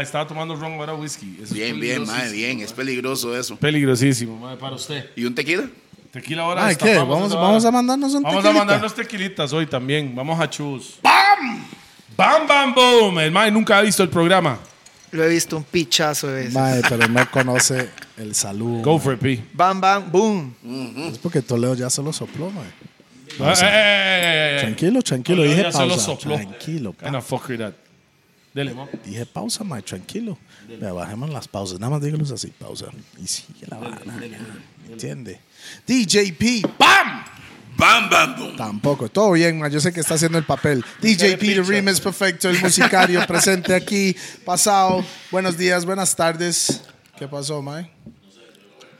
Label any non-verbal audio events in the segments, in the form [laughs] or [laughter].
estaba tomando ron, ahora whisky. Eso es Bien, bien, peligrosísimo, madre, bien. mae. Es peligroso eso. Peligrosísimo, mae, para usted. ¿Y un tequila? Tequila ahora. Mae, ¿qué? destapamos Vamos, esa vamos vara. a mandarnos un Vamos a tequilita. mandarnos tequilitas hoy también. Vamos a chus. ¡Bam! ¡Bam, bam, boom! El mae nunca ha visto el programa. Lo he visto un pichazo de veces. Mae, pero no conoce el saludo. Go mae. for it, P. Bam, bam, boom. Es porque Toledo ya se lo sopló, mae. Eh, eh, eh, eh, eh. Tranquilo, tranquilo. Toledo dije ya se pausa. lo sopló. Tranquilo, pa. Kinda fucker that. Dele, mo. Dije pausa, mae, tranquilo. Me bajemos las pausas. Nada más dígalos así, pausa. Y sigue la vara. ¿Entiende? DJP, ¡pam! ¡Bam, bam, boom! Tampoco. Todo bien, ma. Yo sé que está haciendo el papel. DJ Peter Rimes, perfecto. El musicario presente aquí. Pasado. Buenos días, buenas tardes. ¿Qué pasó, Mae?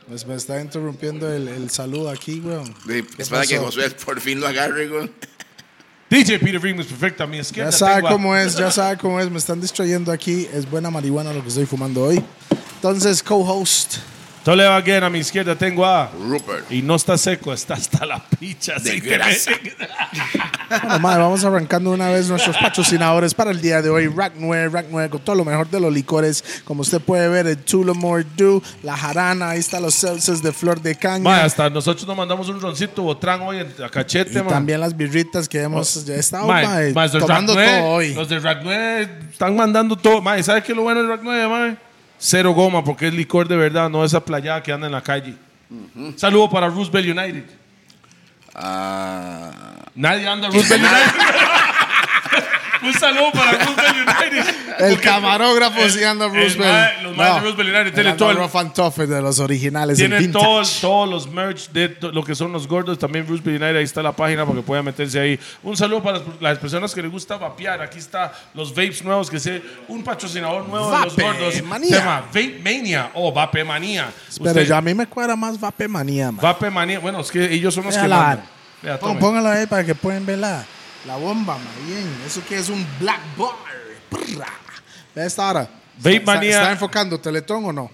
Pues me está interrumpiendo el, el saludo aquí, weón. Sí, ¿Qué espera que pasó? Josué por fin lo agarre, güey. DJ Peter Ring es perfecto a mi izquierda. Ya sabe tengo a- cómo es, ya sabe cómo es. Me están distrayendo aquí. Es buena marihuana lo que estoy fumando hoy. Entonces, co-host. Toledo again a mi izquierda tengo a. Rupert. Y no está seco, está hasta la picha. De sí, grasa. que- Bueno, mae, vamos arrancando una vez nuestros patrocinadores para el día de hoy. Rack 9, Rack 9, con todo lo mejor de los licores. Como usted puede ver, el Tulo Mordu, la jarana, ahí están los seltzers de flor de caña. Mae, hasta nosotros nos mandamos un roncito botrán hoy en- a cachete, y mae. también las birritas que hemos ya estado Oh, Mae, mae, mae, los del tomando Rack 9, todo hoy. Los de Rack 9 están mandando todo. Mae, ¿sabes qué es lo bueno del Rack 9, mae? Cero goma, porque es licor de verdad, no esa playada que anda en la calle. Saludo para Roosevelt United. Ah, Nadie anda a Roosevelt [laughs] United. [laughs] un saludo para Roosevelt United. El Porque- camarógrafo el- sí anda el Roosevelt. mae- los mae de Roosevelt United tienen el todo el- Rough and Tough de los originales. el Tienen vintage. todos todos los merch de to- lo que son los gordos. También Bruce United, ahí está la página para que puedan meterse ahí. Un saludo para las, las personas que les gusta vapear. Aquí está los vapes nuevos, que es un patrocinador nuevo de Vape los gordos. Manía. Se llama Vape Mania o Vape Manía. Pero Usted- yo a mí me cuadra más Vape Manía, mae. Vape Manía. Bueno, es que ellos son los que Déjala. mandan. Vea, Pon- tome. Póngalo ahí para que puedan ver la, la bomba, ma, bien. Eso que es un black bar. Prra. Ve esta hora. Vape ¿Está, Manía. está enfocando Teletón o no?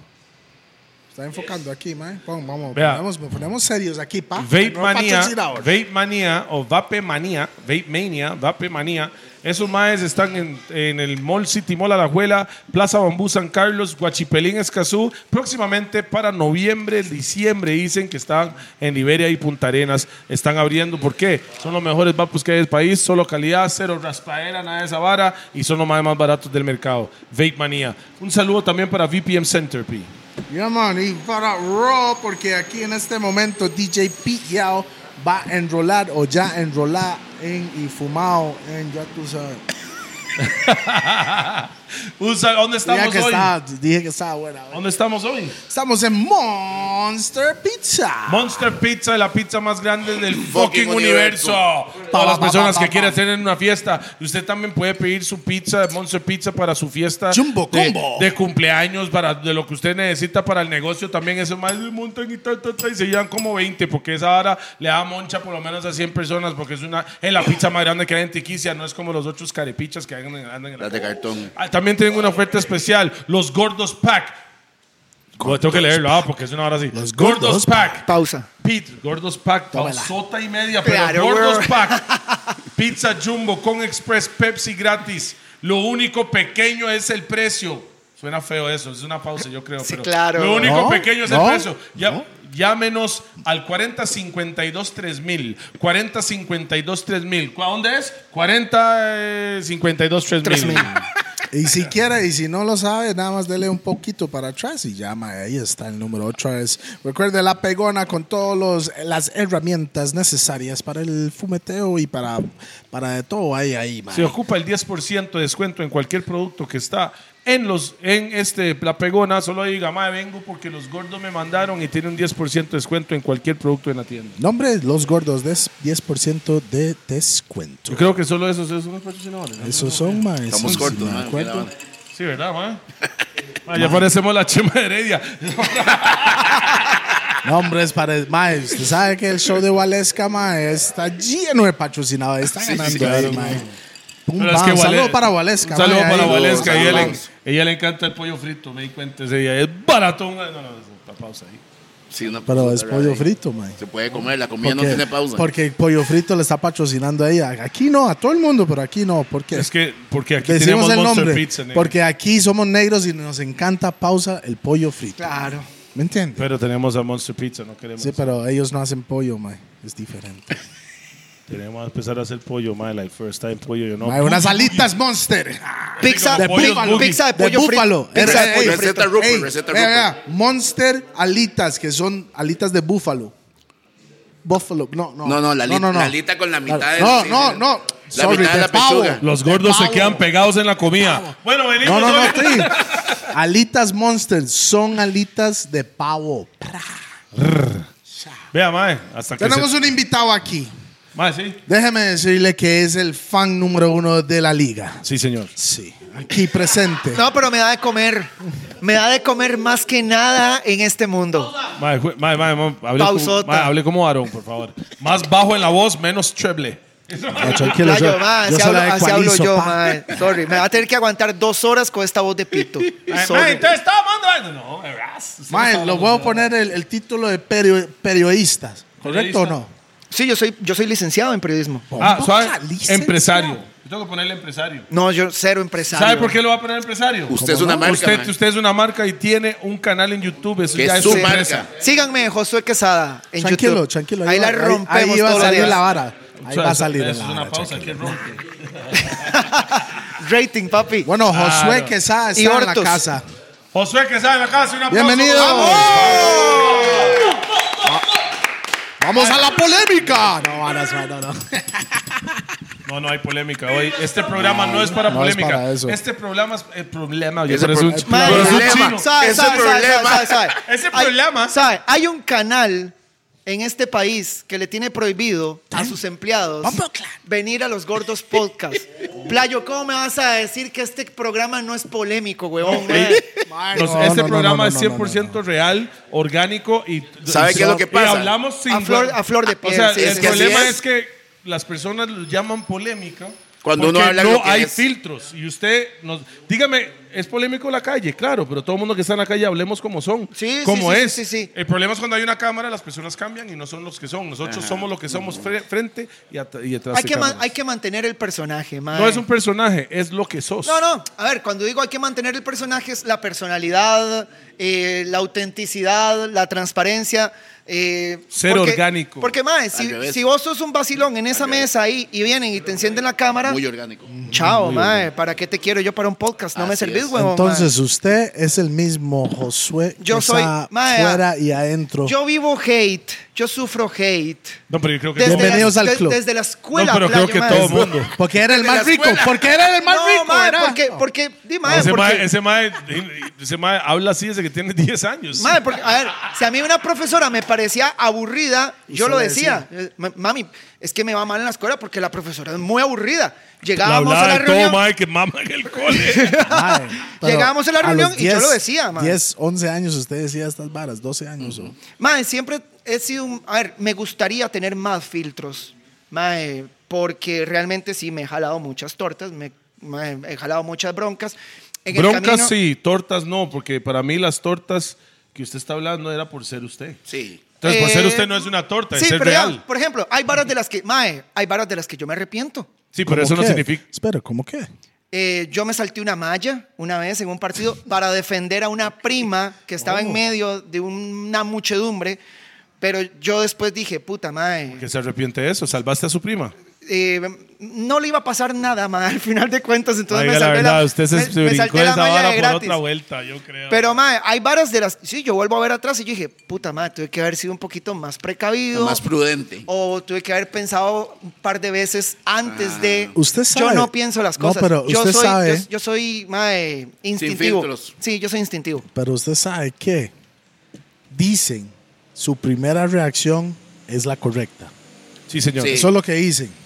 Está enfocando aquí, man. Pon, vamos, Vea. ponemos, ponemos serios aquí, [laughs] pa. Vape No Manía, patrocinador. Vape Manía o Vape Manía, Vape Mania, Vape Manía. Esos maes están en, en el Mall City Mall Alajuela, Plaza Bambú San Carlos, Guachipelín Escazú. Próximamente para noviembre, diciembre dicen que están en Liberia y Punta Arenas. Están abriendo, ¿por qué? Son los mejores vapos que hay del país, solo calidad, cero raspadera, nada de esa vara y son los maes más baratos del mercado. Vape Manía. Un saludo también para VPM Center, P. [laughs] Yeah, man, y para Raw, porque aquí en este momento DJ Pete Yao va a enrolar o ya enrolar en y fumado en, ya tú sabes. Un sal- ¿Dónde Ya estamos que hoy? estaba, dije que estaba buena. ¿Dónde estamos hoy? Estamos en Monster Pizza. Monster Pizza, la pizza más grande del fucking universo. universo. Para las pa, personas pa, que pa, quieren pa. tener una fiesta, Y usted también puede pedir su pizza de Monster Pizza para su fiesta Jumbo de, combo. de cumpleaños, para de lo que usted necesita para el negocio. También eso más de montan y tal, tal, tal, y se llevan como 20, porque esa hora le da moncha por lo menos a 100 personas, porque es una es la pizza más grande que hay en Tiquicia, no es como los otros carepichas que andan, andan en la las de cartón. Ah, También tienen una oferta especial, los Gordos Pack. Bueno, tengo que leerlo, ah, porque es una hora así. Los Gordos, Gordos Pack. Pausa. Pete, Gordos Pack, Tómela. pausota y media, pero Claro, Gordos [laughs] we're- Pack. Pizza Jumbo con Express Pepsi gratis. Lo único pequeño es el precio. Suena feo eso, es una pausa, yo creo. Sí, pero claro. Lo único No, pequeño es no, el precio. Ya, no. Llámenos al 4052 3000. 4052 3000. ¿Cu- ¿Dónde es? eh, 4052 3000. Y si quiere, y si no lo sabe, nada más dele un poquito para atrás y llama. Ahí está el número otra vez. Recuerde la pegona con todas las herramientas necesarias para el fumeteo y para, para de todo ahí, ahí, man. Se ocupa el 10% de descuento en cualquier producto que está en los en este la pegona. Solo diga, mae, vengo porque los gordos me mandaron y tiene un 10% de descuento en cualquier producto en la tienda. Nombre Los Gordos, des- 10% de descuento. Yo creo que solo esos, esos son los patrocinadores. ¿no? eh. Esos son, man. Estamos sí, cortos, sí, me man, acuerdo. mira, man. Sí, ¿verdad, mae? Mae, ya parecemos la chema de Heredia. Nombres para... Man, usted sabe que el show de Valesca, man, está lleno de patrocinadores. Está Sí, sí, ganando claro, ahí, man. Pum, Pero es bam. que Wale- saludo para Valesca. un saludo man, para ahí. Valesca. Saludos, Ella le, saludos. ella le encanta el pollo frito, me di cuenta ese día. Es baratón. No, no, no, la pausa ahí. Sí, una Pero cosa es rara pollo ahí. frito, mae. Se puede comer, la comida no Porque, tiene pausa. porque el pollo frito le está patrocinando a ella. Aquí no, a todo el mundo, pero aquí no. ¿Por qué? Es que, porque aquí Decimos tenemos el Monster nombre. Pizza. negro. porque aquí somos negros y nos encanta pausa el pollo frito. Claro. ¿Me entiendes? Pero tenemos a Monster Pizza, no queremos. Sí, pero ellos no hacen pollo, mae. Es diferente. Tenemos que empezar a hacer pollo, my like first time pollo, yo no. Mae, unas alitas Monster. Pizza Ah, como de, pollos búfalo, boogie. pizza de De pollo búfalo. eh. frito. Pizza de Ey, pollo ey, frito. receta Rupert, ey, receta vea, Rupert. vea, Monster alitas, que son alitas de búfalo. Buffalo. No, no. No, no, la alita- la alita con la mitad del- No, sí, no, sí. no. La mitad de la pavo. pechuga. Los gordos se Pavo. quedan pegados en la comida. Bueno, venimos. No, no, no, hoy. [laughs] sí. Alitas Monster son alitas de pavo. Vea, mae, hasta que Tenemos se- un invitado aquí. Mae, sí. Déjeme decirle que es el fan número uno de la liga. Sí, señor. Sí, aquí presente. No, pero me da de comer. Me da de comer más que nada en este mundo. Mae, jue- mae, mae, mae, hable como, Pausota. mae, hable como Aaron, por favor. Más bajo en la voz, menos [laughs] treble. No, tranquilo, Playo, yo- ma, yo así solo hablo, así hablo ecualizo, yo, pa. ma. Sorry, me va a tener que aguantar dos horas con esta voz [laughs] de pito. Mae, mae, Sorry. entonces estaba mandando. No, verás. Usted no Mae, estaba lo mandando voy a nada. poner el, el título de perio- periodistas. ¿Correcto o no? Sí, yo soy, yo soy licenciado en periodismo. Ah, Bomba suave. caliza, Empresario. Yo tengo que ponerle empresario. No, yo cero empresario. ¿Sabe por qué lo va a poner empresario? Usted es una marca. Usted, man. usted es una marca y tiene un canal en YouTube. Eso Que ya es es su su empresa. marca. Síganme, Josué Quesada. En Tranquilo, YouTube. tranquilo. Ahí, la va- rompemos Ahí, va a todos los salir días. la vara. Ahí Eso- va a salir eso la es vara. una pausa. tranquilo. que rompe. [laughs] Rating, papi. Bueno, Josué Claro. Quesada Y está en la Hortos. casa. Josué que sabe la casa. Un aplauso. Bienvenido. ¡Vamos! Vamos a la polémica. No, ahora es- no, [laughs] no. No, no hay polémica hoy. Este programa no, es para no es polémica. para eso. Este programa es el problema. Yo Ese parezco un pro- ch- Ma, Pero es un problema. chino. Sabe, Ese sabe, sabe, problema. sabe, sabe, sabe. Ese Hay- problema. sabe, Hay un canal en este país que le tiene prohibido a sus empleados Vamos, claro. venir a los gordos podcast. Playo, ¿cómo me vas a decir que este programa no es polémico, huevón? Ey, eh. Mae, nos- no, este no, no, programa no, es no, no, 100% real, orgánico y. ¿Sabe y- qué es lo que y pasa? hablamos sin. Ah, A flor- a flor de piel, O sea, sí, el es que así problema es. es. que las personas lo llaman polémica. Cuando uno porque habla no lo que hay es. filtros. Y usted nos. Dígame, es polémico la calle, claro, pero todo el mundo que está en la calle hablemos como son. Sí, sí, como sí, sí, es. sí, sí. El problema es cuando hay una cámara, las personas cambian y no son los que son. Nosotros somos lo que somos fre- frente y, at- y atrás. Hay de que, man- cámaras. hay que mantener el personaje, mae. No es un personaje, es lo que sos. No, no. A ver, cuando digo hay que mantener el personaje es la personalidad, eh, la autenticidad, la transparencia. eh, Ser orgánico. Porque, más, Al si, revés. si vos sos un vacilón en esa mesa ahí y vienen y te encienden la cámara, Muy orgánico. chao, mae, ¿para qué te quiero yo para un podcast? No me Así servís, es. huevón. Entonces, usted es el mismo Josué Yo Quesada, soy- mae, fuera y adentro. mae. Yo vivo hate, yo sufro hate. No, pero yo creo que Desde todo- Bienvenidos la- al de- club. Desde la escuela. No, pero creo playo, que mae. todo el mundo. Porque era el Desde más la rico. escuela. Porque era el más No, rico. mae, era. porque, porque, di, mae, ese, porque- mae, ese, mae, ese mae habla así desde que tiene 10 años. Madre, porque, a ver, si a mí una profesora me parecía aburrida, Y yo se lo la decía, eh, "Ma- mami, es que me va mal en la escuela porque la profesora es muy aburrida. Le Llegábamos a hablaba la de todo, reunión. mae, que mama en el cole. Mae, pero Llegábamos a la los reunión y yo lo decía, mae. 10, 11 años usted decía estas varas, 12 años. o- Madre, siempre he sido un. A ver, me gustaría tener más filtros. Madre, porque realmente sí me he jalado muchas tortas, me, mae, he jalado muchas broncas. [laughs] En el Broncas camino- sí, tortas no, porque para mí las tortas que usted está hablando era por ser usted. Sí. Entonces, por Eh, ser usted no es una torta, es sí, ser pero ya, real. por ejemplo, hay varas de las que. Mae, hay varas de las que yo me arrepiento. sí, pero eso no ¿Cómo qué? significa. Espera, ¿cómo qué? Eh, yo me salté una malla una vez en un partido para defender a una prima que estaba Oh. en medio de una muchedumbre, pero yo después dije, puta madre, Que se arrepiente de eso, salvaste a su prima. eh, no le iba a pasar nada más al final de cuentas, entonces Oiga, me la salté verdad, la, usted se, me- se me brincó salté esa la malla vara de por gratis. otra vuelta, yo creo. Pero madre, hay varas de las, sí, yo vuelvo a ver atrás y yo dije, puta madre, tuve que haber sido un poquito más precavido. Más prudente. o tuve que haber pensado un par de veces antes de. Usted sabe. Yo no pienso las No, cosas. pero yo usted soy, sabe. Yo, yo soy mae, instintivo. filtros. sí, yo soy instintivo. Pero usted sabe que dicen su primera reacción es la correcta. sí, señor. Sí. Eso es lo que dicen.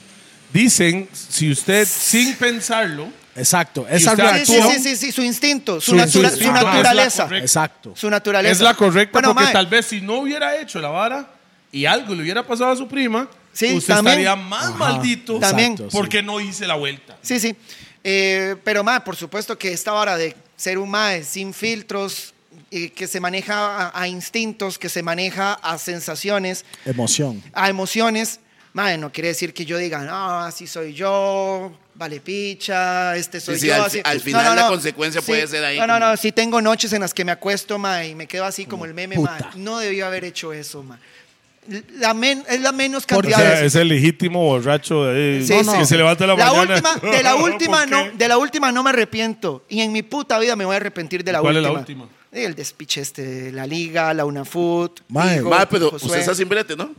Dicen, si usted sin pensarlo, Exacto. Esa usted- Sí, sí, reacción. sí, sí, sí, su instinto, su, Su natura- instinto. su Ah, es la naturaleza. correcta. Exacto. Su naturaleza. es la correcta Bueno, porque mae, tal vez si no hubiera hecho la vara y algo le hubiera pasado a su prima, Sí, usted también. estaría más Ajá, maldito Ah, También. exacto, sí. porque no hice la vuelta. Sí, sí. Eh, pero, mae, por supuesto que esta vara de ser un mae sin filtros, eh, que se maneja a, a instintos, que se maneja a sensaciones, Emoción. a emociones. Mae, no quiere decir que yo diga, no, así soy yo, vale picha, este soy sí, yo. al así". fi- al No, final no, la no. consecuencia Sí. puede ser ahí No, no, como- no, sí tengo noches en las que me acuesto, mae, y me quedo así como el meme, mae. Puta. No debió haber hecho eso, mae. La men- es la menos O cantidad sea, de es el legítimo borracho de ahí, Sí, que sí. se levanta en la, mañana. Última, de la [laughs] ¿Por última, qué? no, de la última no me arrepiento. Y en mi puta vida me voy a arrepentir de la ¿Cuál es última. la Eh, El despiche este, de la Liga, la UNAFUT. Mae. Hijo, Va, pero Josué. usted está sin brete, ¿no?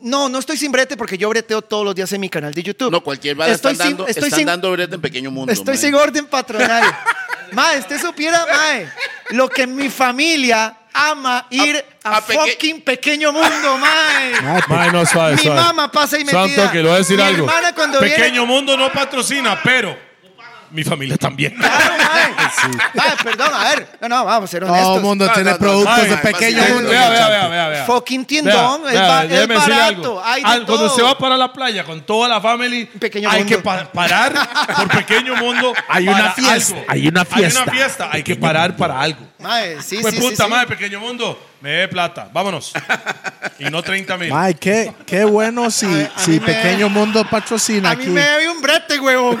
No, no estoy sin brete porque yo breteo todos los días en mi canal de YouTube. No, cualquier vara Estoy están, sin- dando, estoy están sin- dando brete en pequeño mundo. Estoy mae. sin orden patronal. [laughs] mae, usted supiera, mae, lo que mi familia ama ir a, a peque- fucking pequeño mundo, mae. [laughs] Mae, Mae, no, suave, Mi suave. mamá pasa y me Santo, que le voy a decir Mi algo. hermana cuando viene- Pequeño Mundo no patrocina, pero mi familia también. Claro, [laughs] mae. Mae, perdón, a ver. No, no, vamos a ser honestos. Todo el mundo No, tiene no, no, productos mae, de mae, pequeño mae, mundo. Vea, vea, muchacho. vea, vea, vea. Fucking tiendón, es ba- es déjeme decirle barato, hay de Al- Cuando todo. se va para la playa con toda la family, Pequeño hay mundo. que pa- parar por pequeño mundo. [laughs] Hay una para fiesta, algo. hay una Hay fiesta. una fiesta, hay que parar para algo. Mae, sí, Fue sí, puta sí, sí. madre, pequeño mundo, me dé plata, vámonos. y no 30 mil. Mae, qué, qué bueno si, A- a si mí me- Pequeño Mundo patrocina A mí aquí. me debe un [laughs] brete, huevón.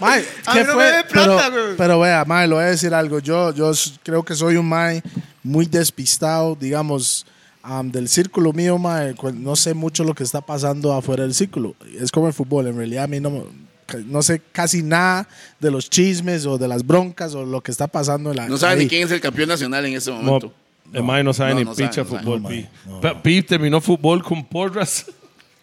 Mae, a ¿qué mí no fue? me dé pero, plata, güey. pero vea, mae, le voy a decir algo. Yo, yo s- creo que soy un mae muy despistado, digamos, am, del círculo mío, mae. cu- No sé mucho lo que está pasando afuera del círculo. Es como el fútbol, en realidad a mí no, me- ca- no sé casi nada de los chismes o de las broncas o lo que está pasando en la No saben ahí. ni quién es el campeón nacional en ese momento. el mae no sabe No, ni no sabe, picha no sabe. fútbol, No, Pi. mae, no, Pe- Pi terminó fútbol con porras [laughs]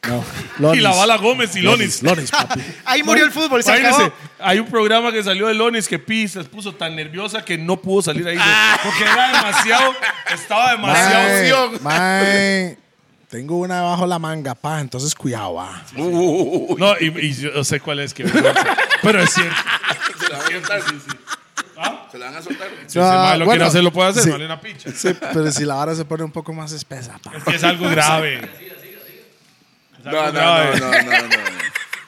No, y Lonis, la bala Gómez y Lonis. Lonis, [laughs] papi. Ahí murió el fútbol, se Imagínense, acabó. hay un programa que salió de Lonis que Pi se puso tan nerviosa que no pudo salir ahí. güey, Ah. Porque era demasiado, estaba demasiado. Mae, opción. [laughs] mae, tengo una debajo la manga, pa, entonces cuidado, va. Uh, uh, uh, uh. No, y, y yo sé cuál es que vergüenza. Pero es cierto. [laughs] Se la van a soltar. Se la van a soltar. Si ese Ah, mae lo bueno, quiere hacer, lo puede hacer, sí. no vale una picha. Sí, pero si la vara se pone un poco más espesa, pa. Es que es algo grave. Es algo No, no, no, grave. no, no, no. [laughs]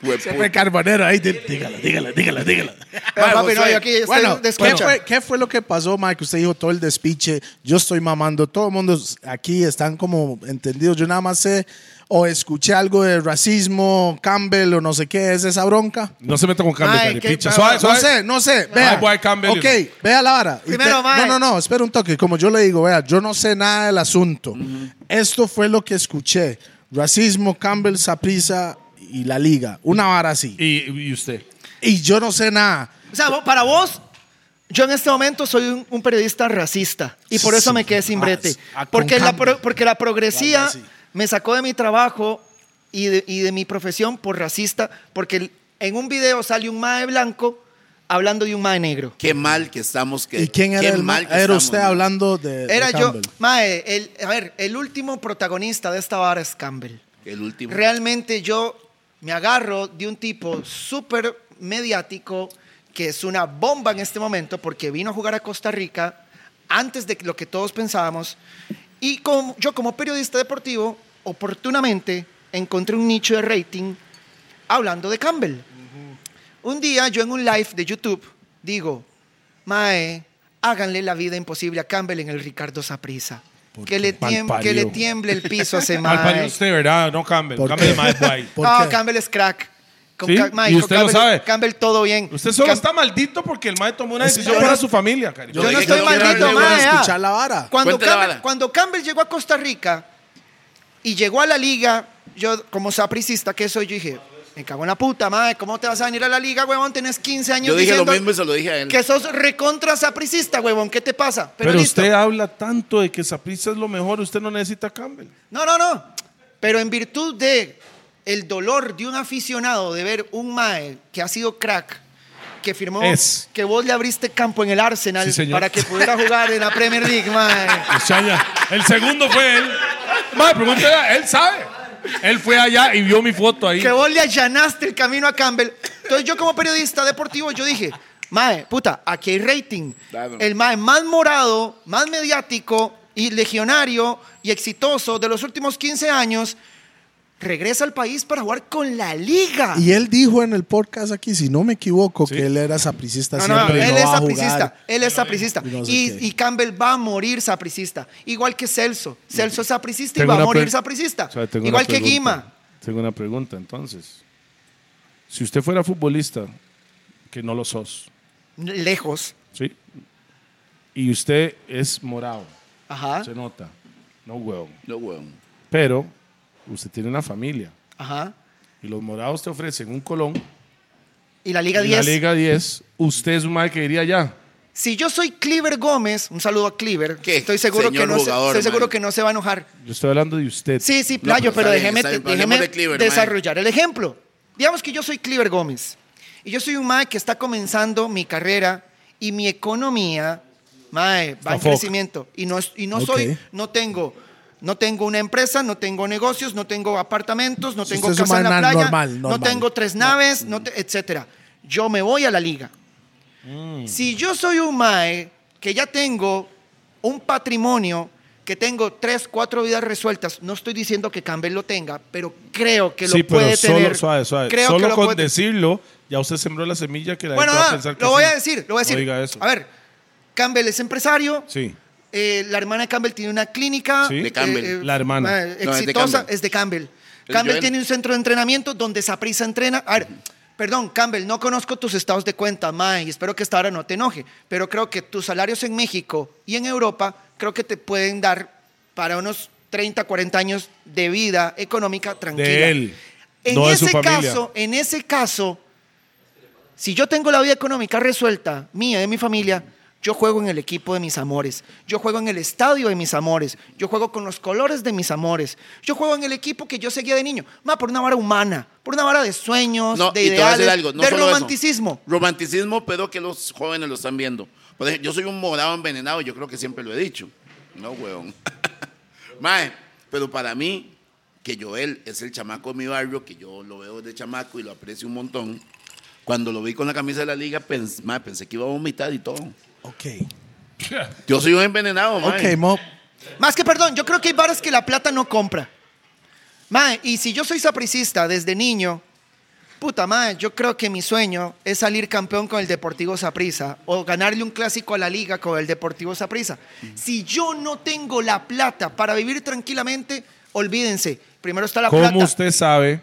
Hueputa. Fue carbonero ahí, dí- dígala, dígala, dígala, dígala. Pero, Mae, papi, no, Josué, yo aquí estoy Bueno, ¿qué descucha. fue, qué fue lo que pasó, Mike? Usted dijo todo el despiche, yo estoy mamando, todo el mundo aquí están como entendidos, yo nada más sé, o escuché algo de racismo, Campbell o no sé qué, es esa bronca. No se meta con Campbell, Ay, Cari, qué picha. bravo. Suave, No suave. sé, no sé. Vea. Ah, guay, Campbell. Ok, vea la vara. Y Primero, te- mae. no, no, no, espera un toque. Como yo le digo, vea, yo no sé nada del asunto. Esto fue lo que escuché. Racismo, Campbell, Saprisa y la liga. Una vara así. Y, Y, y usted. yo no sé nada. O sea, vos- para vos, yo en este momento soy un, un periodista racista. Y por eso Sí. me quedé sin Ah, brete. sí. Ah, Porque con la, Campbell. pro- porque la progresía Algo así. me sacó de mi trabajo y de, y de mi profesión por racista. Porque el- en un video sale un mae blanco hablando de un mae negro. Qué mal que estamos. Que, ¿Y quién era qué el mal ma- que Era estamos, usted mae. hablando de. de Era yo, Campbell. mae, el, a ver, el último protagonista de esta vara es Campbell. El último. Realmente yo me agarro de un tipo súper mediático que es una bomba en este momento porque vino a jugar a Costa Rica antes de lo que todos pensábamos. Y como, yo como periodista deportivo, oportunamente encontré un nicho de rating hablando de Campbell. Un día yo en un live de YouTube digo, Mae, háganle la vida imposible a Campbell en el Ricardo Saprisa. Que le, mal tiemb- que parido. le tiemble el piso a ese Mal parió Mae. usted, ¿verdad? No Campbell. ¿Por Campbell qué? es más guay. ¿Por no, qué? Campbell es crack. Con ¿Sí? Ca- Mae, Y con usted lo Campbell, sabe. Campbell todo bien. Usted solo Cam- está maldito porque el mae tomó una Es- decisión yo para no- su familia, Cari. Yo no dije estoy que no quiero maldito, hablar de Mae. eso, ah. escuchar la vara. Cuando Cuente la Campbell, vara. cuando Campbell llegó a Costa Rica y llegó a la liga, yo como sapricista que soy, yo dije, me cago en la puta, Mae, ¿cómo te vas a venir a la liga, huevón? Tenés 15 años Yo dije lo diciendo mismo y se lo dije a él. que sos recontra sapricista, huevón. ¿Qué te pasa? Pero, listo. usted habla tanto de que Saprissa es lo mejor, usted no necesita a Campbell. No, no, no. Pero en virtud de el dolor de un aficionado de ver un mae que ha sido crack, que firmó Es. que vos le abriste campo en el Arsenal Sí, señor. para que pudiera jugar en la Premier League, mae. El segundo fue él. Mae, pregúntale, a- él sabe. Él fue allá y vio mi foto ahí. Que vos le allanaste el camino a Campbell. Entonces yo como periodista deportivo yo dije, mae, puta, aquí hay rating. Claro. El mae más morado, más mediático y legionario y exitoso de los últimos 15 años regresa al país para jugar con la liga. Y él dijo en el podcast aquí, si no me equivoco, Sí. que él era sapricista No, no, siempre. y él no es va a sapricista, jugar. él es sapricista. Y no sé Y, qué. y Campbell va a morir sapricista. Igual que Celso. Celso es sapricista y Tengo va a una pre- morir sapricista. O sea, tengo Igual una que pregunta. Guima. Tengo una pregunta, entonces. Si usted fuera futbolista, que no lo sos, Lejos. ¿sí? Y usted es morado, Ajá. se nota, no huevón. No, weón. Pero usted tiene una familia Ajá. y los morados te ofrecen un colón, Y la Liga y 10. la Liga 10, usted es un mal que iría allá. Si yo soy Cliver Gómez, un saludo a Cliver. ¿Qué? Estoy seguro, que Señor no, se- jugador, estoy seguro man. que no se va a enojar. Yo estoy hablando de usted. Sí, sí, Playo, pero pero, está bien, déjeme, está bien, pero déjeme hablemos de Cliver, mae. desarrollar el ejemplo. Digamos que yo soy Cliver Gómez y yo soy un mae que está comenzando mi carrera y mi economía, mae, va en foc. crecimiento y no es- y no soy Ok. no tengo no tengo una empresa, no tengo negocios, no tengo apartamentos, no Si tengo usted es casa un en la man playa, normal, no normal. tengo tres naves, no te- etcétera. Yo me voy a la liga. Si yo soy un mae que ya tengo un patrimonio, que tengo tres, cuatro vidas resueltas, no estoy diciendo que Campbell lo tenga, pero creo que lo Sí, puede pero solo, tener. suave, suave. Creo solo que lo con puede- decirlo, ya usted sembró la semilla que la Bueno, gente va a ah, pensar que lo voy sí. a decir, lo voy a decir. No diga eso. A ver, Campbell es empresario. Sí. eh, la hermana de Campbell tiene una clínica. Sí. De Campbell. La hermana. mae, No, es de exitosa. Campbell. es de Campbell. Es Campbell Joel. tiene un centro de entrenamiento donde Saprisa entrena. A ver, perdón, Campbell, no conozco tus estados de cuenta, Mae, y espero que esta hora no te enoje, pero creo que tus salarios en México y en Europa creo que te pueden dar para unos 30, 40 años de vida económica tranquila. De él. En no de ese su familia. caso, en ese caso, si yo tengo la vida económica resuelta, mía, de mi familia, yo juego en el equipo de mis amores, yo juego en el estadio de mis amores, yo juego con los colores de mis amores, yo juego en el equipo que yo seguía de niño, más por una vara humana, por una vara de sueños, No, y de te voy a ideales, decir algo. No de solo eso. romanticismo. Romanticismo, pero que los jóvenes lo están viendo. Por ejemplo, yo soy un morado envenenado, yo creo que siempre lo he dicho. No, weón. [laughs] Mae, pero para mí, que Joel es el chamaco de mi barrio, que yo lo veo de chamaco y lo aprecio un montón. Cuando lo vi con la camisa de la liga, pens- mae, pensé que iba a vomitar y todo. Ok. Yo soy un envenenado, mae. Ok, Mo. Más que perdón, yo creo que hay varas que la plata no compra. Mae, y si yo soy sapricista desde niño, puta mae, yo creo que mi sueño es salir campeón con el Deportivo Saprissa o ganarle un clásico a la liga con el Deportivo Saprissa. Si yo no tengo la plata para vivir tranquilamente, olvídense. Primero está la ¿Cómo plata. usted sabe?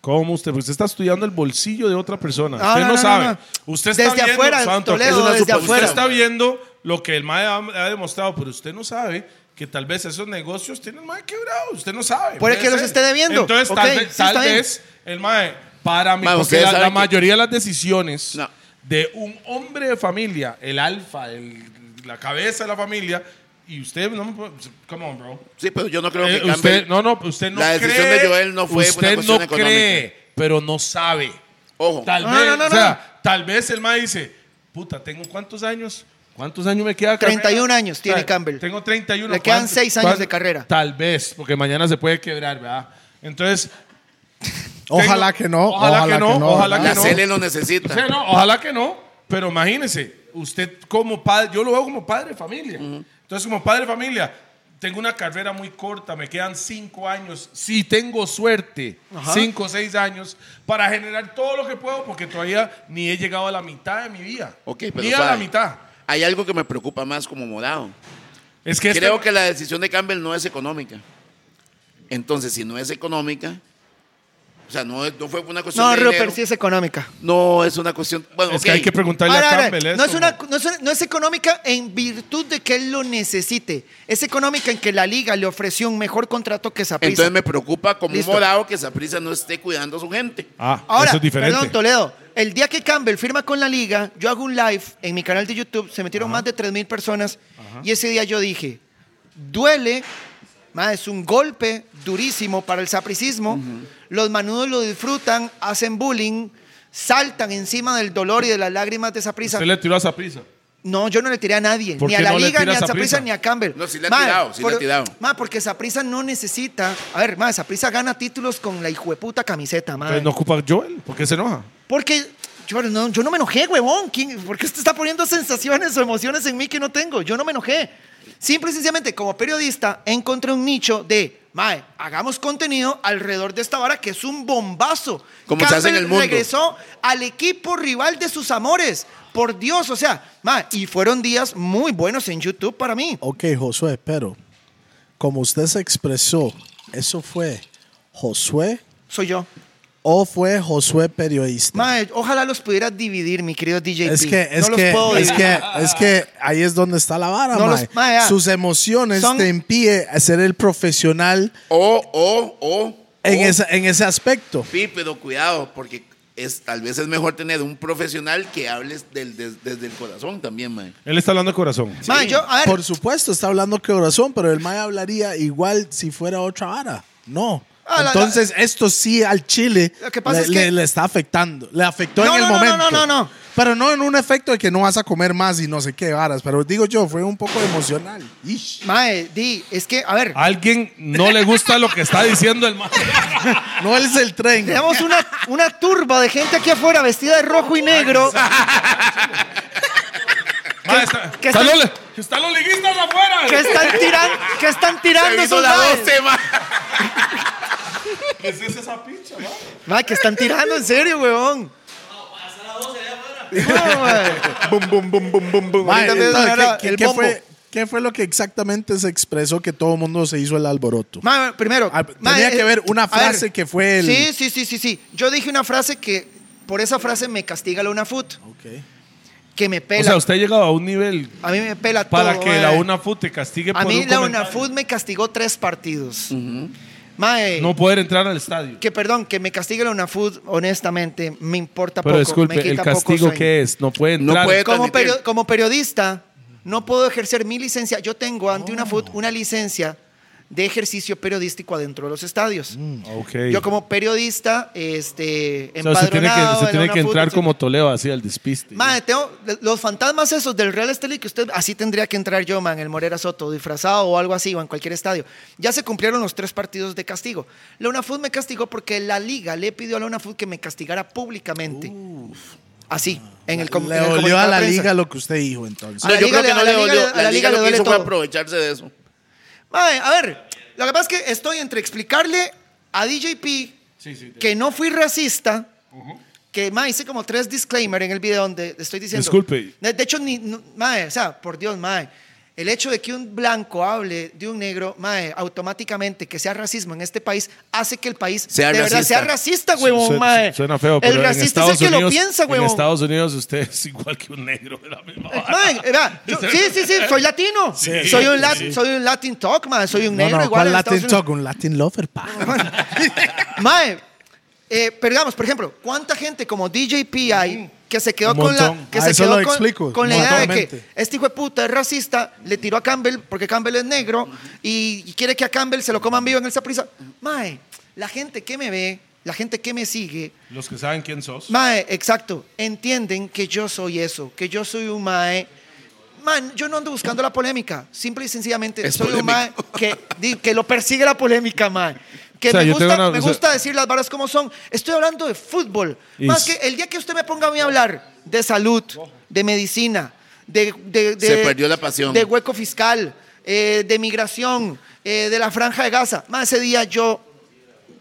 ¿Cómo usted? Porque usted está estudiando el bolsillo de otra persona. No, usted no, no, no, no, sabe. no. Usted está Desde viendo, afuera, santo, Toledo, es una desde suposición. afuera. Usted está viendo lo que el MAE ha, ha demostrado, pero usted no sabe que tal vez esos negocios tienen MAE quebrado. Usted no sabe. Puede que los ser. esté debiendo. Entonces, Ok, tal, vez, sí, tal está bien. vez el MAE, para mí, Ma, porque ustedes la, la saben que- mayoría de las decisiones No. de un hombre de familia, el alfa, el- la cabeza de la familia, y usted, no, me puede- come on, bro. Sí, pero yo no creo que Eh, Campbell- usted, no, no, usted no La cree. decisión de Joel no fue Usted una cuestión no económica. cree, pero no sabe. Ojo. Tal No, vez, no, no, o sea, tal vez el mae dice, puta, tengo cuántos años? ¿Cuántos años me queda? de carrera? 31 años tiene Campbell. Tengo 31. Le quedan ¿cuánto- seis años cuánto- de carrera. Tal vez, porque mañana se puede quebrar, ¿verdad? Entonces, Ojalá tengo- que no. ojalá que no, ojalá La que no. Cele lo o necesita. sea, no, ojalá que no, pero imagínese, usted como padre, yo lo veo como padre de familia. Entonces, como padre de familia, tengo una carrera muy corta, me quedan cinco años, si tengo suerte, cinco o seis años, para generar todo lo que puedo, porque todavía ni he llegado a la mitad de mi vida. Ok, pero ni a la suave. mitad. Hay algo que me preocupa más como morado. Es que este- Creo que la decisión de Campbell no es económica. Entonces, si no es económica, o sea, no, es- no fue una cuestión No, de dinero. Rupert, sí es económica. No, es una cuestión. Bueno, es que hay ok. que preguntarle Ahora, a ahora, Campbell no, es eso, una, ¿no? no es- no es económica en virtud de que él lo necesite. Es económica en que la liga le ofreció un mejor contrato que Saprissa. Entonces me preocupa como Listo. un morado que Saprisa no esté cuidando a su gente. Ah, Ahora, eso es diferente. perdón, Toledo. El día que Campbell firma con la liga, yo hago un live en mi canal de YouTube, se metieron más de 3.000 personas y ese día yo dije, duele, ma, es un golpe durísimo para el sapricismo, los manudos lo disfrutan, hacen bullying, saltan encima del dolor y de las lágриmas de Saprissa. Usted le tiró a esa prisa. No, yo no le tiré a nadie, ¿Por ni a qué la no le liga, ni tiras a a Saprissa, Prisa? ni a Campbell. No, sí le ha Ma, tirado, sí le ha tirado. ma, porque Saprissa no necesita, a ver, ma, Saprissa gana títulos con la hijueputa camiseta, ma. Entonces no ocupa Joel, porque se enoja. Porque yo no, yo no me enojé, huevón. ¿Quién- ¿Por qué usted está poniendo sensaciones o emociones en mí que no tengo? Yo no me enojé. Simple y sencillamente, como periodista, encontré un nicho de, Mae, hagamos contenido alrededor de esta vara que es un bombazo. Como se hace en el mundo. regresó al equipo rival de sus amores. Por Dios, o sea, mae, y fueron días muy buenos en YouTube para mí. Ok, Josué, pero como usted se expresó, ¿eso fue Josué Soy yo. o fue Josué periodista? Mae, ojalá los pudiera dividir, mi querido DJ. Es que, es, no que, los puedo es, dividir. que, es que ahí es donde está la vara, No los- mae. mae, ah. Sus emociones Son- te impiden a ser el profesional O, o, o. en, o. Oh. esa- en ese aspecto. Sí, pero cuidado, porque es, tal vez es mejor tener un profesional que hables del, des- desde el corazón también, man. Él está hablando de corazón. Mae, yo, a ver, Por supuesto, está hablando que corazón, pero el Mae hablaría igual si fuera otra vara. No. Ah, la- Entonces, esto sí al Chile Lo que pasa le, es que- le- le está afectando. Le afectó No, en el no, no, momento. no, no, no. Pero no en un efecto de que no vas a comer más y no sé qué varas. Pero digo yo, fue un poco emocional. Ish. mae, di, es que, a ver, A alguien no le gusta lo que está diciendo el man. No es el tren. tenemos una, una turba de gente aquí afuera vestida de rojo y negro. Ma, Ah, está- qué están está- los- están los liguistas afuera. que están, tiran, que están tirando hizo esos la maes. 12, man. ¿Qué es esa picha, ma? Mae, que están tirando, en serio, weón. Mae, No, mae. Ahorita me entonces, sonará ¿qué- el qué bombo. fue, qué fue lo que exactamente se expresó que todo el mundo se hizo el alboroto? Mae, primero. Ah, mae, tenía que eh, ver una a frase que fue el- Sí, sí, sí, sí, sí. Yo dije una frase que, por esa frase me castiga la UNAFUT, Ok. que me O pela. sea, usted ha llegado a un nivel a mí me pela para todo. que mae. la UNAFUT te castigue A por mí un la comentario. UNAFUT me castigó tres partidos. Mae, No poder entrar al estadio. que perdón, que me castigue la UNAFUT, honestamente, me importa Pero poco. me disculpe, quita el poco castigo sueño. que es, no puede No entrar. puede- como, transmitir. perio- como periodista, no puedo ejercer mi licencia. Yo tengo ante Oh. una FUT una licencia de ejercicio periodístico adentro de los estadios. Mm. Ok. Yo como periodista, este, O sea, se tiene empadronado que, se en tiene una que FUT, entrar etcétera. como Toledo, así al despiste. Mae, tengo- los fantasmas esos del Real Estelí que usted así tendría que entrar yo, man, el Morera Soto, disfrazado o algo así, o en cualquier estadio. Ya se cumplieron los tres partidos de castigo. La UNAFUT me castigó porque la liga le pidió a la UNAFUT que me castigara públicamente. Así, en el, com- Le en el dolió a comunicado la de prensa. liga lo que usted dijo entonces. A la No, yo liga creo que le- no a la le liga dolió. le- a la La liga liga lo le que duele hizo fue todo. aprovecharse de eso. Mae, a ver, lo que pasa es que estoy entre explicarle a DJP que no fui racista, que mae, hice como tres disclaimer en el video donde estoy diciendo. Disculpe. De, de hecho, ni, no- mae, o sea, por Dios, mae, el hecho de que un blanco hable de un negro, mae, automáticamente que sea racismo en este país hace que el país Sea de verdad racista. sea racista, huevón, Suena- mae. Suena feo, pero El en racista Estados es el que Unidos, lo piensa, En huevón. Estados Unidos usted es igual que un negro de la misma vara. Mae, eh, vea, yo- sí, sí, sí, soy latino. soy, un lat- soy un Latin talk, mae, soy un No, negro no, igual. ¿cuál en Estados Latin Unidos. talk? Un Latin lover, pa. Mae, eh, pero digamos, por ejemplo, ¿cuánta gente como DJP hay que se quedó Un con la, montón. que Ah, se eso quedó lo con, explico, con la idea de que totalmente. este hijo de puta es racista, le tiró a Campbell porque Campbell es negro y, y quiere que a Campbell se lo coman vivo en el Saprissa? Mae, la gente que me ve, la gente que me sigue, Los que saben quién sos. Mae, exacto. Entienden que yo soy eso, que yo soy un Mae. Man, yo no ando buscando la polémica. Simple y sencillamente Es soy un polémico. Mae que, di- que lo persigue la polémica, Mae. Que O sea, me, yo gusta, tengo una- me o sea- gusta decir las varas como son. Estoy hablando de fútbol. Y Más que s- el día que usted me ponga a mí a hablar de salud, de medicina, de, de- de- Se perdió la pasión. De hueco fiscal, eh, de migración, eh, de la franja de Gaza. Más ese día yo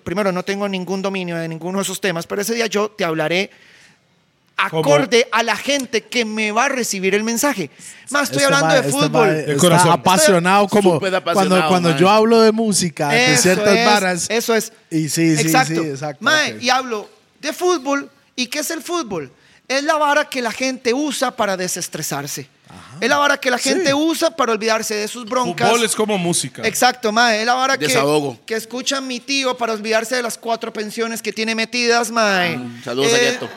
primero no tengo ningún dominio de ninguno de esos temas, pero ese día yo te hablaré Como- acorde a la gente que me va a recibir el mensaje. Más [laughs] estoy Este hablando mae- de este fútbol. mae está corazón. apasionado como Súper apasionado, cuando, cuando mae. yo hablo de música, de Eso ciertas es, varas. Eso es. Y sí, sí, exacto. sí, exacto, Mae, ok. Y hablo de fútbol. ¿Y qué es el fútbol? Es la vara que la gente usa para desestresarse. Es la vara que la gente Sí. usa para olvidarse de sus broncas. Fútbol es como música. Exacto, mae. Es la vara que, Desahogo. que escucha mi tío para olvidarse de las cuatro pensiones que tiene metidas, mae. Mm, Saludos a Gueto.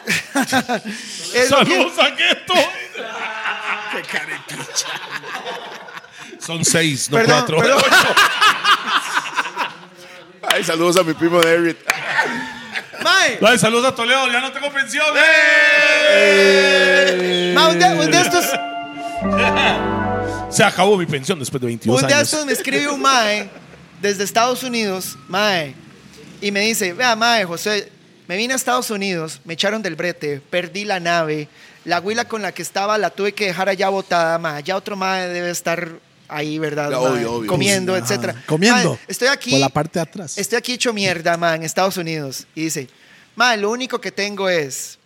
[laughs] es lo que- Saludos a [laughs] Gueto. Son seis, no Perdón, cuatro. [laughs] perdón. Ay, saludos a mi primo David. Mae, Ay, saludos a Toledo, ya no tengo pensión. Eh. mae, ¡Eh! un día, un día estos, Se acabó mi pensión después de 22 un día años. estos me escribe un mae desde Estados Unidos, mae, y me dice, vea, mae, José, me vine a Estados Unidos, me echaron del brete, perdí la nave, la huila con la que estaba la tuve que dejar allá botada, mae, ya otro mae debe estar ahí, ¿verdad? Obvio, mae? obvio. Comiendo, Ajá. etcétera. Comiendo. Mae, estoy aquí. Por la parte de atrás. Estoy aquí hecho mierda, mae, en Estados Unidos. Y dice, mae, lo único que tengo es,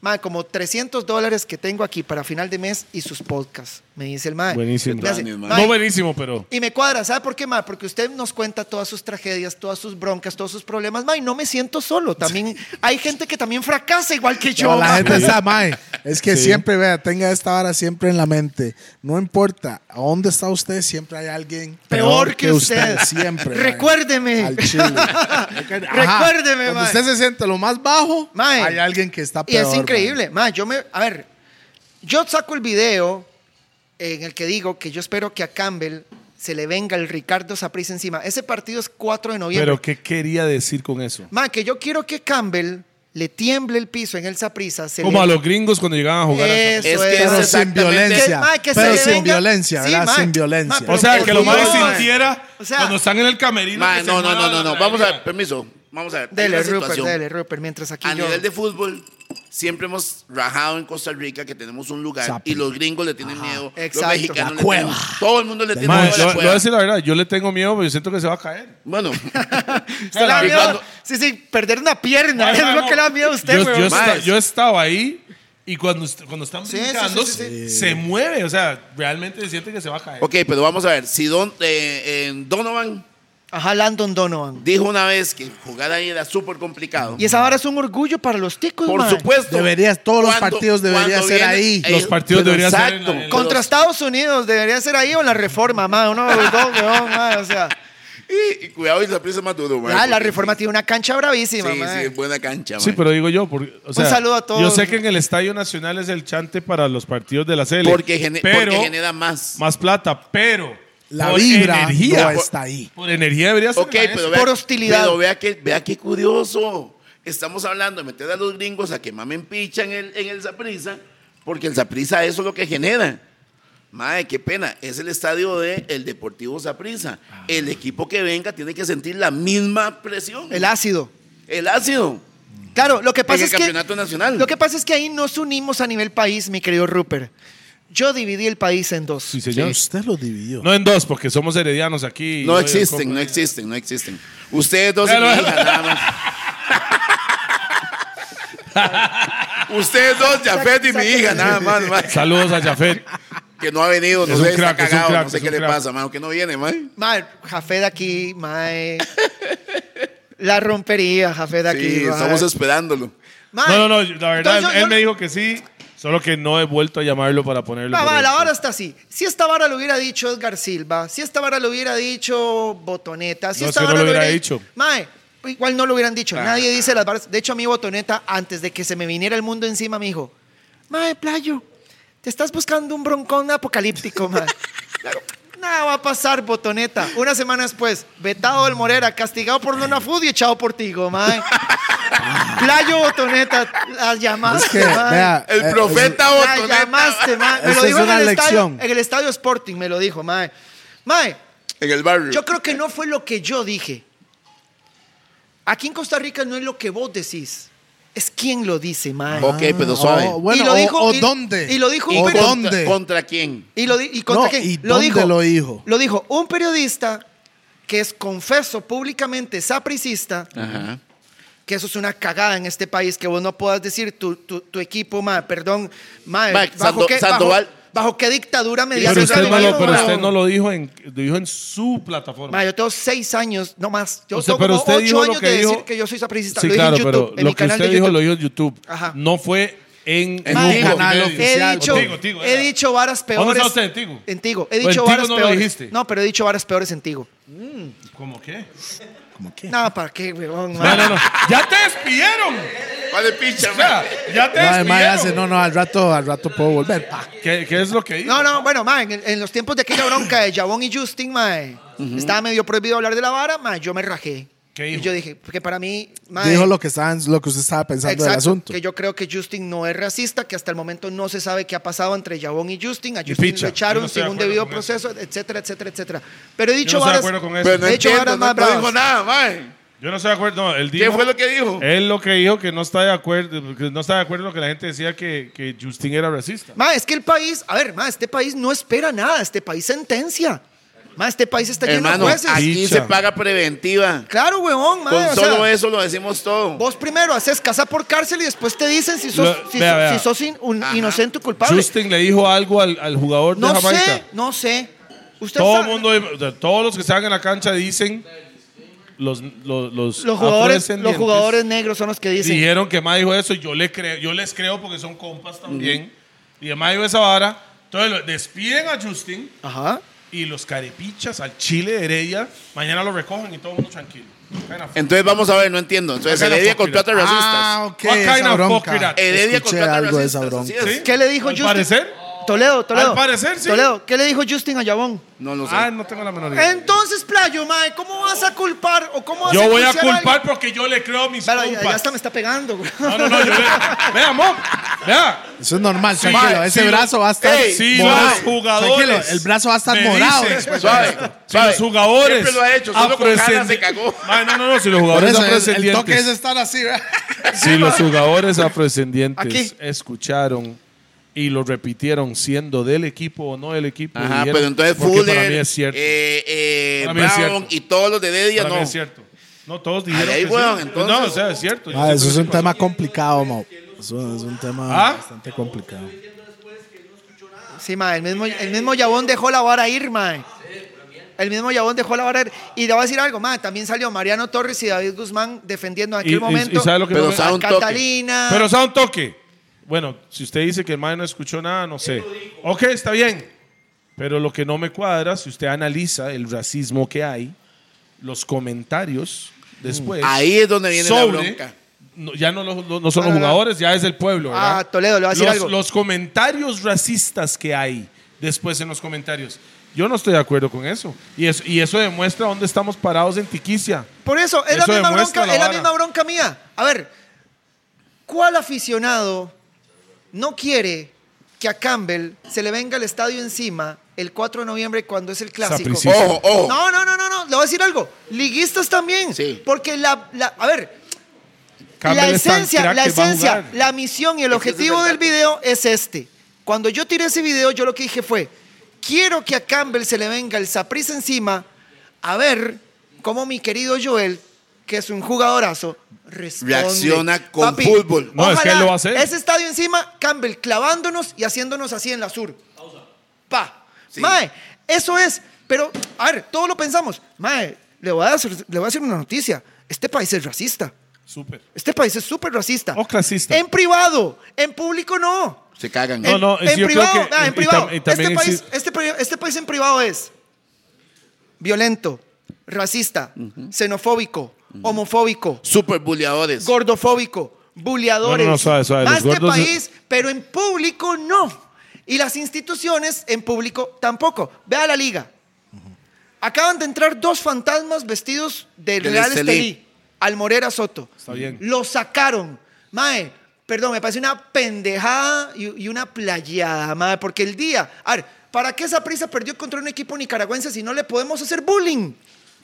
mae, como 300 dólares que tengo aquí para final de mes y sus podcasts. Me dice el mae. Buenísimo. Me hace, Planes, mae. No "Mae, buenísimo, pero. y me cuadra, ¿sabe por qué, ma? Porque usted nos cuenta todas sus tragedias, todas sus broncas, todos sus problemas, ma, y no me siento solo. También hay gente que también fracasa igual que yo. No, la ma. gente está, mae. Es que Sí. siempre, vea, tenga esta vara siempre en la mente. No importa a dónde está usted, siempre hay alguien Peor que usted. Siempre. mae. Recuérdeme. Al chile. Ajá. [laughs] Recuérdeme, Cuando mae. usted se siente lo más bajo, Mae. hay alguien que está Y peor. es increíble, ma. Yo me. A ver, yo saco el video en el que digo que yo espero que a Campbell se le venga el Ricardo Saprissa encima. Ese partido es 4 de noviembre. Pero, ¿qué quería decir con eso? Ma, que yo quiero que Campbell le tiemble el piso en el Saprissa. se Como le- a los gringos cuando llegaban a jugar. a- Es- Es que Pero es sin exactamente- violencia. Que, mae, que se pero le sin venga- violencia, Sí, ¿verdad? mae. sin violencia. Mae, o sea, que lo Orgulloso, más mae. sintiera O sea- cuando están en el camerino. Mae, que se no, no, no, muevan no, no. la Vamos a ver, verga. permiso. Vamos a ver. Hay Dele, una Rupert, situación. dele, Rupert, mientras aquí A yo... nivel de fútbol, siempre hemos rajado en Costa Rica que tenemos un lugar Sapi. y los gringos le tienen miedo. exacto. Los mexicanos La le cueva. tienen- todo el mundo le tiene Mae, miedo a lo, la lo voy a cueva. decir la verdad, yo le tengo miedo, pero yo siento que se va a caer. [laughs] Bueno, [laughs] Usted le da Y miedo- cuando- Sí, sí, perder una pierna Mae, es mae, lo no. que le da miedo a usted, yo, weón. yo, Mae. esta- yo estaba ahí y cuando, est- cuando están Sí, sí, brincando, sí, sí, se- se mueve. O sea, realmente se siente que se ¿eh? va a caer. ok, pero vamos a ver. Si Don, eh, eh, Donovan Ajá, Landon Donovan. dijo una vez que jugar ahí era súper complicado. Y esa vara es un orgullo para los ticos, Por mae. supuesto. Deberías- todos los cuando- partidos deberían cuando ser ahí. Los partidos pero deberían ser en la- exacto, en la- Contra Contra Estados Unidos, debería ser ahí o en la reforma, mae. Uno de los dos, weón, mae, O sea, Y, y cuidado, y la prisa es más duro, mae, ya, Ah, la porque- reforma tiene una cancha Sí, bravísima, mae. sí, es buena cancha, Sí, pues, mae. pero digo yo, porque, o sea, saludo a todos. Yo sé que en el Estadio Nacional es el chante para los partidos de la serie. Porque, gene- porque pero genera más. más plata, pero La por vibra energía, no está ahí. por energía debería ser. Ok, la pero esa. vea, Por hostilidad. Pero vea que, vea qué curioso. Estamos hablando de meter a los gringos a que mamen picha en el, en el Zaprisa, porque el Zaprisa eso es lo que genera. Madre, qué pena. Es el estadio del el Deportivo Zaprisa. El equipo que venga tiene que sentir la misma presión. El ácido. El ácido. Claro, lo que pasa el es que... campeonato nacional. Lo que pasa es que ahí nos unimos a nivel país, mi querido Rupert. Yo dividí el país en dos. Sí, señor. Usted lo dividió. No en dos, porque somos heredianos aquí. no Yo- existen, no existen, no existen. Ustedes dos y mi Pero- hija, nada más. Ustedes dos, Jafet y mi hija, nada más, mae. Saludos a [laughs] Jafet. que no ha venido, no Es sé, un crack, está es un cagado, crack, no sé es qué un le crack. pasa, mano, que no viene, man. Mae, Jafé de aquí, mae. La rompería, Jafé de aquí. Sí, mae. estamos esperándolo. Mae, No, no, no, la verdad, entonces yo- él yo- me dijo que sí, solo que no he vuelto a llamarlo para ponerlo. Ma, por ma, él. la vara está así. Si esta vara lo hubiera dicho Edgar Silva, si esta vara lo hubiera dicho Botoneta, si No, esta es que no vara lo hubiera dicho. Ah. Mae, igual no lo hubieran dicho. Nadie dice las varas. De hecho, a mí Botoneta, antes de que se me viniera el mundo encima, me dijo, Mae, playo, te estás buscando un broncón apocalíptico, [laughs] mae. Claro, Nada va a pasar, botoneta. Una semana después, vetado del Morera, castigado por Luna Food y echado por Tigo, [laughs] mae. Playo, botoneta, las llamadas. Es que, mae. vea, El eh, profeta Ya Otto. llamaste, mae. Me Esa lo es dijo en una el, estadio, lección. en el estadio Sporting, me lo dijo, mae. Mae, ¿eh? En el barrio. yo creo que no fue lo que yo dije. Aquí en Costa Rica no es lo que vos decís, es quien lo dice, mae. Ok, pero Ah, o- suave. bueno, Y lo o- dijo- o y- dónde. y lo dijo ¿Y o un contra, pero- dónde. ¿Contra quién? ¿Y, lo, di- y contra No, quién? ¿y dónde lo dijo? Lo dijo un periodista que es, confeso públicamente, sapricista, Ajá. que eso es una cagada en este país, que vos no puedas decir tu, tu, tu equipo, mae, perdón, mae, Mae, bajo, Sando- qué, Sandoval- bajo- bajo qué dictadura mediática. Pero usted, no lo lo, dijo, pero mae. usted no lo dijo en, lo dijo en su plataforma. Ma, yo tengo seis años, no más. Yo O sea, tengo pero como usted ocho dijo lo años que de dijo- decir que yo soy sapricista. Sí, lo claro, dije en YouTube, pero en lo mi que canal usted de dijo YouTube. lo dijo en YouTube. Ajá. No fue en, En un un canal He oficial. dicho, Tigo, Tigo, he era. dicho varas peores. ¿Dónde está usted, en Tigo? En Tigo. He Pues en dicho Tigo varas no lo peores. dijiste. No, pero he dicho varas peores en Tigo. ¿Cómo qué? ¿Cómo qué? No, ¿para qué, weón? No, no, no. ¡Ya te despidieron! Vale, picha, O sea, mae. ¡Ya te No, el mae hace, despidieron! no, no, al rato, al rato puedo volver. pa. ¿Qué, qué es lo que dijo? No, no, bueno, ma, en, en los tiempos de aquella bronca de Jabón y Justin, ma, estaba medio prohibido hablar de la vara, ma, yo me rajé. ¿Qué dijo? Y yo dije, porque para mí, ma, Dijo lo que, estaban, lo que usted estaba pensando del Exacto, asunto. Que yo creo que Justin no es racista, que hasta el momento no se sabe qué ha pasado entre Jabón y Justin. A Justin Picha, lo echaron yo no estoy sin de un acuerdo debido con proceso, etcétera, etcétera, etcétera. Pero he dicho no estoy de varas. acuerdo con eso. Pero no he dicho entiendo, varas no, más no bravas. dijo nada, mae. Yo no estoy de acuerdo. No, él ¿Qué dijo- eh, fue lo que dijo? Él lo que dijo que no está de acuerdo, que no está de acuerdo con lo que la gente decía que, que Justin era racista. Ma, es que el país, a ver, ma, este país no espera nada, este país sentencia. Ma, este país está lleno Hermano, de jueces. aquí Dicha. se paga preventiva. Claro, huevón, ma. Con o solo sea, eso lo decimos todo. Vos primero haces casa por cárcel y después te dicen si sos, Lo- si vea, so- vea. si sos in- un Ajá. inocente o culpable. Justin le dijo algo al, al jugador de no Jamaica. sé, no sé. Usted Todo el sabe- mundo, todos los que estaban en la cancha dicen, los, los, los, los jugadores, los afrodescendientes jugadores negros son los que dicen. dijeron que más dijo eso y yo, le creo, yo les creo porque son compas también. Y además dijo esa vara. Entonces lo- despiden a Justin Ajá. y los carepichas al Chile de Heredia mañana lo recogen y todo el mundo tranquilo. What kind of- Entonces vamos a ver, no entiendo. Entonces Acá la Heredia fuck it contrata up. racistas. Ah, ok. What esa kind of bronca. fuck it Heredia Escuché contrata algo de esa racistas. así bronca. es. ¿Sí? ¿Qué le dijo Al Justin? parecer. Toledo, Toledo. Al parecer, sí. Toledo, ¿qué le dijo Justin a Yabón? No lo sé. Ah, no tengo la menor idea. Entonces, Playo, mae, ¿cómo vas a culpar o cómo vas Yo voy a enjuiciar alguien? culpar porque yo le creo a mis Pero ya, compas. ya hasta me está pegando, güey. No, no, no, yo le... [laughs] Vea, mom, vea. Eso es normal, Sí, tranquilo. ma, Ese sí, brazo va a estar ey, Si morado. los jugadores. Tranquilo, el brazo va a estar me morado dicen- pues, después. Suave, Si los jugadores. Siempre lo ha hecho, solo con ganas afrodescendi- se cagó. Ma, no, no, no, si los Por jugadores eso es- el afrodescendientes. toque es este estar así, ¿verdad? Si los jugadores afrodescendientes Aquí. escucharon y lo repitieron siendo del equipo o no del equipo. Ajá, dijeron, pero entonces porque Fuller, Para mí es cierto. eh, eh, Para mí es Brown cierto. y todos los de Heredia para mí no. es cierto. No, todos dijeron. ahí, que sí. weón, entonces- No, o sea, es cierto. yo Ah, sé eso que es sí un pasó. tema complicado, Mau. Eso es un tema ¿Ah? bastante complicado. Sí, mae, el mismo, el mismo Yabón dejó la vara ir, mae. El mismo Yabón dejó la vara ir. Y le voy a decir algo, mae, también salió Mariano Torres y David Guzmán defendiendo en Y, aquel y- momento. y sabe lo que Pero no me- sabe- Da un toque. Catalina. Pero sea un toque. Bueno, si usted dice que el mae no escuchó nada, no sé. Ok, está bien. Pero lo que no me cuadra, si usted analiza el racismo que hay, los comentarios después. Ahí es donde viene la sobre- bronca. no, ya no, lo- lo- no son los Ah, jugadores, ya es el pueblo. ¿verdad? Ah, Toledo, le voy a decir los, algo. Los comentarios racistas que hay después en los comentarios. Yo no estoy de acuerdo con eso. Y eso, y eso demuestra dónde estamos parados en Tiquicia. Por eso, es Eso la misma demuestra bronca, la es la vara. misma bronca mía. A ver, ¿cuál aficionado no quiere que a Campbell se le venga el estadio encima el 4 de noviembre cuando es el clásico? Sapricista. Oh, Ojo, ojo. No, no, no, no, no, le voy a decir algo. Liguistas también. Sí. Porque la, la- a ver, la Campbell es tan esencia, crack la que va a esencia, jugar. la misión y el Es que ese es objetivo el del dato. video es este. Cuando yo tiré ese video, yo lo que dije fue, quiero que a Campbell se le venga el saprisa encima a ver cómo mi querido Joel, que es un jugadorazo, responde. Reacciona con fútbol. No, es que él lo va a hacer. Ese estadio encima, Campbell clavándonos y haciéndonos así en la sur. Pa. Sí. Mae, eso es. Pero, a ver, todo lo pensamos. Mae, le voy a hacer, le voy a hacer una noticia. Este país es racista. Súper. Este país es súper racista. O Oh, clasista. En privado, en público no. Se cagan. No, no, es- en yo creo privado, que- ah, en y- y privado. tam- y también este, país, existe- este, pri- este país en privado es violento, racista, xenofóbico, homofóbico, Super bulleadores. gordofóbico, buleadores. No, no, no, suave, suave, Más los gordos- de país, pero en público no. Y las instituciones en público tampoco. Vea la liga. Acaban de entrar dos fantasmas vestidos de Del Real Estelí. Estelí, al Morera Soto. Está bien. Lo sacaron. Mae, perdón, me parece una pendejada y, y una playada, mae, porque el día. A ver, ¿para qué esa prisa perdió contra un equipo nicaragüense si no le podemos hacer bullying?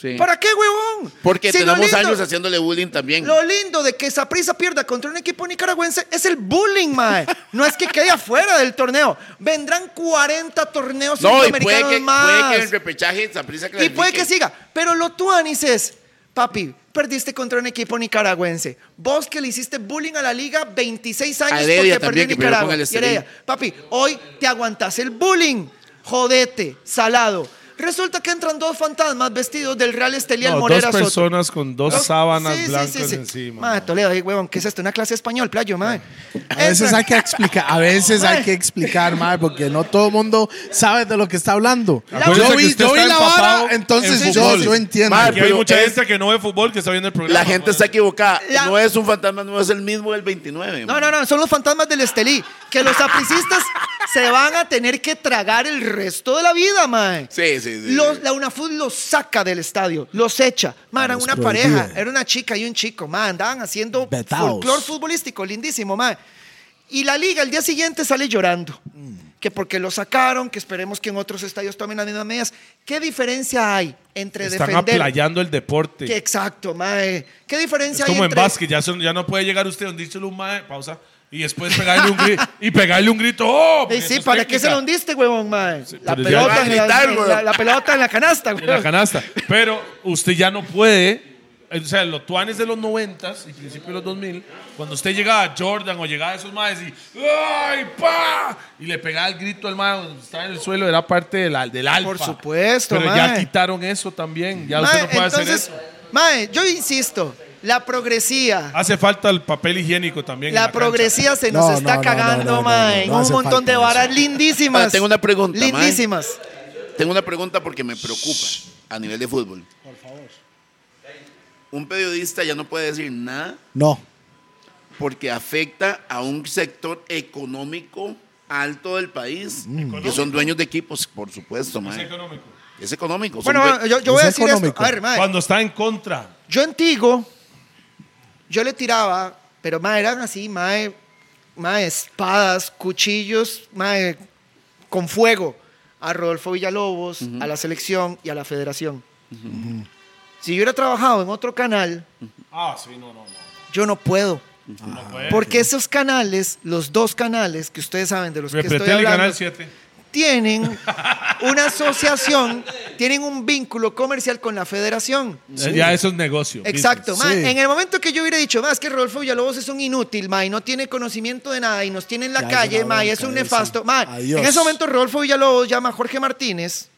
Sí. ¿Para qué, huevón? Porque Si lo tenemos lindo- años haciéndole bullying también. lo lindo de que Saprissa pierda contra un equipo nicaragüense es el bullying, mae. No es que quede afuera del torneo. Vendrán 40 torneos No, y puede centroamericanos que, más. puede que en repechaje Saprissa y puede clasifique. que siga. Pero lo tú, es, papi, perdiste contra un equipo nicaragüense. Vos que le hiciste bullying a la liga 26 años A Heredia porque perdió también, que perdió Nicaragua. con el Y Heredia, Estelí. papi, hoy te aguantas el bullying. Jodete, salado. Resulta que entran dos fantasmas vestidos del Real Estelí al No, dos Morera Soto. personas con dos sábanas Sí, sí, blancas sí, sí. encima. Mae, Toledo, ey, huevón, ¿qué es esto? Una clase de español, playo, mae. A veces Entra- hay que explicar, a veces hay Mae. que explicar, mae, porque no todo el mundo sabe de lo que está hablando. Acuérdese Yo que vi, usted yo vi está la empapado vara, entonces en yo, fútbol. yo entiendo. Mae, Aquí hay Pero mucha es- gente que no ve fútbol que está viendo el programa. La gente está equivocada. La- No es un fantasma, no es el mismo del 29. No, no, no, son los fantasmas del Estelí. Que los apricistas se van a tener que tragar el resto de la vida, mae. Sí, sí, sí. Los- la UNAFUD los saca del estadio, los echa. Ma, eran Los una prohibía. pareja, era una chica y un chico, ma, andaban haciendo Vetados. folclor futbolístico, lindísimo, ma. Y la liga al día siguiente sale llorando. que porque lo sacaron, que esperemos que en otros estadios tomen las mismas medidas. ¿Qué diferencia hay entre Están defender? aplayando el deporte. Que exacto, mae. ¿Qué Es diferencia hay como en entre básquet, ya, son- ya no puede llegar usted donde dice un mae, pausa, y después pegarle un grito, y pegarle un grito, ¡oh! Ey, porque sí, eso es ¿para qué se lo técnica. hundiste, huevón, mae? la, pero ya- pelota en la, Gritar, en huevón. la- la pelota en la canasta, huevón. [laughs] en [laughs] la canasta. Pero usted ya no puede. eh, O sea, los tuanes de los 90 y principios de los 2000, cuando usted llegaba a Jordan o llegaba a esos maes y ¡ay, pa! Y le pegaba el grito al mae cuando estaba en el suelo, era parte del, al- del alfa. Por supuesto, Pero ya mae. quitaron eso también, ya Mae, usted no puede hacer entonces, eso. mae, yo insisto, la progresía. Hace falta el papel higiénico también. en La cancha. progresía se nos No, está no, no, cagando, no, no, no, mae. no, no un hace montón falta de eso. varas lindísimas. Ah, tengo una pregunta, mae. Pues Lindísimas. Tengo una pregunta porque me preocupa a nivel de fútbol. Por favor. Un periodista ya no puede decir nada No. porque afecta a un sector económico alto del país, que son dueños de equipos, por supuesto, Es mae. económico. Es económico. son Bueno, eh, due- yo, yo voy a es decir económico. esto. A ver, mae, Cuando está en contra. Yo en Tigo, yo le tiraba, pero mae, eran así, mae, mae, espadas, cuchillos, mae, con fuego a Rodolfo Villalobos, a la selección y a la federación. Si yo hubiera trabajado en otro canal, Ah, sí, no, no, no. yo no puedo. no puede. Porque esos canales, los dos canales que ustedes saben de los que estoy Repretel y hablando, Canal 7. tienen una asociación, tienen un vínculo comercial con la federación. Ya eso es negocio. Exacto, Sí. ma, en el momento que yo hubiera dicho, más que Rodolfo Villalobos es un inútil, ma, y no tiene conocimiento de nada, y nos tiene en la Ya es calle, una ma, y es bronca, un dice. nefasto, ma, Adiós. en ese momento Rodolfo Villalobos llama a Jorge Martínez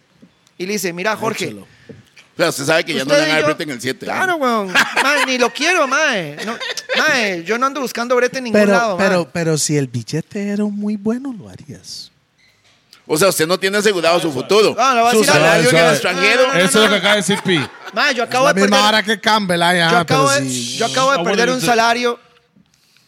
y le dice, mira Jorge, Échalo. O sea, usted sabe que ya no le usted dan y yo- brete en el ¿eh? 7. Claro, weón, ma, ni lo quiero, mae. No, mae, yo no ando buscando brete en ningún Pero, lado, ma. pero, pero si el billete era muy bueno, lo harías. O sea, usted no tiene asegurado su futuro. Ah, lo voy a su decir a la- salario en Suave, suave. el extranjero. No, no, Eso es lo que acaba de decir Pi. Ma, yo acabo La de perder, misma hora que Campbell, ah, ya, yo acabo pero de, si- yo acabo de Ah, bueno, perder un entonces- salario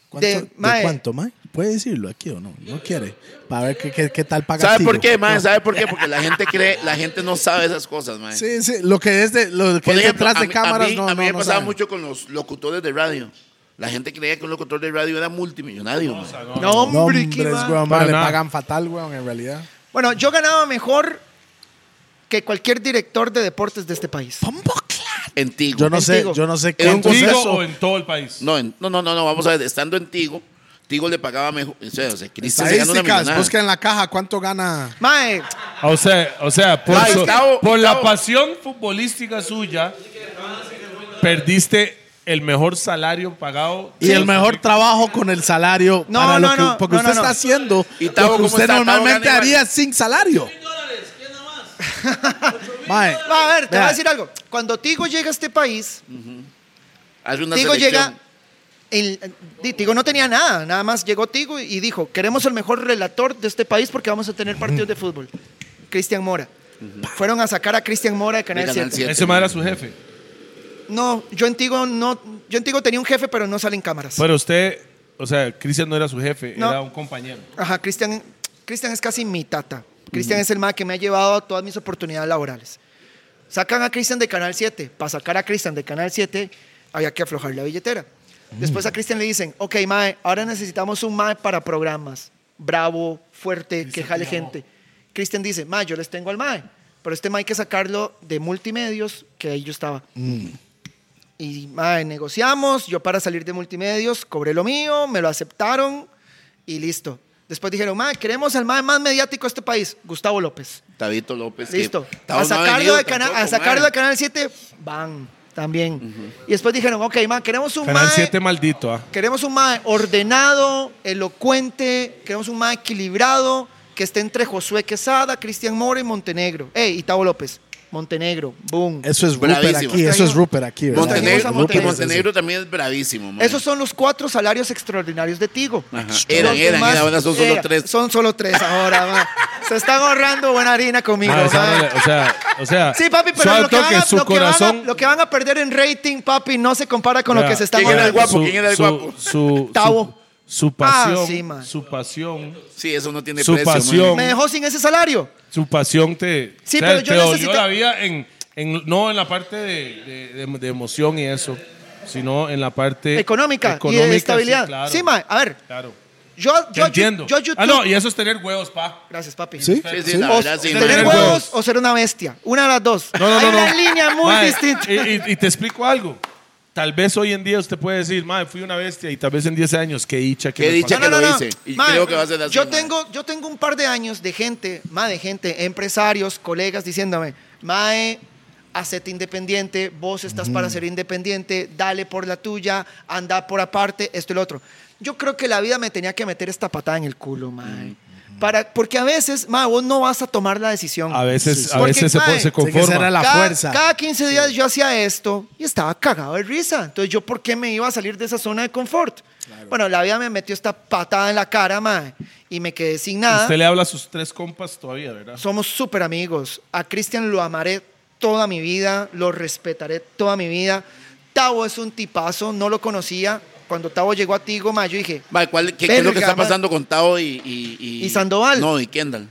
¿Cuánto- de- ¿De, mae. cuánto, mae? ¿Puede decirlo aquí o no? No quiere. Para ver qué, qué, qué tal paga. ¿Sabe Tigo. por qué, mae? ¿Sabe por qué? Porque la gente cree, la gente no sabe esas cosas, mae. Sí, sí. Lo que es, de, lo que Por es ejemplo, detrás a de mí- cámaras, a mí, no, a mí no, me no pasaba saben. mucho con los locutores de radio. La gente creía que un locutor de radio era multimillonario, mae. No, No, hombre, hombres, qué ma- weón, Para mae, le nada. pagan fatal, weón, en realidad. Bueno, yo ganaba mejor que cualquier director de deportes de este país. En Tigo. Yo no sé, Contigo. yo no sé En cuánto es ¿Contigo eso. o en todo el país? No, en- no, no, no, no, vamos a ver, estando en Tigo, Tigo le pagaba mejor. O sea, o sea, Cristian se gana una Estadísticas, millonada. busca en la caja cuánto gana. Mae, O sea, o sea por, Ay, su- Gustavo, por la Gustavo. pasión futbolística suya, perdiste el mejor salario pagado. Y el mejor trabajo con el salario. No, para no, lo que, no, porque no, usted no, no. está haciendo ¿Y Tavo lo que cómo usted está? Tavo gana normalmente igual. haría sin salario. [laughs] Mae, va, a ver, te vea, voy a decir algo. Cuando Tigo llega a este país, Hace una Tigo llega. selección. el- di- Tigo no tenía nada, nada más llegó Tigo y dijo: Queremos el mejor relator de este país porque vamos a tener partidos de fútbol. Cristian Mora. Fueron a sacar a Cristian Mora de Canal De Canal 7. siete. Ese madre era su jefe. No, yo en Tigo no, yo en Tigo tenía un jefe, pero no salen cámaras. Pero usted, o sea, Cristian no era su jefe, No. era un compañero. Ajá, Cristian, Cristian es casi mi tata. Cristian es el más que me ha llevado a todas mis oportunidades laborales. Sacan a Cristian de Canal 7. Para sacar a Cristian de Canal 7 había que aflojar la billetera. Después a Cristian le dicen, ok, Mae, ahora necesitamos un Mae para programas. Bravo, fuerte, que jale gente. Cristian dice, Mae, yo les tengo al Mae, pero este Mae hay que sacarlo de multimedios, que ahí yo estaba. Y mae, negociamos, yo para salir de multimedios cobré lo mío, me lo aceptaron y listo. Después dijeron, mae, queremos al mae más mediático de este país, Gustavo López. Tavito López. que Listo. Tavo A no ha sacarlo, venido de cana- tampoco, a sacarlo mae. de Canal 7, van, también. Y después dijeron, ok, mae, queremos un Canal mae- 7 maldito, ¿ah? Queremos un mae ordenado, elocuente, queremos un mae equilibrado, que esté entre Josué Quesada, Cristian More y Montenegro. Ey, y Tavo López, Montenegro, boom. Eso es Rupert Bravísimo. aquí, eso es Rupert aquí. ¿verdad? Trajimos Montenegro, a porque Montenegro. Montenegro también es bravísimo. mae. Esos son los cuatro salarios extraordinarios de Tigo. Ajá. Los Eran, eran, demás- eran, ahora son solo era- tres. Son solo tres ahora, ma. Se están ahorrando buena harina conmigo, Madre, esa ma. madre, Ah, o sea, o sea, Sí, papi, pero suave lo que, toque, van a, su lo que van a- corazón. lo que van a perder en rating, papi, no se compara con lo Vea, que se está ¿Quién era el ahorrando. guapo? ¿Quién era el guapo? Su, su, Tavo. su- su pasión, Ah, sí, man. su pasión, Sí, eso no tiene Su precio. mae. pasión. Me dejó sin ese salario. su pasión te, Sí, o sea, pero yo te dolió necesito- la vida en, en- no en la parte de, de- de- de emoción y eso, sino en la parte Económica y de estabilidad. claro. Sí, ma, a ver. Claro. Yo, Te yo, entiendo. yo YouTube. ah, no, y eso es tener huevos, pa. Gracias, papi. Sí, Sí, sí, sí. la O verdad, sí, tener tener huevos, mae. huevos. o ser una bestia. Una de las dos. No, no, no. Hay una no. línea muy Mae, distinta. Y, y- y te explico algo. Tal vez hoy en día usted puede decir, madre, fui una bestia y tal vez en 10 años, qué dicha que Qué me dicha pasó". que lo hice. Y creo que va a ser así, Yo mae. tengo, yo tengo un par de años de gente, más de gente, empresarios, colegas diciéndome, Mae, hacete independiente, vos estás para ser independiente, dale por la tuya, anda por aparte, esto y lo otro. Yo creo que la vida me tenía que meter esta patada en el culo, Mae. Para, porque a veces, mae, vos no vas a tomar la decisión. A veces, a Porque, veces se, mae, pon- se que será conforma. la cada, fuerza. cada 15 días yo hacía esto y estaba cagado de risa. Entonces, ¿yo por qué me iba a salir de esa zona de confort? Bueno, la vida me metió esta patada en la cara, mae, y me quedé sin nada. Usted le habla a sus tres compas todavía, ¿verdad? Somos súper amigos. A Cristian lo amaré toda mi vida, lo respetaré toda mi vida. Tavo es un tipazo, no lo conocía. Cuando Tavo llegó a Tigo, mae, yo dije, Mae, ¿cuál- qué, qué es lo que Verga, está mae. pasando con Tao y, y, ¿Y Sandoval? No, y Kendall.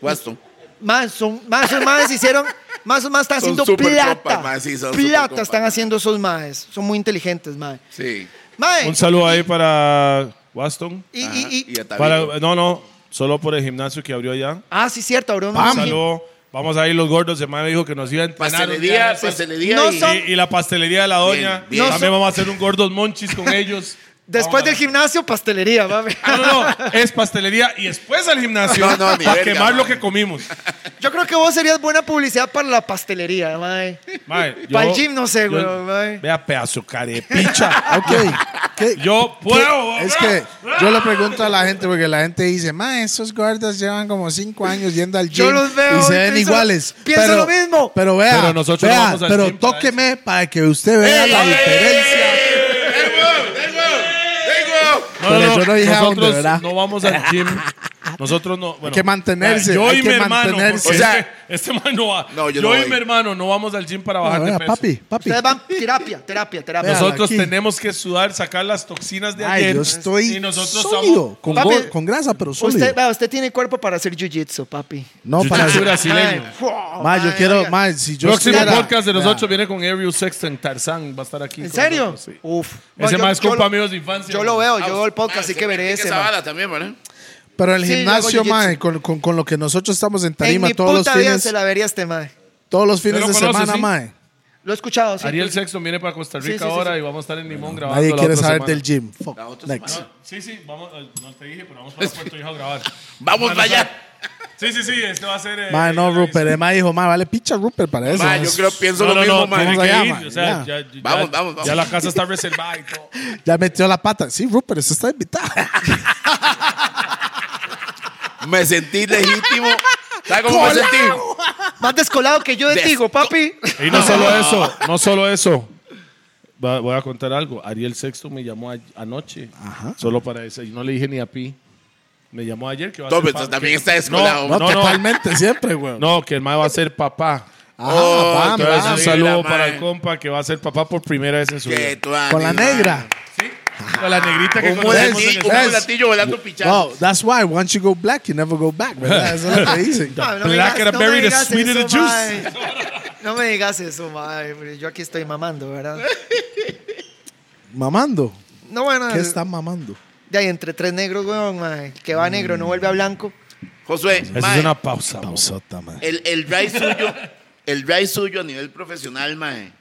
Waston. Más, son, más, son más hicieron, más, son más están Son haciendo súper plata. compas, mae, sí, son súper plata compas, están mae. haciendo esos maes. Son muy inteligentes, mae. Sí. Mae, Un saludo ahí para Waston. y, Ajá, y- y- a Tabito. Para, no, no, solo por el gimnasio que abrió allá. ah, sí, cierto, abrió un Un gym. saludo. Vamos a ir los gordos. El mae me dijo que nos iba a entrenar. Pastelería, Sí. pastelería No y- son- Y, y la pastelería de la doña. Bien, bien. También vamos a hacer un gordos monchis con ellos. [laughs] Después del Vamos gimnasio, [laughs] pastelería, mami. a- No, no, no. Es pastelería y después al gimnasio. No, no, ni para verga, quemar lo mae. que comimos. [laughs] Yo creo que vos serías buena publicidad para la pastelería, eh. mae. Mae, Para yo- el gym, no sé, yo- güey, mae. Vea, pedazo carepicha. Ok. ¿Qué- Yo qué- puedo, Es bro. que yo le pregunto a la gente porque la gente dice, ma, esos gordos llevan como cinco años yendo al gym Yo los veo y se y ven pienso- iguales. pienso pero, lo mismo. Pero vea, Pero nosotros vea, no vamos al pero gym para tóqueme para, que usted vea la diferencia. No, no, Pero no, yo no dije a dónde, nosotros ¿verdad? no vamos al [laughs] gym. Nosotros no. bueno, que mantenerse, Yo hay y que mi hermano. porque mantenerse. este- O sea- este man no va. No, yo yo no y voy. mi hermano no vamos al gym para Ah, bajar de vea, peso. papi, papi. Ustedes van terapia, terapia, terapia. Vean. Nosotros aquí. tenemos que sudar, sacar las toxinas de Ay, ayer. yo estoy y nosotros sólido, con, Papi, gor- con grasa, pero sólido. Usted, vea, usted tiene cuerpo para hacer jiu-jitsu, papi. no, para Jiu-jitsu brasileño. Mae, wow, Ma, yo mae, quiero, oiga. ma, si yo Próximo estuviera- podcast de vea. nosotros viene con Ariel Sexton, Tarzán, va a estar aquí. ¿En con serio? nosotros, sí. Uf. Ese Bueno, mae es yo- compa yo- mío de infancia. Yo lo veo, yo veo el Mae, podcast, así Ah, se que veré practica ese. esa mae. vara también, ¿verdad? Pero el Sí, yo hago gimnasio, jiu-jitsu. ma, con, con- con lo que nosotros estamos en En tarima mi todos, los puta vida fines, se la vería este, mae. todos los fines Yo lo de conozco, semana, sí. ma. Lo he escuchado, sí. Ariel Sexton viene para Costa Rica Sí, sí, sí, ahora sí. y vamos a estar en Limón grabando. Nadie Ah, la quiere otra saber semana. del gym. Fuck. La otra Next. semana. Sí, sí, vamos, eh, no te dije, pero vamos [laughs] para Puerto Rico a grabar. Vamos Van a para allá. estar- Sí, sí, sí, este va a ser. eh, Ma, no, eh, Rupert. eh, ma dijo, ma, vale picha Rupert para eso. Mae, ma. yo creo, pienso No, lo no, mismo, no, mae. tiene Vamos allá, que ir. man, o sea, ya. ya- ya- Vamos, vamos, vamos. Ya la casa está reservada y todo. Ya metió la pata. Sí, Rupert, usted está invitado. [laughs] Me sentí legítimo. ¿Sabes cómo me sentí? Más descolado que yo de Desco- Tigo, papi. Y no solo eso, no solo eso. Va- voy a contar algo. Ariel Sexto me llamó a- anoche. Solo para eso. Y no le dije ni a Pi. Me llamó ayer que va a No, ser pero papá. también que- está descolado, No, No, no, no, totalmente, siempre, güey. no, que el mae va a ser papá. Ah, Oh, va, entonces Entonces, va. un sí, saludo la para mae. el compa que va a ser papá por primera vez en su Que vida. tú, Ani, Con la mae. negra. Con la negrita que Un conocemos en mulatillo, el- un ¿Ves? mulatillo volando pichado. Wow, that's why. Once you go black, you never go back, [laughs] ¿verdad? Eso es lo que dicen. Ah, no me Black digas- and no me berry, the digas sweeter the eso, juice. mae. No me digas eso, mae. porque Yo aquí estoy mamando, ¿verdad? Mamando. No, bueno. ¿Qué está mamando? De ahí entre tres negros, weón, mae. Que va negro, no vuelve a blanco. Josué, Esa mae, es una pausa. mo. Pausota, man. el, el drive suyo, el drive suyo a nivel profesional, mae.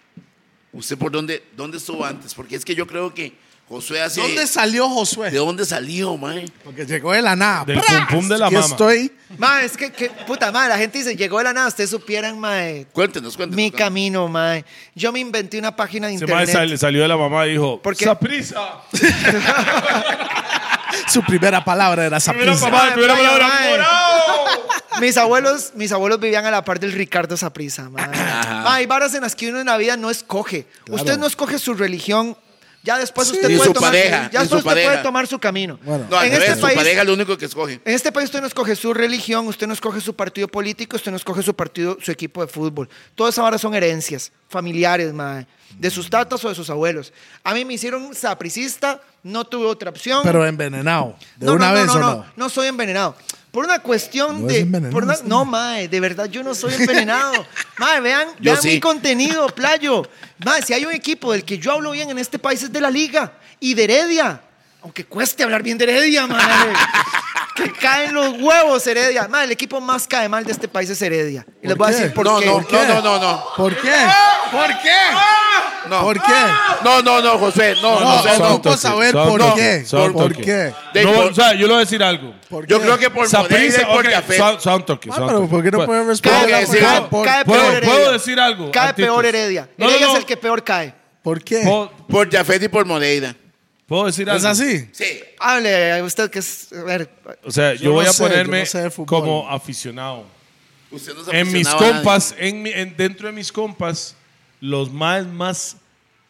¿Usted por dónde, dónde estuvo antes? Porque es que yo creo que Josué hace... ¿Dónde salió ¿De Josué? dónde salió, mae? Porque llegó de la nada. Del ¡Pras! pum pum de la Aquí mama. estoy. Mae, es que, que- puta madre, la gente dice, llegó de la nada, ustedes supieran, mae, Cuéntenos, cuéntenos. mi cuéntenos. camino, mae. Yo me inventé una página de Ese mae internet. sal- salió de la mamá y dijo: Porque- ¡Saprisa! Su primera palabra era Primera Saprissa. mamá, primera Mae, palabra, mae. morao. Mis abuelos, mis abuelos vivían a la par del Ricardo [clears throat] Saprisa, mae. Mae, Hay varas en las que uno en la vida no escoge. Usted no escoge su religión. Ya después usted Ni puede su tomar pareja, ya ni después su usted puede pareja. tomar su camino. Bueno. No, al en revés, su este país pareja es lo único que escoge. En este país usted no escoge su religión, usted no escoge su partido político, usted no escoge su partido, su equipo de fútbol. Todas esas varas son herencias familiares, mae, de sus tatas o de sus abuelos. A mí me hicieron sapricista, no tuve otra opción. Pero envenenado. ¿De No, no, una no, vez no, o no, no? no soy envenenado. Por una cuestión No es de envenenado, por una- sí. no, mae, de verdad yo no soy envenenado. mae, vean, Yo vean sí. mi contenido, playo. Mae, si hay un equipo del que yo hablo bien en este país es de la liga y de Heredia. Aunque cueste hablar bien de [laughs] Heredia, madre. que caen los huevos, Heredia. Madre, el equipo más cae mal de este país es Heredia. Y les voy a qué? decir por No, qué. no, qué? no, no, no, no. ¿Por qué? ¿Por qué? No. ¿Por qué? No, no, no, José. No, No, José, no. son ocupo saber por qué. Sound ¿Por toque. qué? De- No, por- o sea, yo le voy a decir algo. ¿Por Yo qué? creo que por Saprissa, Moreira y por ok, café. sound- sound toque, Ah, sound pero toque. ¿por qué no Pues, puede Cae, responder? Puedo la cae, decir- pregunta? cae, ¿Por cae qué? ¿Puedo- peor Heredia. puedo decir algo, Cae Antitos? peor Heredia. No, Heredia no, es no. el que peor cae. ¿Por qué? ¿Puedo, Por Jafet y por Moreira. puedo decir ¿Es algo? así? Sí. Hable, usted que es. A ver. O sea, yo, no voy a sé, yo ponerme no sé de fútbol. como aficionado. Usted no se En mis aficionaba a nadie. compas, en mi- en- dentro de mis compas, los más más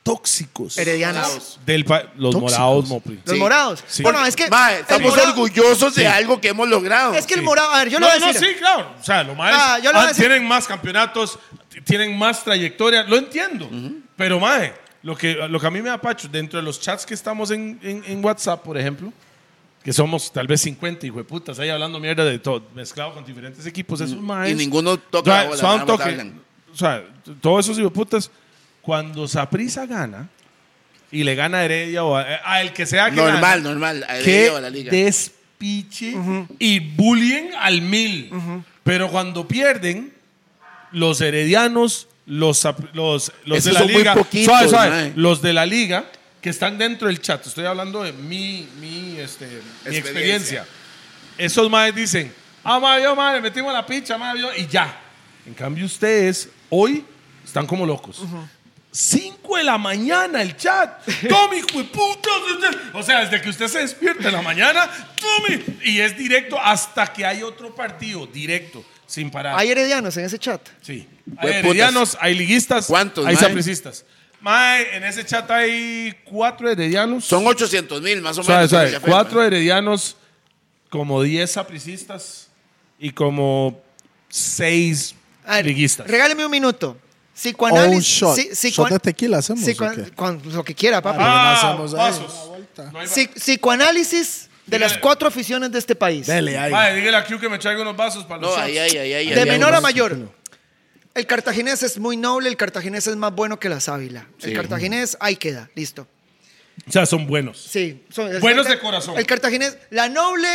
tóxicos Heredianos. del pa- los Tóxicos. morados, Mopri. Los Sí. morados. Sí. Bueno, es que. Mae, el estamos morado- orgullosos de algo que hemos logrado. Es que el morado. A ver, yo no, lo voy a no, decir. sí, claro. O sea, lo más Ah, yo lo voy a ah, decir. tienen más campeonatos, t- tienen más trayectoria, lo entiendo. Pero mae, lo que lo que a mí me da pacho dentro de los chats que estamos en, en- en WhatsApp, por ejemplo, que somos tal vez 50 hijueputas ahí hablando mierda de todo, mezclado con diferentes equipos, esos maes. Y ninguno toca Ya, la bola, son nada más toque. hablan. O sea, t- todos esos hijueputas cuando Saprisa gana y le gana a Heredia o a, a el que sea que gana, Normal, normal. a que Heredia o a la liga. despiche y bullying al mil. Pero cuando pierden, los heredianos, los, ap- los, los Esos de la son muy liga, poquitos, suave, suave, mae. los de la liga que están dentro del chat, estoy hablando de mi, mi, este, mi Experiencia. experiencia. Esos madres dicen, ah, madre, yo, madre, metimos la picha, madre, yo", y ya. En cambio, ustedes hoy están como locos. 5 de la mañana el chat. Tommy, puta. O sea, desde que usted se despierta en la mañana, Tommy. Y es directo hasta que hay otro partido, directo, sin parar. Hay heredianos en ese chat. sí. Hay Hueputas. heredianos, hay liguistas, ¿Cuántos, hay mae? sapricistas. Mae, en ese chat hay cuatro heredianos. Son 800 mil, más o Suave, menos. suave. en Jafet, Cuatro mae. heredianos, como 10 sapricistas y como seis A ver, liguistas. Regáleme un minuto. O Psicoanálisis. un shot. psi- ¿Shot psicoan- de tequila hacemos psicoan- o qué? cuan- lo que quiera, papá. Ah, hacemos ahí vasos. una vuelta. No hay Psi- psicoanálisis de las Dígale. cuatro aficiones de este país. Dele, ahí. Madre, dígale a Q que me traiga unos vasos para los No, shots. ahí, ahí, ahí. ahí, De ahí, menor a ahí. mayor. El cartaginés es muy noble, el cartaginés es más bueno que la sábila. El Sí. cartaginés, ahí queda, listo. O sea, son buenos. Sí. son- el Buenos carta- de corazón. El cartaginés, la noble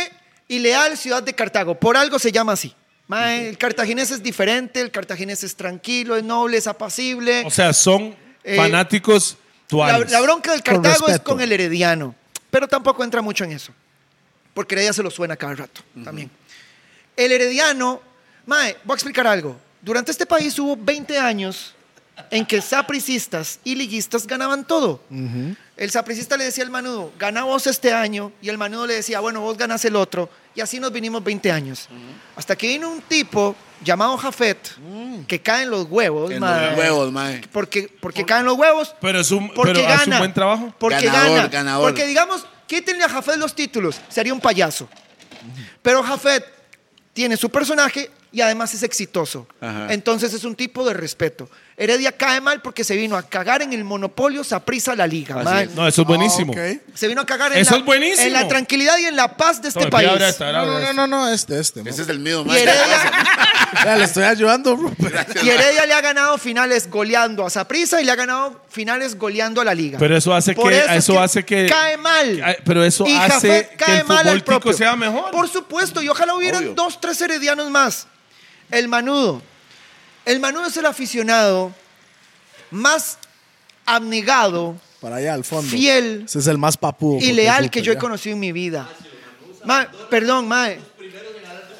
y leal ciudad de Cartago. Por algo se llama así. Mae, el cartaginés es diferente, el cartaginés es tranquilo, es noble, es apacible. O sea, son Eh, fanáticos La, tuales. la bronca del Con Cartago es respeto. con el Herediano, pero tampoco entra mucho en eso, porque Heredia se lo suena cada rato también. El Herediano, Mae, voy a explicar algo. Durante este país hubo 20 años en que sapricistas y liguistas ganaban todo. El sapricista le decía al manudo, gana vos este año, y el manudo le decía, bueno, vos ganás el otro, y así nos vinimos 20 años. Hasta que vino un tipo llamado Jafet, que cae en los huevos, Mm. En mae. los huevos, mae. Porque, porque caen los huevos, Pero es un, porque pero hace un gana. buen trabajo. Porque Ganador, gana. ganador. Porque digamos, quítenle a Jafet los títulos, sería un payaso. Pero Jafet tiene su personaje y además es exitoso. Ajá. Entonces es un tipo de respeto. Heredia cae mal porque se vino a cagar en el monopolio saprisa la liga. Así mae. es. No, eso es buenísimo. Ah, ok. Se vino a cagar en, Eso la, es buenísimo. en la tranquilidad y en la paz de este Tome, país. abra esta, abra No, no, esta. no, no, no, este, este. Ese es el mío, Y mae. Heredia, Ya, le estoy [laughs] ayudando, bro. y Heredia le ha ganado finales goleando a Saprisa y le ha ganado finales goleando a la liga. Pero eso hace Por que- es eso hace que- cae mal. Ay, pero eso Y hace Jafet que cae el mal fútbol al propio. tico sea mejor. Por supuesto, y ojalá hubieran Obvio. dos, tres heredianos más. El Manudo. El Manudo es el aficionado más abnegado Para allá al fondo. Fiel. Ese es el más papudo. y porque leal supe, que yo he ya. conocido en mi vida. Ma- perdón, mae.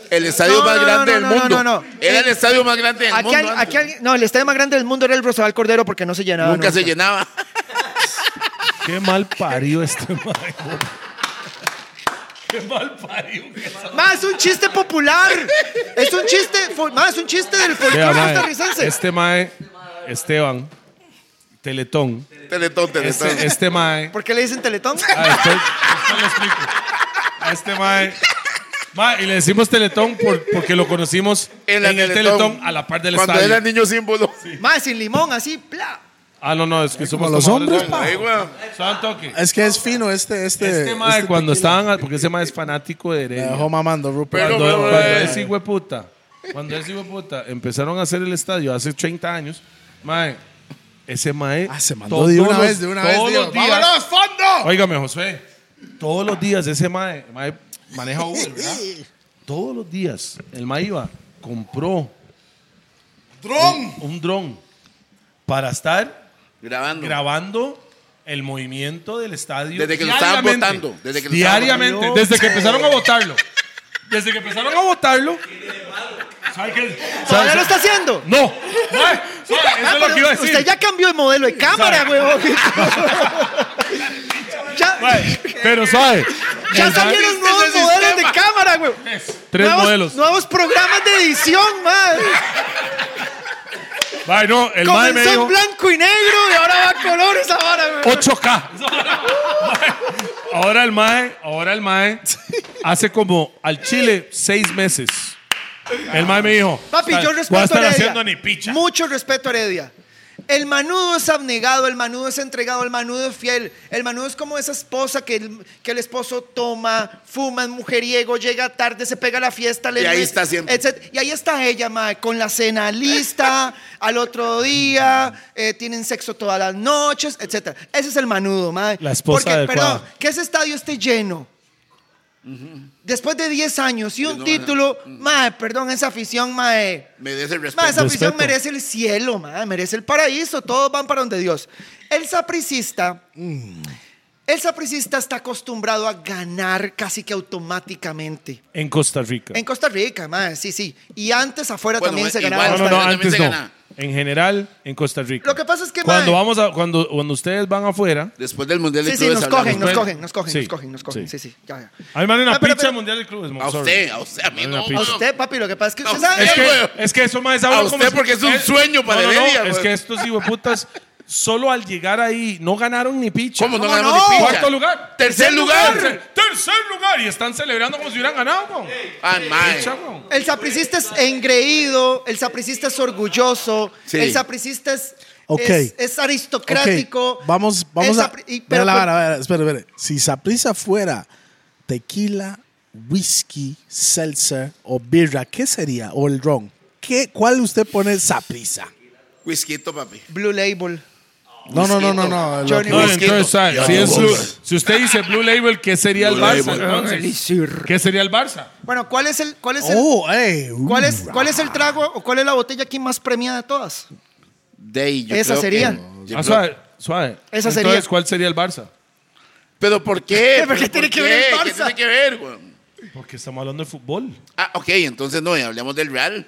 El estadio No, más no, no, grande no, del no, mundo. no, no. Eh, Era el estadio más grande del Aquí, mundo. al- antes. aquí al- no, el estadio más grande del mundo era el Rosabal Cordero porque no se llenaba. Nunca se [laughs] llenaba. Qué mal parió este mae. Qué mal parió. Más un chiste popular. Es un chiste, más es un chiste del folclore Vea, mae, costarricense. este mae, Esteban, Teletón. Teletón, teletón. Este, este mae. ¿Por qué le dicen Teletón? Ah, después- después lo explico. A este mae. Mae, y le decimos Teletón por- porque lo conocimos en, la el Teletón a la par del Cuando estadio. era niño símbolo. Más sin limón, así, pla. Ah, no, no, es que somos como los tomadores hombres, de agua. Ahí, weón. Son toque. Es que es fino este, este. Este mae, este cuando tequila. estaban, porque ese mae es fanático de Me Heredia. dejó mamando, Rupert. Pero- Cuando, pero- cuando pero- ese hijo de puta, cuando ese hijo de puta empezaron a hacer el estadio hace 30 años, mae, ese mae. Ah, se mandó de una todos los- vez, de una vez. todos digo, los días- ¡Vámonos, fondo! Óigame, José. Todos los días ese mae, mae maneja [laughs] Uber, ¿verdad? Todos los días el mae iba, compró ¡Dron! un dron para estar Grabando. grabando el movimiento del estadio. Desde que lo estaban diariamente. votando, desde que lo estaban diariamente. votando. Desde que empezaron a votarlo. Desde que empezaron a votarlo. ¿Sabe qué? ¿Sabe- ¿Todavía lo está haciendo? No. mae, mae, eso es lo que iba a decir. Usted ya cambió de modelo de cámara, Sabe. huevón. [laughs] ya, Mae, pero sabe. ya El mae- salieron nuevos ese modelos de sistema. cámara, huevón. Tres nuevos, modelos. Nuevos programas de edición, man. Mae, no, el mae me Comenzó en dijo blanco y negro y ahora va a colores ahora, huevón. 8K. Mae, ahora el mae, ahora el mae hace como al Chile seis meses. El mae me dijo, Papi, yo respeto voy a a estar Heredia. haciendo ni picha. Mucho respeto a Heredia. El manudo es abnegado, el manudo es entregado, el manudo es fiel. El manudo es como esa esposa que el, que el esposo toma, fuma, es mujeriego, llega tarde, se pega a la fiesta. le Y ahí duele, está siempre. etc. Y ahí está ella, mae, con la [laughs] cena lista, al otro día, eh, tienen sexo todas las noches, etc. Ese es el manudo, mae. La esposa Porque, adecuada. perdón, que ese estadio esté lleno. Después de 10 años y un no, título, mae, perdón, esa afición, eh, mae. Me des el Ma, esa respeto. afición Respeto. merece el cielo, ma, merece el paraíso. Todos van para donde Dios. El sapricista, mm, el sapricista está acostumbrado a ganar casi que automáticamente. En Costa Rica. En Costa Rica, ma, sí, sí. Y antes afuera Bueno, también se igual, no, ganaba. no, bastante. no, También antes se no. gana. En general, en Costa Rica. Lo que pasa es que, cuando mae, vamos a, cuando, cuando ustedes van afuera, Después del Mundial de sí, sí, Clubes nos hablamos. cogen, nos Bueno, cogen, nos cogen, sí, nos cogen, nos cogen. sí. Sí, sí, ya, ya. a mí me dan Ah, una pero- picha pero- mundial de clubes. A mon, sorry. usted, a usted, a mí Una no. pizza. A no. usted, papi, lo que pasa es que A usted usted, sabe. Es güey. que, es que eso más A usted porque es un sueño para no, no, Heredia, Es güey. que estos putas solo al llegar ahí no ganaron ni picha. ¿Cómo no ¿Cómo ganamos no? ni picha? Cuarto lugar. Tercer lugar. Tercer, tercer lugar. Y están celebrando como si hubieran ganado, mon. Ah, mae. Picha, mon. El sapricista es engreído, el sapricista es orgulloso, Sí. el sapricista es, Ok. es, es aristocrático. Ok, Vamos, vamos el a. sapri- y- Pero, pero- pues, la vara, vara, espera, espera. Si Saprisa fuera tequila, whisky, seltzer o birra, ¿qué sería? O el ron. ¿Qué, ¿Cuál usted pone Saprisa? Whisquito, papi. Blue Label. No, no, no, no, no. lo Johnny que- No, Whisky. entonces, ¿sabe? Ya, si, es vos. Blue- si usted dice Blue Label, ¿qué sería Blue el Barça? Label. entonces? ¿Qué sería el Barça? Bueno, ¿cuál es el cuál es el, Oh, hey. cuál es cuál es el trago o cuál es la botella aquí más premiada de todas? Day, yo Esa creo sería. que- yo Ah, creo- suave, suave. Esa sería. Entonces, ¿cuál sería el Barça? ¿Pero por [laughs] qué? ¿Pero qué tiene ¿Por que ver el qué? Barça? ¿Qué tiene que ver, güey? Porque estamos hablando de fútbol. Ah, ok, entonces no, y hablamos del Real.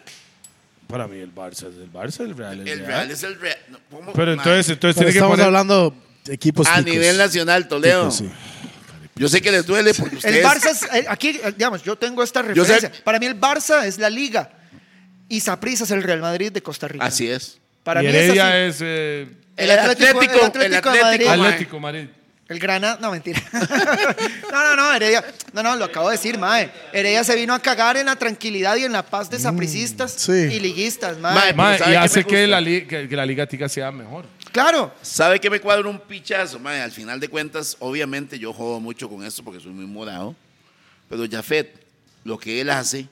Para mí el Barça es el Barça, el Real es El Real es el Real. No, ¿cómo? Pero Ma, entonces, entonces tiene Pero que estamos poner... hablando de equipos A ticos. nivel nacional, Toledo. Ticos, sí. Yo sé que les duele porque ustedes... El Barça es el- aquí eh, digamos, yo tengo esta Yo sé- referencia. Para mí el Barça es la liga y Saprissa es el Real Madrid de Costa Rica. Así es. Para y mí es así. Heredia es, eh, El Atlético- el Atlético de Madrid. mae. Atlético Madrid. El Granada, no, mentira. [laughs] no, no, no, Heredia. No, no, lo acabo de decir, mae. Heredia se vino a cagar en la tranquilidad y en la paz de sapricistas sí. y liguistas, mae. Mae, Pero Mae, ¿sabe y qué me hace gusta? que la, li- que, que la Liga Tica sea mejor. Claro. ¿Sabe que me cuadra un pichazo? mae? al final de cuentas, obviamente yo jodo mucho con esto porque soy muy morado. Pero Jafet, lo que él hace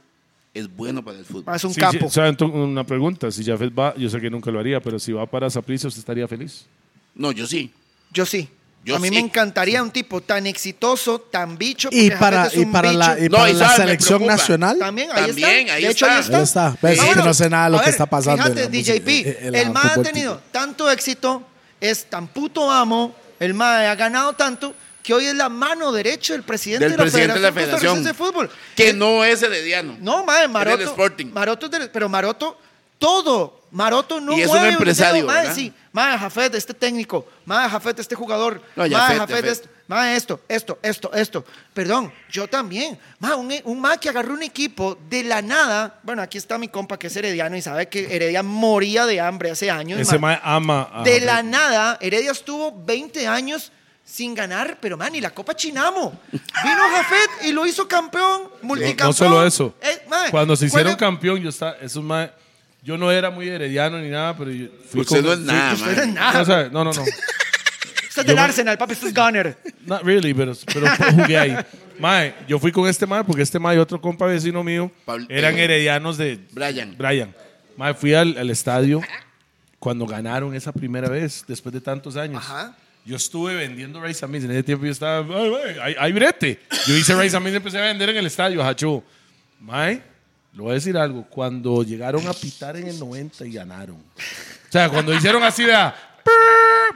es bueno para el Mae, fútbol. Es un Sí, capo. sí, ¿saben? Tú, una pregunta. Si Jafet va, yo sé que nunca lo haría, pero si va para Saprissa, usted estaría feliz. No, yo sí. Yo sí. Yo a mí sí. me encantaría un tipo tan exitoso, tan bicho. Y porque para, James es y un para la, bicho. y No, para y la sabe, me selección preocupa. nacional. También, ahí También, está. ahí de hecho, está. ahí está. Ahí está. Ves, Ah, es que no sé nada de lo a que está pasando en Fíjate, la música, eh, DJP, en el, la MAE ha fútbol tenido típico. tanto éxito, es tan puto amo, el MAE ha ganado tanto, que hoy es la mano derecha del presidente, Del de, la presidente de la Federación Federación. Costarricense de Fútbol. Que El- no es herediano. No, mae, Maroto. Sporting. Maroto es del- pero Maroto, todo. Maroto no Y es un mueve empresario, dedo, mae, ¿verdad? sí. Mae, Jafet, este técnico. Mae, Jafet, este jugador. No, mae, Jafet, Jafet, Jafet. esto. Mae, esto, esto, esto, esto. Perdón, yo también. Mae, un, un mae que agarró un equipo de la nada. Bueno, aquí está mi compa que es herediano y sabe que Heredia moría de hambre hace años. Ese mae. mae ama a De Jafet. la nada, Heredia estuvo 20 años sin ganar, pero man, y la Copa Chinamo. Vino Jafet y lo hizo campeón, Eh, multicampeón. No solo eso. Eh, mae, Cuando se hicieron juega- campeón, yo estaba, esos mae- yo no era muy herediano ni nada, pero yo fui Usted con- no es fui- nada, Usted mae. es nada. No, sabe, no, no, no. Usted es del Arsenal, papi, usted es Gunner. Not really, pero, pero [laughs] jugué ahí. Mae, yo fui con este mae porque este mae y otro compa vecino mío Pablo- eh, eran heredianos de Brian. Brian. Mae, fui al, al estadio cuando ganaron esa primera vez, después de tantos años. Ajá. Yo estuve vendiendo Rice and Beans. En ese tiempo yo estaba. "Ay, ay, hay, hay brete. Yo hice Rice and Beans y empecé a vender en el estadio, Hachu. Mae, le voy a decir algo. Cuando llegaron a pitar en el 90 y ganaron. O sea, cuando hicieron así de. a-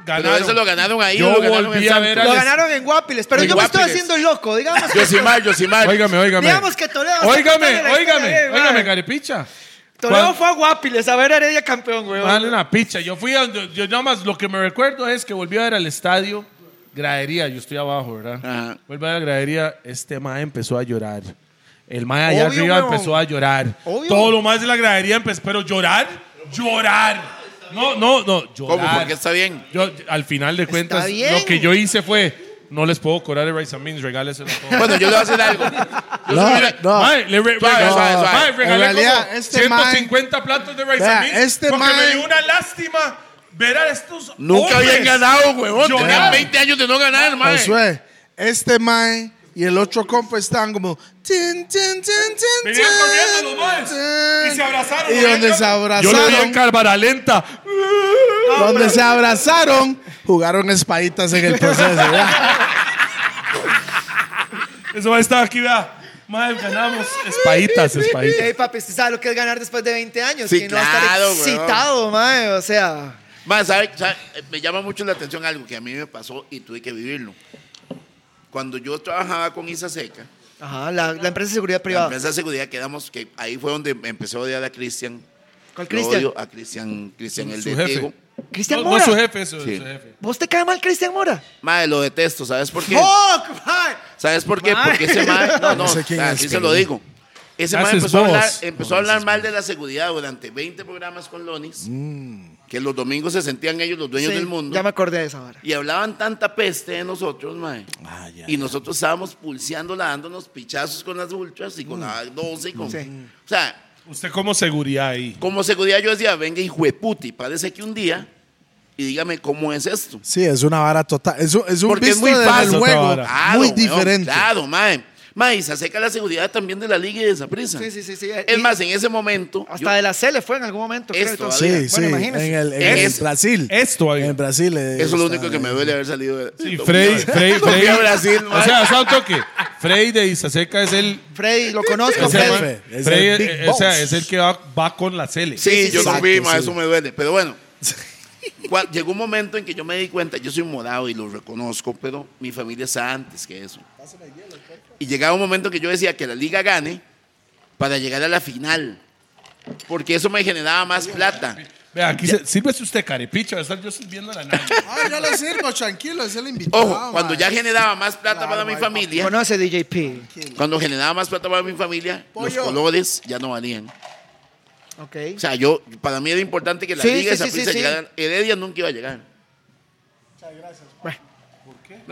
Ganaron. Pero eso lo ganaron ahí, Yo lo ganaron volví en a San- ver Lo al- ganaron en Guapiles, pero En yo me Guapiles. estoy haciendo loco, digamos. que- Yosimar, Yosimar. Óigame, óigame. Digamos que Toledo está Óigame, contando la historia óigame, bien, mae. óigame, carepicha. Toledo Cuan- fue a Guapiles a ver a Heredia campeón, güey. Dale una picha. Yo fui a, yo, yo nada más lo que me recuerdo es que volví a ver al estadio gradería. Yo estoy abajo, ¿verdad? Ah. Ajá. Vuelvo a ver la gradería. Este mae empezó a llorar. El mae allá Obvio, arriba huevón. empezó a llorar. Obvio. Todo lo más de la gradería empezó. Pero llorar, llorar. No, no, no. Llorar. ¿Cómo? Porque está bien. Yo, al final de cuentas, bien. lo que yo hice fue. No les puedo cobrar el Rice and Beans, regáleselo [laughs] todo. Bueno, yo le voy a hacer algo. Yo No, soy- no. Ah, Mae, le re- Suave, regalé- suave, suave. Mae, regalé En realidad, como este 150 platos de rice Vea, and beans este porque mae- me dio una lástima ver a estos Nunca hombres. habían ganado, huevón. Llorar. Tenían 20 años de no ganar, mae. Josué, este mae y el otro compa están como. Tin, tin, tin, tin, Venían tin, corriendo los maes tin. y se abrazaron. Y donde se Yo lo vi en abrazaron, cámara lenta. donde se abrazaron, jugaron espaditas en el proceso. [laughs] ¿verdad? Eso va a estar aquí, vea. Mae, ganamos. Espaditas, espaditas. Ey, papi, usted sabe lo que es ganar después de 20 años. Sí, que no va a claro, estar weón. excitado, mae. O sea, Más, ¿sabe- sabe? Eh, Me llama mucho la atención algo que a mí me pasó y tuve que vivirlo. Cuando yo trabajaba con Isa Seca, ajá, la, la empresa de seguridad la privada. empresa de seguridad quedamos, que ahí fue donde me empecé a odiar a Cristian. ¿Cuál Lo Cristian? odio A Cristian, Cristian el Su de jefe. Diego. Cristian No, no Mora. es su jefe, eso Sí. es su jefe. ¿Vos te cae mal Cristian Mora? Mae, lo detesto, ¿sabes por qué? ¡Fuck, mae! ¿Sabes por qué? ¡Oh! Mae. Porque ese mae, no, No no, sé quién o sea, es, así se pero- lo digo. Ese mae Haces empezó a hablar, voz. empezó a hablar mal de la seguridad durante 20 programas con Lonis, que los domingos se sentían ellos los dueños Sí, del mundo. Ya me acordé de esa vara. Y hablaban tanta peste de nosotros, mae. Ah, ya, y nosotros estábamos pulseándola, dándonos pichazos con las ultras y Mm. con la 12 y con... Sí. O sea, Usted como seguridad ahí. como seguridad yo decía, venga, hijo de puti, parece que un día y dígame cómo es esto. Sí, es una vara total. Es un, es un Porque es visto muy del fácil. juego Otra vara. Claro, muy weón, diferente. Claro, mae. Mae, y se acerca la seguridad también de la liga y de esa prisa. Sí, sí, sí, sí. Es Y- más, en ese momento... yo- Hasta de la C le fue en algún momento. creo, Esto, entonces. todavía. Sí, sí, Bueno, en imagínese. el, en el Es- Brasil. Esto ahí. En Brasil. eh, Eso es lo está- único que me duele haber salido de... Sí, Frey, Frey, No fui Frey. a Brasil, O mae. sea, es un toque. Frey de Isaseca es el Freddy, lo conozco, Ese Jefe, man- Freddy. man- es Frey, el Big eh, o sea, Boss. es el que va, va con la Cele. Sí, Sí, sí, yo sí. lo vi, ma, Exacto, eso sí. me duele. Pero [laughs] bueno, cua- llegó un momento en que yo me di cuenta, yo soy morado y lo reconozco, pero mi familia está antes que eso. Y llegaba un momento que yo decía que la liga gane para llegar a la final, porque eso me generaba más plata. Vea, aquí se- sírvese usted, carepicha. va a estar yo sirviendo la [laughs] nave. Ah, yo lo sirvo, tranquilo, es el invitado. Ojo, cuando ya generaba más plata para mi familia, Conoce DJP. cuando generaba más plata para mi familia, los Pollo. colores ya no valían. Ok. O sea, yo, para mí era importante que la Sí, liga sí, esa sí, sí, sí. llegara. Heredia nunca iba a llegar. Bueno,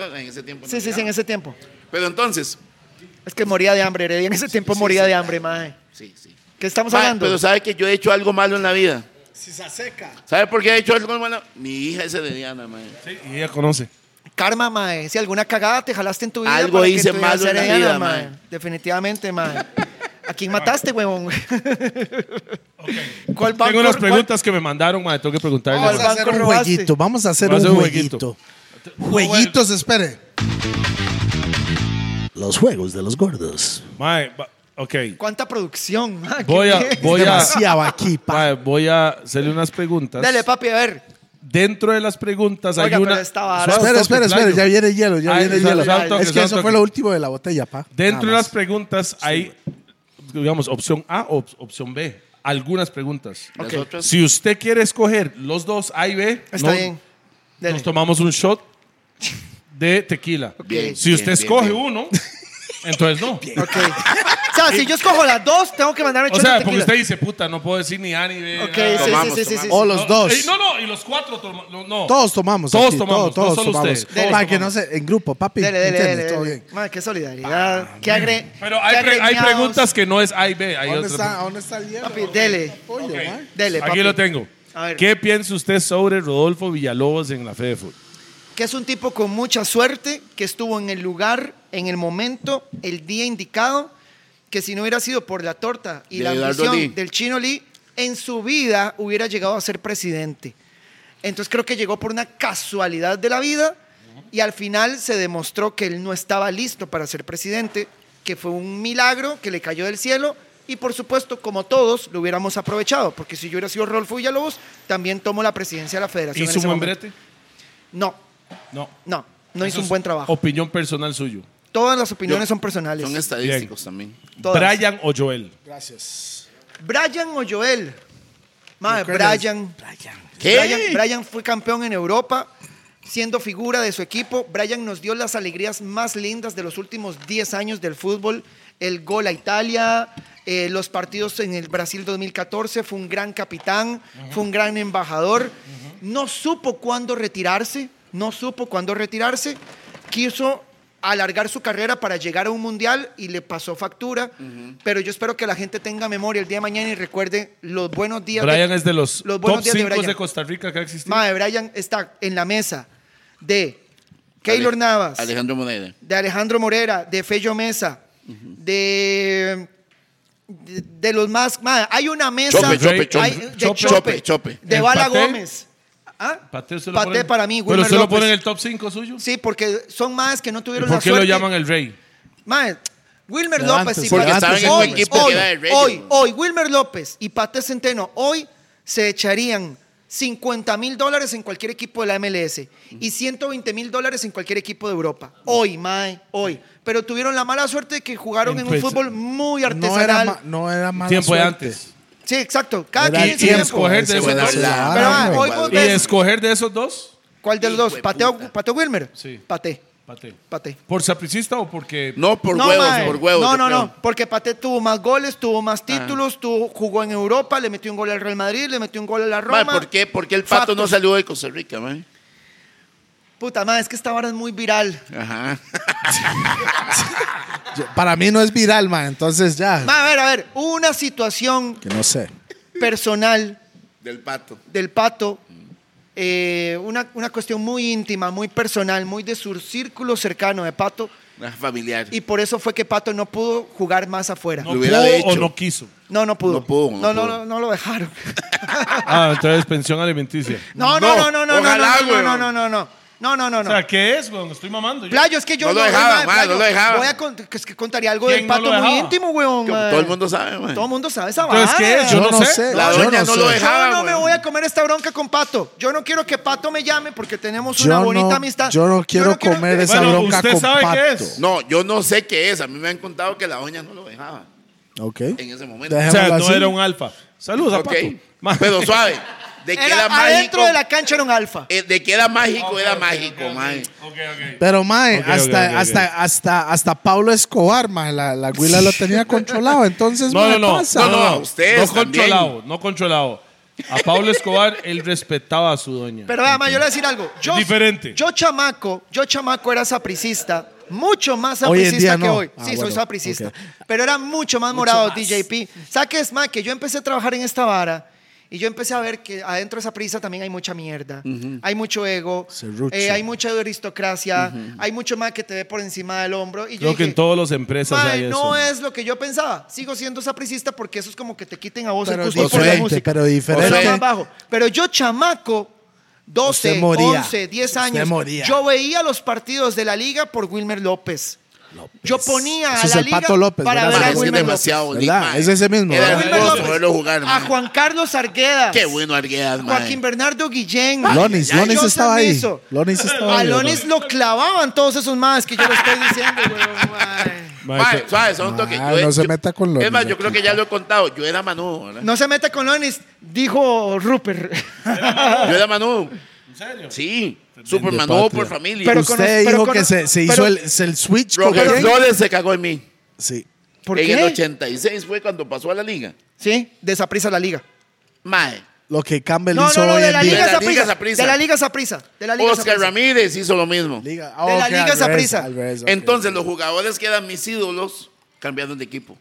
No, en ese tiempo no sí, sí, sí, en llegaba. ese tiempo. Pero entonces, Es que moría de hambre, Heredia. En ese tiempo sí, moría sí. de hambre, mae. sí, sí. ¿Qué estamos Ma, hablando? Pero sabe que yo he hecho algo malo en la vida. Si se seca. ¿Sabe por qué he hecho algo malo? Mi hija es herediana, mae. Sí, y ella conoce. Karma, mae. Si alguna cagada te jalaste en tu vida. Algo para que hice tú llegas a malo en ser la Ariana, vida, mae. Definitivamente, mae. ¿A quién mataste, huevón? [laughs] ¿Cuál banco? Tengo unas cuál- preguntas que me mandaron, ma, Tengo que preguntarle. Ah, Vamos Al a hacer banco un robaste. jueguito, vamos a hacer Vamos a un hacer un jueguito. jueguito. Jueguitos, espere. Los juegos de los gordos. Mae, va- ok. ¿Cuánta producción? [laughs] mae? Voy a, ¿Qué? voy a, Demasiado aquí, pa. mae, voy a hacerle unas preguntas. Dale, papi, a ver. Dentro de las preguntas Oiga, hay pero una. esta vara- Suave, Espera, toque, espera, espera, playo. ya viene el hielo, ya Ay, viene el suave, hielo. suave, toque, es que suave, eso toque. fue lo último de la botella, pa. Dentro de Nada las más. preguntas hay, digamos, opción A o op- opción B. Algunas preguntas. Las Ok. otras. Si usted quiere escoger los dos A y B, Está no- bien. Dale. nos tomamos un [laughs] shot de tequila. Bien, Si usted bien, escoge bien, bien. uno, entonces [laughs] no. Ok. o sea, si yo escojo las dos, tengo que mandar un O shot de sea, porque tequila. usted dice, puta, no puedo decir ni A ni B. Ok, nada". sí, Tomamos, sí, sí, sí, sí. O sí. No, los dos. eh, no, no, y los cuatro tomamos. No. Todos tomamos. Todos aquí, tomamos, Todos, no todos solo tomamos. ustedes, todos Para que no tomamos. se. En grupo, papi. Dele, dele, ¿entiendes? dele. Todo dele. bien. Mae, Ah, qué solidaridad. qué agre... Pero qué hay, pre- hay agremiados. preguntas que no es A y B. Hay ¿Dónde otras está, ¿Dónde está el hielo? Papi, dele. Pollo, Ok. ma. Dele, preguntas. papi. Aquí lo tengo. A ver. ¿Qué piensa usted sobre Rodolfo Villalobos en la FEDEFUT? que es un tipo con mucha suerte, que estuvo en el lugar, en el momento, el día indicado, que si no hubiera sido por la torta y De la Eduardo ambición Lee. del Chino Lee, en su vida hubiera llegado a ser presidente. Entonces creo que llegó por una casualidad de la vida Y al final se demostró que él no estaba listo para ser presidente, que fue un milagro que le cayó del cielo. Y por supuesto, como todos, lo hubiéramos aprovechado, porque si yo hubiera sido Rolfo Villalobos, también tomo la presidencia de la federación. en ¿Hizo un ese buen momento. brete? No, No. no, no Eso hizo un es buen trabajo. Opinión personal suyo. Todas las opiniones Yo- son personales. Son estadísticos también. Todas. Brian o Joel. Gracias. Brian o Joel. Madre, ¿Recuerdas? Ah, Brian. Brian. ¿Qué? Brian, Brian fue campeón en Europa, siendo figura de su equipo. Brian nos dio las alegrías más lindas de los últimos 10 años del fútbol. El gol a Italia, eh, los partidos en el Brasil 2014, fue un gran capitán, fue un gran embajador. No supo cuándo retirarse, no supo cuándo retirarse. Quiso alargar su carrera para llegar a un mundial y le pasó factura, pero yo espero que la gente tenga memoria el día de mañana y recuerde los buenos días. de- Brian es de los, Los buenos top días de 5 de, Brian. Costa Rica que ha existido. Mae, Brian está en la mesa de Keylor Ale- Navas, Alejandro Moneda. de Alejandro Morera, de Fello Mesa, de, de, de los más. mae, hay una mesa Chope, chope, hay- chope. de Chope, chope, Chope, chope. de ¿El Bala Paté? Gómez. ¿Ah? Pate, usted lo Paté pone en- para mí, Pero Wilmer usted lo López. pone en el top 5 suyo. Sí, porque son más que no ¿Y tuvieron la ¿Por qué suerte. lo llaman el rey? Mae, Wilmer Levantes, López y porque Paté- estaban en un hoy, equipo que hoy, era de Reyes. hoy, hoy, Wilmer López y Pate Centeno hoy se echarían 50 mil dólares en cualquier equipo de la MLS y 120 mil dólares en cualquier equipo de Europa. Hoy, mae, hoy. Pero tuvieron la mala suerte de que jugaron en un Empezó- fútbol muy No era, artesanal. ma- no era mala Tiempo de suerte. antes. sí, exacto. Cada Era quien Y su tiempo. escoger de Ese esos fue dos. la- Ah, Pero, Ah, mae, hoy vos Y ves- escoger de esos dos, ¿Cuál de los dos? Hijo de ¿Pateo, puta. ¿Pateo Wilmer? Sí. Pate, Pate. Pate. ¿Por sapricista o porque.? No, por No, huevos, mae. por huevos. No, yo no, creo. Ah. no. Porque Pate tuvo más goles, tuvo más títulos, tuvo- jugó en Europa, le metió un gol al Real Madrid, le metió un gol a la Roma. Mae, ¿por, qué, por qué el pato Factos. no salió de Costa Rica, man? Puta madre, es que esta vara es muy viral. Ajá. Yo- Para mí no es viral, man. Entonces ya. Ma, a ver, a ver. Una situación Que no sé. personal [laughs] Del pato. del pato, eh, una, una cuestión muy íntima, muy personal, muy de su círculo cercano de pato. Ah, Familiar. Y por eso fue que Pato no pudo jugar más afuera. ¿No Lo hubiera pudo hecho. o no quiso? No, no pudo. No pudo, no No, no, pudo. no, no lo dejaron. [laughs] Ah, entonces pensión alimenticia. No, no, no, no, no, no, ojalá, no, no, weón. no, no, no. No, no, no, O no. sea, ¿qué es, weón? Estoy mamando. yo. Playo, es que yo No lo dejaban, ma, ma, no Playo, lo dejaban. Voy a cont- que es que contaría algo ¿Quién del no pato lo muy dejaba? íntimo, weón. Como ma. todo el mundo sabe, man. Todo el mundo sabe esa vara. Entonces, ¿qué es? Yo no sé. no sé. La Yo doña no no lo sé. dejaba. Yo no me weón. voy a comer esta bronca con Pato. Yo no quiero que Pato me llame porque tenemos una Yo bonita no- amistad. yo no quiero comer esa Bueno, bronca ¿usted con sabe pato. qué es? No, yo no sé qué es. A mí me han contado que la doña no lo dejaba Ok. en ese momento. O Dejemos- sea, Dejémoslo no así. era un alfa. Saludos a Ok. Pato. Ma- Pero [laughs] suave. De que era, Era adentro mágico. de la cancha era un alfa. eh, de que era mágico, Ok, era ok, mágico, ok, man. ok, ok. Pero, mae, Ok, ok, hasta, ok, ok. hasta, hasta, hasta Pablo Escobar, mae, la, la güila lo tenía controlado. Entonces, No, no, mae, no. pasa. No, no, No, no. ustedes No también. controlado, no controlado. A Pablo Escobar, él respetaba a su doña. Pero además, yo le voy a decir algo. Yo, Es diferente. Yo chamaco, yo chamaco era sapricista. Mucho más Hoy en sapricista día que no. hoy. Ah, sí, soy bueno, sapricista. ok. Pero era mucho más morado, DJP. ¿Sabes qué es más? Que yo empecé a trabajar en esta vara y yo empecé a ver que adentro de esa prisa también hay mucha mierda. Hay mucho ego, Serrucho. eh, hay mucha aristocracia, hay mucho más que te ve por encima del hombro. Y yo Creo que dije, en todas las empresas "Mae, hay eso. no es lo que yo pensaba. Sigo siendo sapricista porque eso es como que te quiten a vos Pero el gusto por la diferente, música. pero diferente. Pero más bajo. Pero yo, chamaco, 12, Usted moría. 11, 10 Usted años, moría. yo veía los partidos de la liga por Wilmer López. Yo ponía Ese a es la el liga Pato López, para Man, ¿verdad? ver a Pero es que Wilmer demasiado López. bonito, ¿Verdad? man. Es ese mismo, Era ¿verdad? Wilmer hermoso López. verlo jugar, A man. Juan Carlos Arguedas. Qué bueno Arguedas, man. Joaquín Bernardo Guillén. Lonis, a Lonis Joseph estaba ahí. Mizo. Lonis estaba A ahí. Lonis lo clavaban todos esos más que yo lo estoy diciendo, [laughs] weón, mae. Ma, Mae, que- suave, son toques. Ah, no se meta con los Es más, yo niños. creo que ya lo he contado. Yo era Manu, ¿verdad? No se meta con Lonis, [laughs] dijo Rupert. Yo era Manu. ¿En serio? Sí. Super De Manu patria. por familia. Pero con- Usted pero dijo con- que se, se hizo pero- el, se- el switch con Roger quién? Flores se cagó en mí. Sí. ¿Por en qué? el 86 fue cuando pasó a la liga. Sí, desaprisa la liga. Mae. Lo que Campbell No, hizo no, no, hoy de en la día. liga De la Liga Saprissa. Saprissa. De la liga Saprissa. De la liga Oscar Saprissa. Ramírez hizo lo mismo. Liga- oh, de la ok, liga al revés, Saprissa. al revés, ok. Entonces, los jugadores que eran mis ídolos cambiaron de equipo.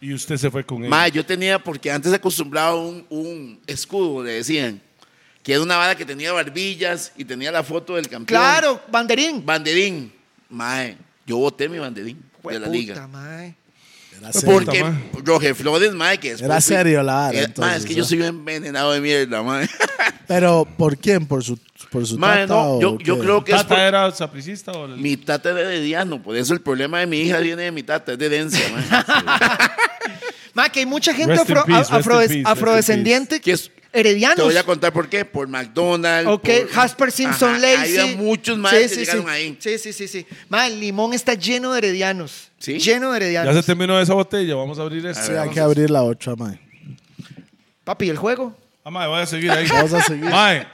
Y usted se fue con él. Mae, yo tenía, porque antes acostumbraba un, un escudo, le decían, que era una vara que tenía barbillas y tenía la foto del campeón. Claro, banderín. Banderín. Mae, yo voté mi banderín de la Puta, liga. mae. Era serio. Porque mae. Roger Flores, mae, que después Era fui- serio la vara, Era- mae, entonces, es que yo ¿no? soy un envenenado de mierda, mae. Pero, ¿por quién? ¿Por su, por [laughs] su Mae, tata no, o yo, yo qué? creo que es ¿Tata por- era sapricista o el- mi tata era de Diano, por eso el problema de mi hija viene de mi tata, es de herencia, mae. [laughs] Ma, que hay mucha gente Rest in afro- peace, a- rest in afrodes- peace, rest in afrodescendiente Que es- Te heredianos. voy a contar por qué, por McDonald's. Ok, por- Jasper Simpson Ajá, Lacey. Había muchos más Sí, que sí, llegaron sí. ahí. Sí, sí, sí, sí. Ma, el limón está lleno de heredianos. ¿Sí? Lleno Ya de se heredianos. terminó esa botella, vamos a abrir Sí, esta. hay que abrir la otra, mae. Papi, el juego. Ah, mae, voy a seguir ahí. Vamos a seguir. Mae,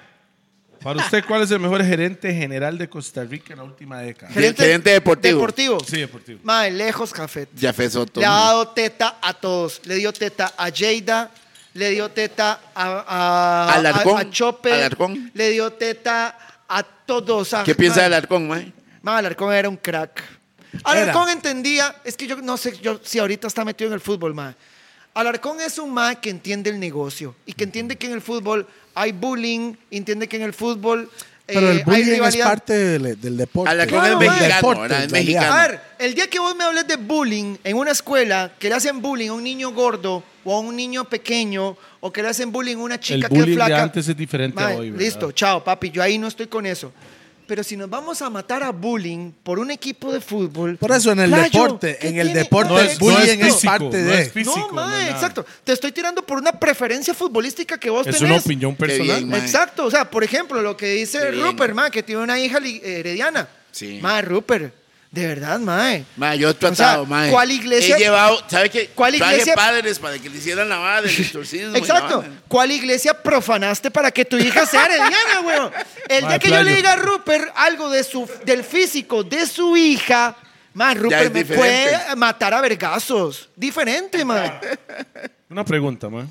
para usted, ¿cuál es el mejor gerente general de Costa Rica en la última década? Gerente- gerente deportivo. Deportivo. Sí, deportivo. Ma, lejos, Jafet. Ya fue E. Soto. Le ha dado teta a todos. Le dio teta a Jada. Le dio teta a, a, Alarcón, a, a Chope. Alarcón. Le dio teta a todos. a- ¿Qué piensa ma, del arcón, mae? Ma, Alarcón era un crack. Alarcón entendía, es que yo no sé yo, si ahorita está metido en el fútbol, ma. Alarcón es un ma que entiende el negocio y que entiende que en el fútbol hay bullying, entiende que en el fútbol eh, Pero el hay bullying es rivalidad. Ah, parte del, del deporte. A la que es Claro, mae. mexicano, Deporte, ¿verdad? Es ya, ya. mexicano. A ver, el día que vos me hables de bullying en una escuela, que le hacen bullying a un niño gordo o a un niño pequeño o que le hacen bullying a una chica que bullying es de flaca. antes es diferente a Mae, hoy, ¿verdad? Listo, chao, papi, yo ahí no estoy con eso. Pero si nos vamos a matar a bullying por un equipo de fútbol. Por eso en el playo, deporte, ¿qué en el tiene? deporte No el es- no bullying es es, físico, parte no de. es físico, no, no mae, es nada. exacto. Te estoy tirando por una preferencia futbolística que vos Es tenés. una opinión Qué bien, personal. mae. Exacto, o sea, por ejemplo, lo que dice Bien. Rupert, mae, que tiene una hija li- eh, herediana. Sí. Mae, Rupert, de verdad, mae. Mae, yo he sea, tratado, mae. ¿cuál iglesia- He llevado, ¿sabe qué? ¿Cuál Traje iglesia- padres para que le hicieran la vara del exorcismo. y la Exacto. vara. ¿Cuál iglesia profanaste para que tu hija [laughs] sea herediana, weón? El día Mae, que yo le playo. diga a Rupert algo de su, del físico de su hija, más es Rupert me diferente. puede matar a vergazos. [laughs] Diferente, man. Una pregunta, mae.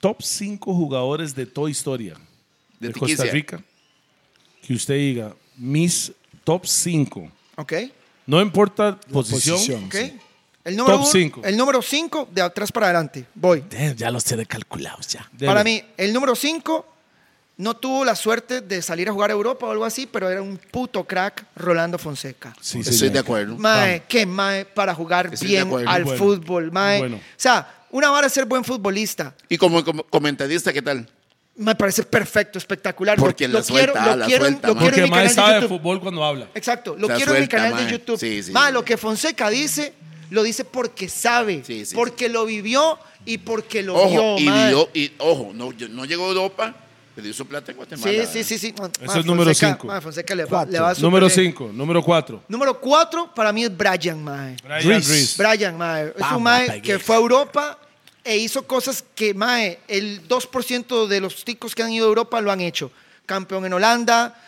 Top 5 jugadores de toda historia De de, Costa Tiquicia. Rica. Que usted diga, mis top 5. ¿Ok? No importa posición. posición. ¿Ok? El número Top uno- cinco. El número 5 de atrás para adelante. Voy. Damn, ya los tiene calculados ya. dele. Para mí, el número 5 no tuvo la suerte de salir a jugar a Europa o algo así, pero era un puto crack Rolando Fonseca. Sí, Estoy señor. de acuerdo. Mae, que mae para jugar Estoy de bien acuerdo. al Bueno, fútbol, mae. bueno. O sea, una vara es ser buen futbolista. Y como, como comentarista, ¿qué tal? Me parece perfecto, espectacular. Porque lo, la lo quiero, suelta, lo la quiero, suelta, lo mae. quiero Porque en mi Mae canal de sabe de YouTube. fútbol cuando habla. Exacto, lo La quiero suelta, en mi canal mae. de YouTube. Sí, sí. Mae, lo que Fonseca dice, lo dice porque sabe, Sí, sí, porque lo vivió y porque lo Ojo, vio, y, mae. dio- y ojo, no, no llegó a Europa, pero hizo plata en [laughs] Guatemala. Sí, sí, sí, sí. Mae, Eso es número eh. Fonseca- cinco. mae, Fonseca le va, Cuatro. le va Ah, súper Número bien. 5, número 4. Número cuatro para mí es Brian, mae. Brian Ruiz. Ruiz. Brian, mae. Es Vamos, un mae Peguero. que fue a Europa e hizo cosas que, mae, el 2% de los ticos que han ido a Europa lo han hecho. Campeón en Holanda,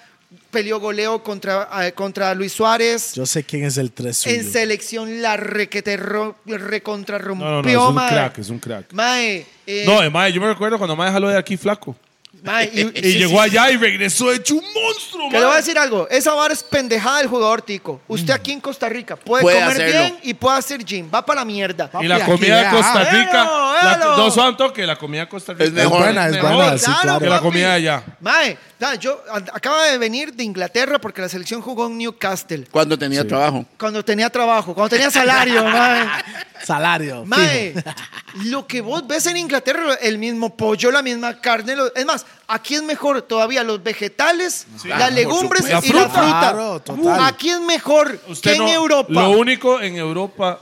peleó goleo contra, eh, contra Luis Suárez. Yo sé quién es el 3 en selección la requete ro- recontra rompió, No, no, no, es un mae. crack, es un crack. Mae, eh, No, eh, Mae, yo me recuerdo cuando Mae jaló de aquí flaco. mae, y, Y sí, sí, llegó sí. allá y regresó hecho un monstruo, Que le voy a Mae. decir algo, esa vara es pendejada del jugador tico. Usted Mm. aquí en Costa Rica puede, Puede comer hacerlo. bien y puede hacer gym, va para la mierda. Y la Papi, comida aquí, de Costa vea. Rica. Véalo, la- véalo. No, son toque, la comida de Costa Rica. Es Es mejor, buena, es mejor. buena, sí, claro. Que la papi. comida de allá. Mae, da, yo a- acaba de venir de Inglaterra porque la selección jugó en Newcastle. Cuando tenía trabajo. Cuando tenía trabajo, cuando [laughs] tenía salario, mae. Salario. Mae, fijo. lo que vos ves en Inglaterra, el mismo pollo, la misma carne. lo- es más, aquí es mejor todavía los vegetales, Ah, las por legumbres y supuesto. la La fruta. fruta. Claro, total. Aquí es mejor Usted que no- en Europa. Lo único en Europa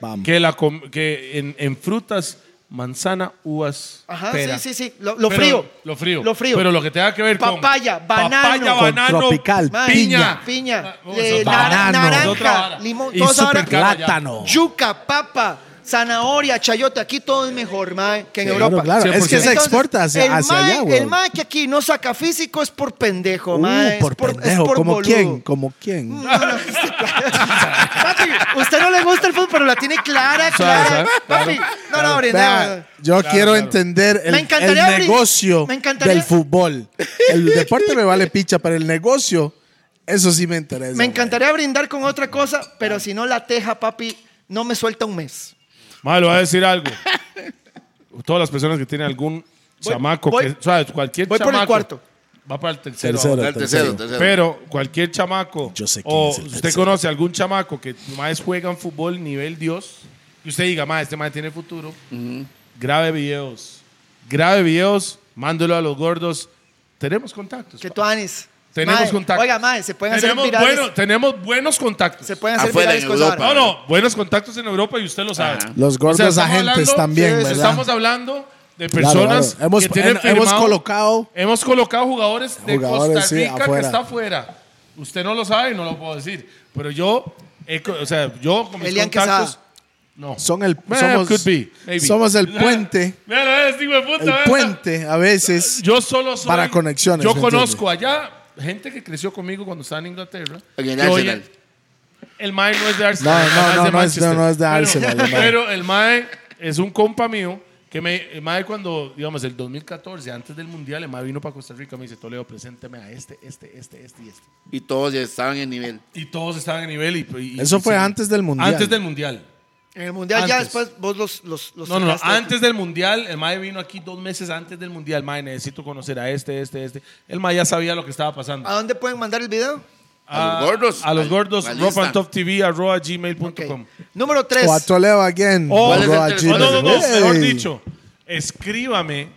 Vamos. que, la com- que en, en frutas, manzana, uvas, Ajá, pera. sí, sí, sí. Lo, lo Pero- frío. Lo frío. Lo frío. Pero lo que tenga que ver con... Papaya, banano. Papaya, Con banano. tropical, Mae, piña. Piña. Ah, eh, es otra nar- vara. banano. Es otra naranja, vara. limón. Y Toda esa vara- súper caro allá. Plátano. Yuca, papa, zanahoria, chayote. Aquí todo es mejor, mae, que en Claro, Europa. claro. Es 100%. que se Entonces, exporta el hacia, hacia mae- allá, güey. El mae que aquí no saca físico es por pendejo, Uh, mae. es por es pendejo. por ¿Como boludo. quién? ¿Como quién? [laughs] No, no, este [laughs] pla- Papi, usted no le gusta el fútbol, pero la tiene clara, Suave, clara. suave, Papi, no, no, Vea, Brenda. yo quiero claro. entender el, Me encantaría el abrir- negocio me encantaría- del fútbol. [laughs] El deporte me vale picha, pero el negocio, eso sí me interesa. Me güey. encantaría brindar con otra cosa, pero si no la teja, papi, no me suelta un mes. Mae, le voy a decir algo. Todas las personas que tienen algún Voy- chamaco, voy- que, o sea, cualquier voy por el chamaco cuarto. Va para el tercero. Tercero, Era el tercero, tercero. Pero cualquier chamaco, Yo sé quién o es el usted tercero. conoce algún chamaco que más juega en fútbol nivel Dios, y usted diga, ma, este ma tiene futuro, grabe videos, grabe videos mándelo a los gordos. Tenemos contactos. Que pa. tuanis. Pues, Tenemos Mae, contactos. Oiga, mae, se pueden hacer tenemos virales. bueno- tenemos buenos contactos. se pueden hacer Afuera, virales en con esa Europa. vara. No, no, buenos contactos en Europa y usted lo sabe. Ajá. Los gordos estamos agentes también, ¿verdad? Estamos hablando de Claro, personas claro. Hemos- que tienen hem- hemos firmado- colocado- hemos colocado jugadores de Jugadores, Costa sí, Rica que afuera. está afuera. Usted no lo sabe, y no lo puedo decir, pero yo he co- o sea, yo con mis Elian contactos Quesada. no. Son el, Eh, somos, could be, maybe. somos [laughs] el puente. Míralo, eh, este hijo de puta, El ¿verdad? puente, a veces. Yo solo soy Para conexiones, Yo ¿me conozco allá gente que creció conmigo cuando estaba en Inglaterra. En el que hoy- Arsenal. el Mae no es de No, Arsenal. no, el Mae no, no es- Manchester. no, no es de Pero- [laughs] Arsenal, el Pero, Mae. el Mae es un compa mío que me, el Mae cuando, digamos, el 2014, antes del Mundial, el Mae vino para Costa Rica, me dice, Toledo, preséntame a este, este, este, este y este. Y todos ya estaban en nivel. Y todos estaban en nivel y... y- Eso y- fue sí. antes del Mundial. Antes del Mundial. En el mundial ya Antes. después vos los los, los No, no, no, sacaste. antes del Mundial, el Mae vino aquí dos meses antes del Mundial, Mae, necesito conocer a este, este, este. El Mae ya sabía lo que estaba pasando. ¿A dónde pueden mandar el video? A los gordos. Ah, A los gordos, La rough lista. and tough TV, arroba Ok. gmail.com. Número 3. O a Toledo again. O- ¿Cuál es el arroba teléfono? Oh, no, no, no, gmail. mejor Hey. dicho, escríbame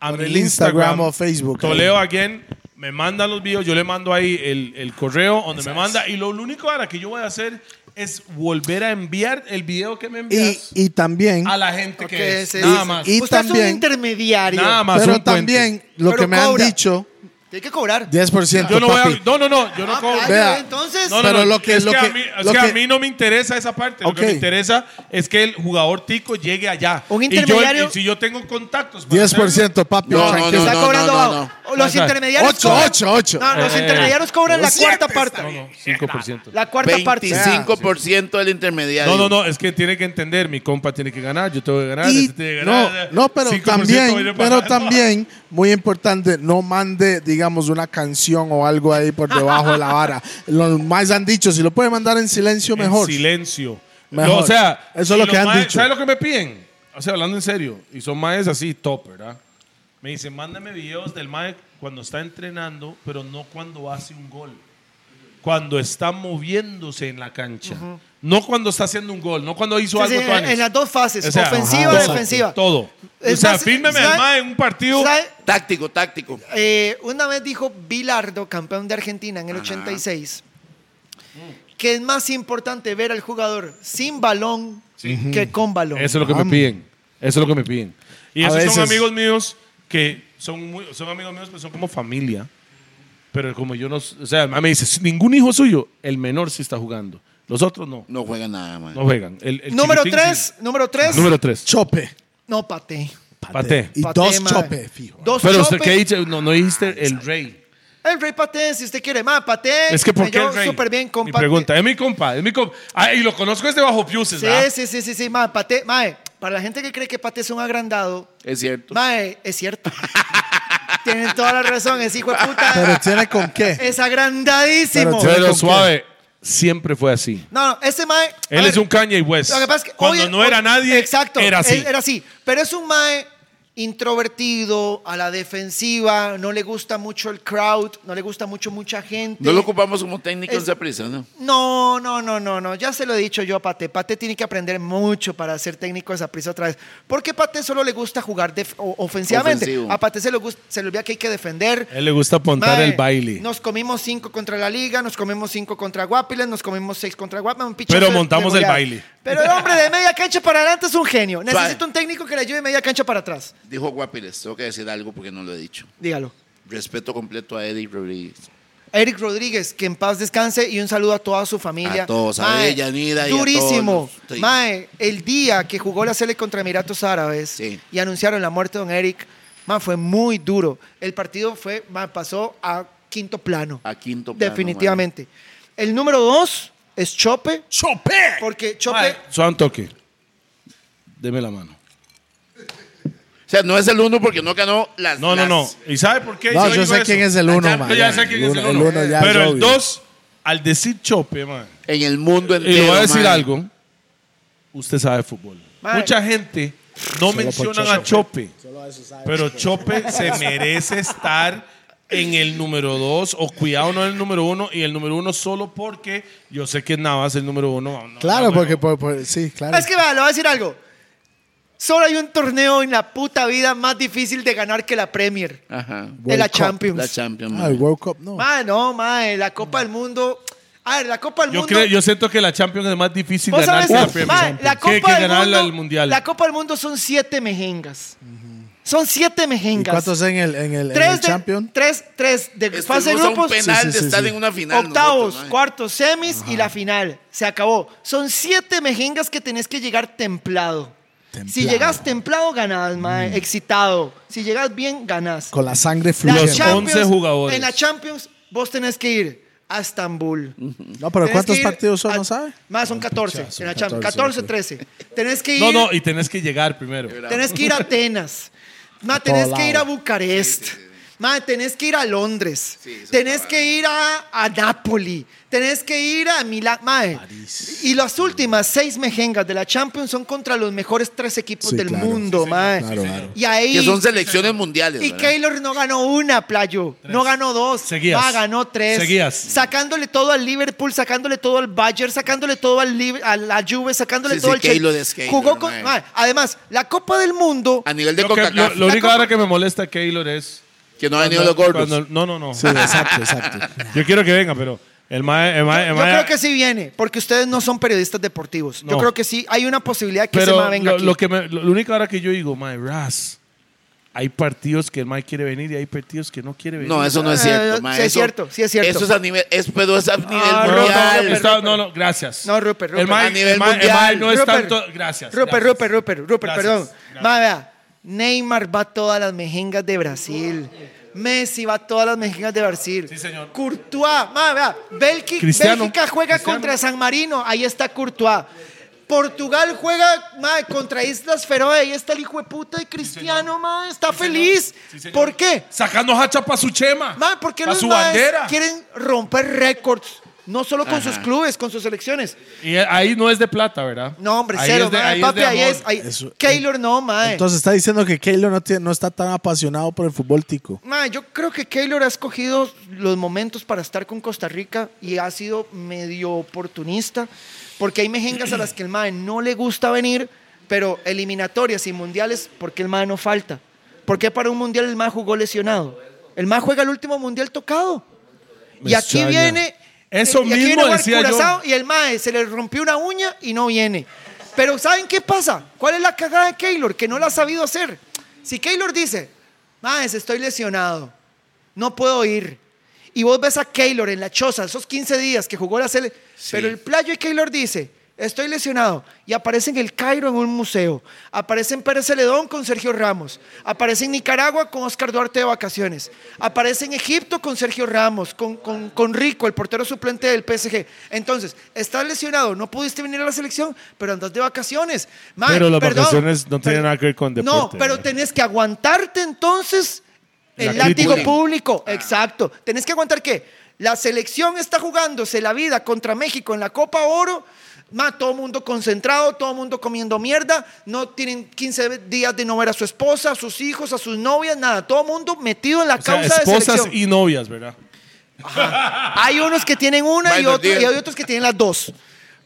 a Por mi el Instagram o Facebook. Toleo again, me mandan los videos, yo le mando ahí el, el correo donde me manda. Y lo, lo único ahora que yo voy a hacer es volver a enviar el video que me Y, envías y también, a la gente Ok, que es. sí. Nada más. y Usted es también- un intermediario. Nada más. pero un también lo Pero que me cobra. han dicho, Tiene que cobrar. 10%. Yo no voy papi. a. No, no, no, yo no Ah, cobro. claro, Vea. Entonces, No, no, Pero no, lo que- es lo a que- mí, es lo que a que- mí no me interesa esa parte. Lo que me Ok. interesa es que el jugador tico llegue allá. Un Y yo- intermediario- y si yo tengo contactos. para hacerlo- 10%, papi. No, no, tranquilo. está no, cobrando no, bajo. Los Ajá. intermediarios Ocho, cobran- ocho, ocho. No, los Eh. intermediarios cobran la cuarta parte. No, no, 5%. La cuarta parte. 25% del intermediario. No, no, no, es que tiene que entender, mi compa tiene que ganar, yo tengo que ganar, Y- este tiene que no, ganar. no, pero 5% voy también, yo para pero ganar. también, muy importante, no mande, digamos, una canción o algo ahí por debajo de la vara. Los más han dicho, si lo puede mandar en silencio, En mejor. silencio. Mejor. No, o sea, Eso es y lo los que han maes- dicho. ¿Sabes lo que me piden? O sea, hablando en serio, y son maes así top, ¿verdad? Me dicen, "Mándame videos del mae cuando está entrenando, pero no cuando hace un gol." Cuando está moviéndose en la cancha. No cuando está haciendo un gol, no cuando hizo Sí, algo sí, tuanis. en las dos fases, O sea, ofensiva, todo, defensiva. Todo. Es o sea, más, fírmeme ¿sabe- al mae en un partido. ¿Sabe? Táctico, táctico. Eh, una vez dijo Bilardo, campeón de Argentina en el 86, que es más importante ver al jugador sin balón que con balón. Eso es lo que me Vamos. piden. Eso es lo que me piden. Y A esos son veces. amigos míos que son, muy- son amigos míos, pero son como familia. Pero como yo no. O sea, me dice: ningún hijo suyo, el menor sí está jugando. Los otros no. No juega nada, man. No juegan. El- el número chiquitín 3, número 3. sí. Número 3. Chope. No, pate. Pate. Y Paté, dos mae. chope, fijo. Dos Pero chope. usted, ¿qué dice? No, no dijiste el rey. El rey pate, si usted quiere más, pate. Es que Me porque llevo el rey. súper bien con Mi Paté. pregunta, es mi compa, es mi compa. Ah, y lo conozco desde bajo piuses, Sí, ¿verdad? sí, sí, sí, sí, mae, Paté, mae, eh, para la gente que cree que Paté es un agrandado, Es cierto. mae, es cierto. Tienen toda la razón, es hijo de puta. Pero tiene con [laughs] qué. es agrandadísimo. Pero tiene- Pero ¿Con qué? suave, siempre fue así. No, no, ese mae. a Él ver, es un Kanye West. Lo que pasa es que Cuando hoy- no era hoy- nadie, exacto, era así. él Era así. Pero es un mae introvertido, a la defensiva, no le gusta mucho el crowd, no le gusta mucho mucha gente. No lo ocupamos como técnico en Es- esa prisa, ¿no? No, no, no, no, no. Ya se lo he dicho yo a Pate. Pate tiene que aprender mucho para ser técnico de prisa otra vez. Porque Pate solo le gusta jugar def- o- ofensivamente. Ofensivo. A Pate se le, gusta, se le olvida que hay que defender. A él le gusta apuntar Mae, el baile. Nos comimos cinco contra la Liga, nos comimos cinco contra Guapiles, nos comimos seis contra Guapiles. un pichazo Pero de- montamos de el goleada. baile. Pero el hombre de media cancha para adelante es un genio. Necesita Suave. un técnico que le ayude media cancha para atrás. Dijo Guapiles, tengo que decir algo porque no lo he dicho. Dígalo. Respeto completo a Eddie Rodríguez. Eric Rodríguez, que en paz descanse y un saludo a toda su familia. A todos, a Mae, ella, Nida y a Durísimo. todos los- sí. Mae, el día que jugó la Sele contra Emiratos Árabes Sí. y anunciaron la muerte de Don Eric, mae, fue muy duro. El partido fue, mae, pasó a quinto plano. A quinto plano, Definitivamente. El número dos es Chope, ¡Chope! porque Chope. Suave un toque. Deme la mano. O sea, no es el uno porque no ganó las. No, no, las- no. ¿Y sabe por qué? No, Yo yo digo sé eso. quién es el uno, man. Yo ya sé quién es el El uno. uno ya es Pero el obvio. 2, al decir chope, man. En el mundo Y entero. le voy a decir man. algo. Usted sabe fútbol. Mae. Mucha gente no mencionan a chope. Pero chope se merece estar en el número 2 o cuidado no en el número 1 y el número 1 solo porque yo sé que Navas es el número 1. Claro, porque por- por- sí, claro. Es que, vea, le voy a decir algo. Solo hay un torneo en la puta vida más difícil de ganar que la Premier. Ajá. de la World Cup. Champions. La Champions. Ah, el World Cup, no. Mae, no, mae, la Copa del Mundo. A ver, la Copa del Yo, Mundo. creo, yo siento que la Champions es más difícil ¿Vos ganar sabes? que la Uf, Premier. mae, la que, Copa que del ganarla Mundo, al Mundial. La Copa del Mundo son siete mejengas. Son siete ¿Y mejengas. cuántos en el, en el, en el Tres de, Champions? tres, tres de Este, fase de nos da un grupos, penal Sí, sí, de sí, estar sí. en una final. octavos, nosotros, mae. cuartos, semis y la final. Se acabó. Son siete mejengas que tenés que llegar templado. Si Templado. Mm. llegas templado, ganás, mae, excitado. Si llegas bien, ganás. Con la sangre La Los fluyendo. Champions. 11 jugadores. En la Champions, vos tenés que ir a Estambul. No, pero Tenés ¿cuántos que ir partidos son, a- no sabe? Más, son 14. Pucha, son en la Champions, 14, 14, 13. Tenés que ir, No, no, y tenés que llegar primero. tenés que ir a [laughs] Atenas. Ma, todo tenés que ir a lado. Bucarest. Ma, tenés que ir a Londres. Sí, eso tenés está que ir a, a Nápoli. Tenés que ir a Milán. Mae. Y las últimas seis mejengas de la Champions son contra los mejores tres equipos Sí, del claro. mundo, mae. claro, claro. Y ahí. Que son selecciones mundiales. Y ¿verdad? Keylor no ganó una, Playo. No ganó dos. Seguías. Va, ganó tres. Seguías. Sacándole todo al Liverpool, sacándole todo al Bayern, sacándole todo al, Liv- a la Juve, sacándole Sí, todo sí, al Chelsea. Keylor es Keylor, Jugó con... mae. mae, Además, la Copa del Mundo... A nivel de Lo, que, CONCACAF, lo, que, lo único ahora que me molesta Keylor es. no han cuando- venido los gordos. cuando- no, no, no. Sí, exacto, exacto. Yo quiero que venga, pero. El mae, el Ah, mae, el Yo mae- creo que sí viene, porque ustedes no son periodistas deportivos. Yo No. creo que sí, hay una posibilidad que Pero se venga lo, aquí. lo que me, lo, lo único ahora que yo digo, mae, Raz, hay partidos que el mae quiere venir y hay partidos que no quiere venir. No, eso no es Eh, cierto. sí mae, es eso- cierto, sí es cierto. Eso es a nivel, es, pero es a nivel Ah, no, no, no, mundial. no, está- no, no, gracias. No, Rupert, Rupert. El mae, A nivel el mae- el mundial. mae no es Rupert, tanto. Gracias. Rupert, gracias. Rupert, Rupert, Rupert, Gracias, perdón. gracias. Ma, vea, Neymar va a todas las mejengas de Brasil. Messi va a todas las mejengas de Brasil. Sí, señor. Courtois, ma, vea, Belqui- Cristiano. Bélgica juega Cristiano. contra San Marino, ahí está Courtois. Portugal juega ma, contra Islas Feroe, ahí está el hijo de puta de Cristiano, ma, está feliz. Sí, señor. ¿Por qué? Sacando hacha para su chema. Ma, ¿por qué Pa' los su maes bandera. quieren romper récords? No solo con Ajá. sus clubes, con sus selecciones. Y eh, ahí no es de plata, ¿verdad? No, hombre, Ahí cero, es de- mae. ahí es de Papi, ahí amor. es. ahí- Eso- Keylor no, mae. Entonces está diciendo que Keylor no, tiene- no está tan apasionado por el fútbol tico. Mae, yo creo que Keylor ha escogido los momentos para estar con Costa Rica y ha sido medio oportunista, porque hay mejengas a las que el Mae no le gusta venir, pero eliminatorias y mundiales, porque el Mae no falta? ¿Por qué para un mundial el Mae jugó lesionado? El Mae juega el último mundial tocado. Me y aquí extraña. viene. Eso y aquí mismo viene a jugar decía yo. Curazao Y el Mae se le rompió una uña y no viene. Pero ¿saben qué pasa? ¿Cuál es la cagada de Keylor? Que no la ha sabido hacer. Si Keylor dice, Mae, estoy lesionado, no puedo ir. Y vos ves a Keylor en la choza esos 15 días que jugó la sele. Pero el playo de Keylor dice, estoy lesionado. Y aparece en el Cairo en un museo. Aparece en Pérez Celedón con Sergio Ramos. Aparece en Nicaragua con Oscar Duarte de vacaciones. Aparece en Egipto con Sergio Ramos, con, con, con Rico, el portero suplente del PSG. Entonces, estás lesionado, no pudiste venir a la selección, pero andas de vacaciones. Mae, Pero las perdón, vacaciones no tienen pero- nada que ver con No, deporte, pero ¿no? tenés que aguantarte entonces el La Ah. látigo crítica. público, exacto. Tenés que aguantar que la selección está jugándose la vida contra México en la Copa Oro. Ma, todo mundo concentrado, todo mundo comiendo mierda. No tienen 15 días de no ver a su esposa, a sus hijos, a sus novias, nada. Todo mundo metido en la O sea, causa de esposas selección. y novias, ¿verdad? Hay unos que tienen una y, Minor otro- y deal. hay otros que tienen las dos.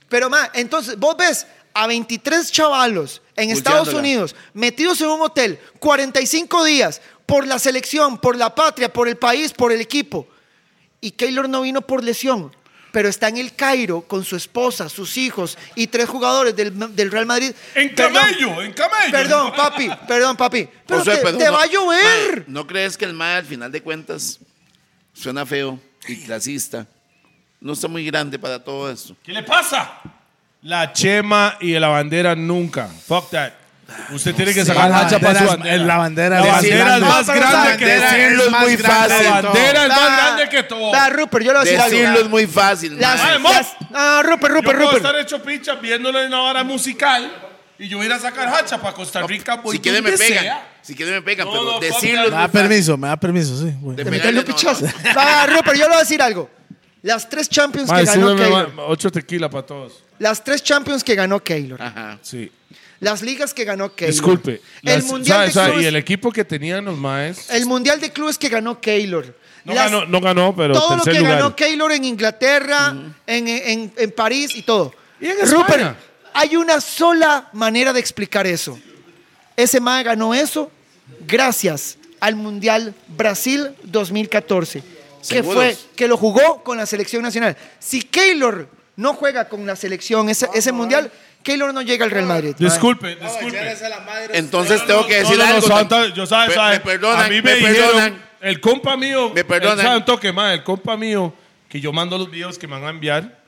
Pero, ma, entonces, vos ves a 23 chavalos en Estados Pulseándola. Unidos metidos en un hotel 45 días por la selección, por la patria, por el país, por el equipo. Y Keylor no vino por lesión, pero está en el Cairo con su esposa, sus hijos y tres jugadores del, del Real Madrid. En Perdón, camello, en camello. Perdón, papi, perdón, papi. Pero Josué, te, perdón, te pues, no- va a llover. mae, ¿No crees que el mae, al final de cuentas, suena feo y clasista? No está muy grande para todo esto. ¿Qué le pasa? La chema y la bandera nunca. Fuck that. Usted tiene que sacar La hacha para su bandera es- bandera. la bandera la es bandera es vacilando. más No, pero la grande que bandera todo. es lo muy fácil. La en bandera es Da- más grande que todo. Da, Ah, Rupert, yo lo voy a decir algo. Decirlo es muy fácil. Las, mae. Ay, mo- las- ah, Rupert, Yo Rupert, puedo Rupert. estar hecho picha viéndolo en una vara musical y yo ir a sacar hacha para Costa Rica. pues, voy si quieren me donde pegan. sea. Si quieren me pegan, No, pero no, decirlo fuck es Me that. muy da fácil. Ah, permiso, me da permiso, sí. voy. De Te pegarle, meterle no, no. pichazo. Va, Rupert, yo le voy a decir algo. Las tres Champions que Mae, ganó súbeme, Keylor. mae, ocho tequila para todos. Las tres Champions que ganó Keylor. Ah. Ajá. Sí. Las ligas que ganó Keylor. Disculpe. El las- mundial, sabe, sabe, de clubes, y el el... equipo que tenían los maes. mundial de Clubes que ganó Keylor. No, Las- ganó, no ganó, pero todo lo tercer que lugar. ganó Keylor en Inglaterra, en, en- en París y todo. Y en Rupert, España. hay una sola manera de explicar eso. Ese MAE ganó eso gracias al Mundial Brasil 2014, que, ¿Seguros? fue, que lo jugó con la selección nacional. Si Keylor no juega con la selección ese, ese Mundial, Keylor no llega al Real Madrid. mae. Ah. Disculpe, disculpe. Entonces tengo No, que decir no, no, algo. Santa, yo sabe, Me- sabe. Me perdonan, a mí me, me dijeron, perdonan. el compa mío, Me perdonan. el sabe un toque más, el compa mío, que yo mando los videos que me van a enviar,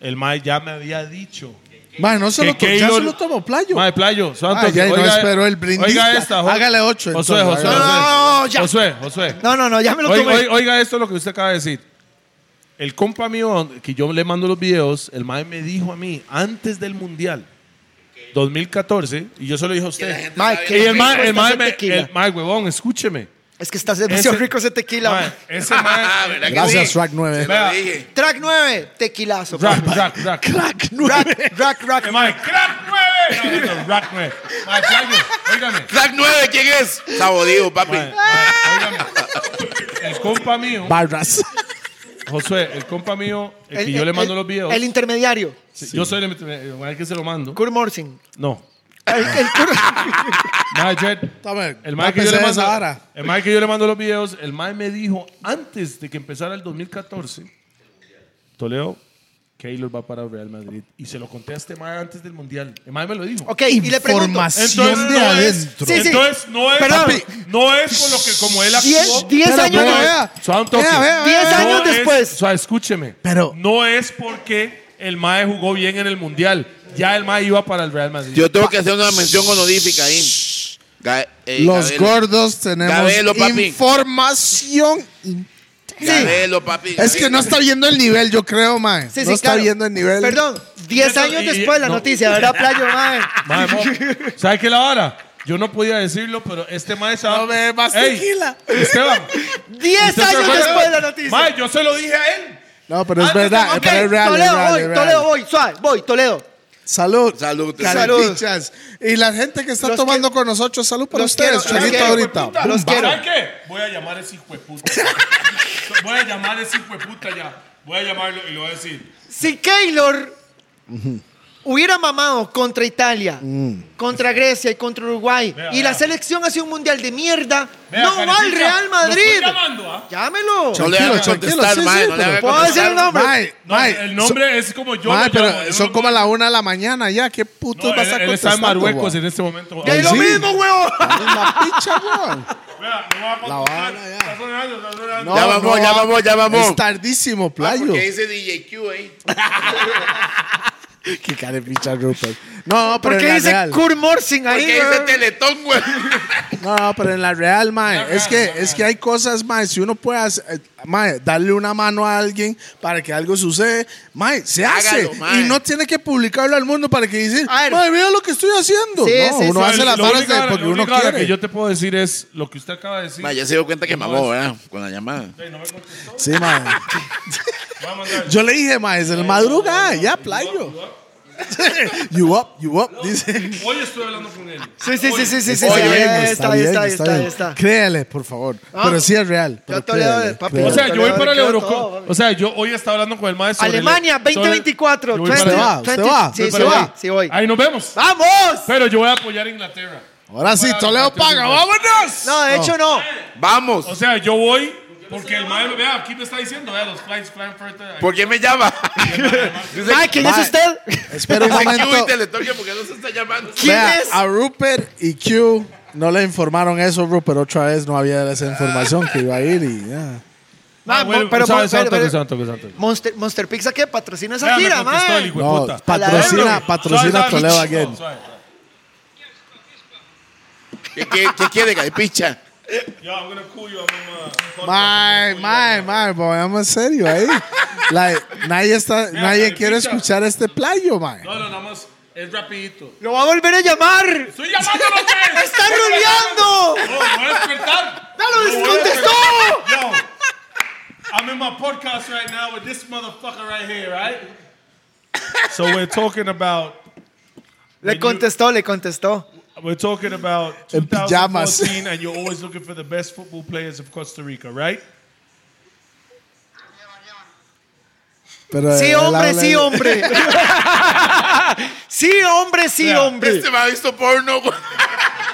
el mae ya me había dicho. Mae, no se que lo, to- ya Keylor- se lo tomó playo. Mae, playo, sabe un Ah, toque. ya, y no esperó el brindis. Oiga esta, Jo- Hágale ocho, Josué, entonces, Josué, hágale. Josué. No, no, ya. Josué, Josué. No, no, no, ya me lo Oiga, tomé. oiga, oiga esto lo que usted acaba de decir. El compa mío, que yo le mando los videos, el mae me dijo a mí, antes del Mundial 2014, y yo se lo dije a usted. Mae, Y el rico mae, el está mae ese me- tequila. el mae, huevón, escúcheme. Es que estás demasiado Ese- rico ese tequila. Mae, [laughs] mae. ese Ah, mae. Ah, ¿Verdad que Gracias, sí? Rack 9. Se Vea. lo dije. Track 9, tequilazo. Rack, rack, rack. Crack rack, [laughs] rack, Eh, rack. mae, crack 9. No, no, rack 9. Mae, playo, óigame. Rack 9, ¿quién es? Sabodío, papi. Mae, mae, óigame. El compa mío, Barras. Josué, el compa mío, el El- que yo le el- mando el- los videos. El intermediario, Sí, Yo soy el el mae que se lo mando. Kurt Morsing. No. El, el Kurt- Mae, Jed, Tome, El mae que yo le tápese esa mando, vara. el mae que yo le mando los videos, el mae me dijo antes de que empezara el 2014, Toledo, Keylor va para Real Madrid y se lo conté a este mae antes del mundial. El mae me lo dijo. ok, y le pregunto. Información. de es- adentro. Sí, sí. entonces no es, Perdón. no es con lo que como él actuó. Diez, diez Pero años no de- vea. Suave un toque. Vea, vea, Diez No vea. años es- después. o sea, escúcheme. Pero- no es porque el mae jugó bien en el mundial. Ya el mae iba para el Real Madrid. Yo tengo que hacer una mención honorífica ahí. Ga- eh, Los Gabelo. gordos tenemos Gabelo, papi. información. in- Gabelo, papi. Es que no está viendo el nivel, yo creo, mae. Sí, sí, no está claro. viendo el nivel. Perdón, 10 Eso, años y- después la no. noticia, ¿verdad, [laughs] Playo? mae? Mae, [laughs] mo, ¿Sabe qué la vara? Yo no podía decirlo, pero este mae sabe. No me más Ey, tequila. Esteban. [laughs] 10 ¿usted se años acuerda? después de la noticia. Mae, yo se lo dije a él. No, pero es Antes de- verdad. ok, pero es real, es Ah, Toledo, real, voy, es real. Toledo, voy, suave, voy, Toledo. Salud. Salud. Carepichas. Y la gente que está Los tomando con nosotros, salud para los ustedes. quiero, los Chelito quiero, ahorita. Puta, Los Bum, quiero. ¿Sabe qué? Voy a llamar a ese hijo de puta. [laughs] Voy a llamar a ese hijo de puta ya. Voy a llamarlo y le voy a decir. Si Keylor hubiera mamado contra Italia, Mm. contra Grecia y contra Uruguay, Vea, y vea. la selección hacía un mundial de mierda, "Vea, no va al Carepicha, Real lo estoy Madrid. llamando, ¿ah?" Llámelo. No le Tranquilo, hagas tranquilo, contestar, sí, mae. sí, no le pero- hagas ¿Puedo decir contestar. el nombre? Mae, No, mae, el nombre es como yo. Mae, lo pero llamo, yo son no como a puedo- la una de la mañana ya. ¿Qué puto No, vas a él, él está contestar? en Marruecos en este momento. ¡Es lo sí. mismo, huevo! [laughs] La picha, weón. Vea, no va a La contestar. vara, ya. Está sonando, está sonando. Ya vamos, ya vamos, ya vamos. Es tardísimo, Ah, playo. porque dice DJQ ahí. Qué carepicha, Rupert. No, no, pero ¿Por en qué la dice real. Kurt Morsing ahí? Porque dice huevo? Teletón, [laughs] güey. No, no, pero en la real, mae. es que, es que hay cosas, mae. Si uno puede, hacer- eh, mae, darle una mano a alguien para que algo sucede, mae, se Hágalo, hace. mae. Y no tiene que publicarlo al mundo para que decir, A ver. mae, mira lo que estoy haciendo. Sí, no, sí, uno sí. hace las Lo varas único de- ahora- porque lo uno único ahora quiere. que yo te puedo decir es lo que usted acaba de decir. Mae, ya se dio cuenta que mamó, ¿verdad? Con la llamada. Ey, No me contestó. Sí, mae. Voy a mandar- Yo le dije, mae, es el madrugada, ya, playo. [laughs] you up, you up, dice. Hoy estoy hablando con él. Sí, sí, sí, sí, sí, sí. Oye, sí, pues, bien, ahí está, ahí está, ahí está, ahí está. Créale, por favor. Ah. Pero sí es real. pero Yo te leo, créale, papi. créale. O sea, yo voy para el Quedó Eurocopa. todo, papi. O sea, yo hoy estaba hablando con el maestro. Alemania, 2024. Yo voy para ¿Usted allá. va? ¿Usted va? Sí, Voy sí, para voy, allá. sí, voy. Ahí nos vemos. ¡Vamos! Pero yo voy a apoyar a Inglaterra. Ahora sí, Toledo [laughs] paga, vámonos. No, de hecho no. Vamos. O sea, yo voy porque el maestro, vea, aquí me está diciendo, vea, los flights flying further. ¿Por qué me llama? dice, Ay, ¿quién es Mae. usted? [laughs] Espera un DJQ y momento. Teletón, ¿por qué no se está llamando? ¿Quién Vea, ah, es? A Rupert y Q no le informaron eso, Rupert. Otra vez no había esa información que iba a ir y ya. Ah, Ah, bueno, mo- pero, sabe, mo- pero- santo, que pero- santo, que santo. Monster, Monster Pizza que patrocina esa Vea, me gira, contestó el man. hijo de No, Pues puta. patrocina, Ebro. patrocina Suave, suave, Toledo suave, again. suave, suave. ¿Qué, qué, qué quiere, Gaipicha? Yo, I'm gonna cool you, I'm gonna, uh, My, my, my, vamos en serio ahí. Like, nadie está, nadie quiere escuchar este playo, man. No, no, nada más, es rapidito. Lo va a volver a llamar. Estoy llamando a ustedes. [laughs] ¡Está ruleando! Oh, No, lo voy a despertar. ¡No lo voy a descontestó! despertar. Yo, I'm in my podcast right now with this motherfucker right here, right? So we're talking about Le contestó, le contestó. we're talking about En pijamas. 2014 and you're always looking for the best football players of Costa Rica, right? Pero Sí, él hombre, habla- [laughs] sí, hombre. Sí, hombre, sí, Vea. hombre. Este me ha visto porno, güey.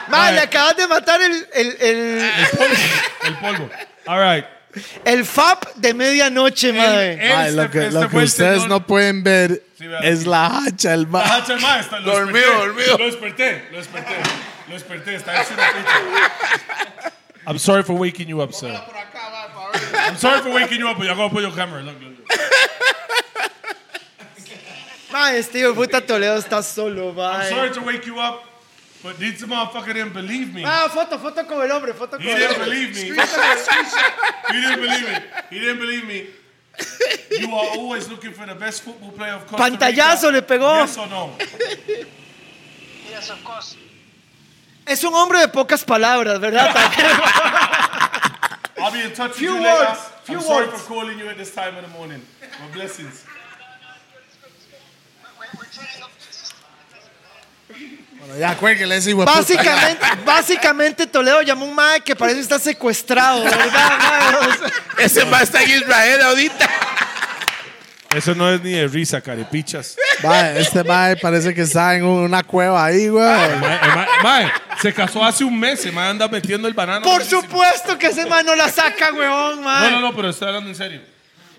Mae, le acabas de matar el, el, el, El polvo. All right. el FAP de medianoche, mae. Este- Mae, lo que, este lo que fue el ustedes señor- no pueden ver Sí, vea. es la hacha, el ma- Ah, hacha, ma, está- lo Dormido, desperté, dormido. Lo desperté, lo desperté. Lo desperté, está hecho una picha. I'm sorry for waking you up, sir. I'm sorry for waking you up, but you're gonna put your camera. Look, look, look. Mae, este hijo de puta Toledo está solo, I'm mae. sorry to wake you up, but this motherfucker didn't believe me. Ah, foto, foto con el hombre, foto con He el didn't hombre. believe me. He didn't believe me. He didn't believe me. You are always looking for the best football player of Costa Rica. Pantallazo le pegó. Yes or no? Yes, of course. Es un hombre de pocas [laughs] palabras, ¿verdad? I'll be in touch Few with you later. words, few I'm sorry words. for calling you at this time in the morning. My blessings. We're, we're turning up the system. Bueno, ya cuélguele ese hijo de puta. básicamente, básicamente Toledo llamó a un mae que parece que está secuestrado, [laughs] ¿verdad? mae? O sea, Ese va a estar en Israel [laughs] ahorita. Eso no es ni de risa, carepichas. Mae, este mae parece que está en una cueva ahí, güey. eh, se casó hace un mes, se me anda metiendo el banano. por supuesto que ese mae no la saca, weón, mae. No, no, no, pero estoy hablando en serio.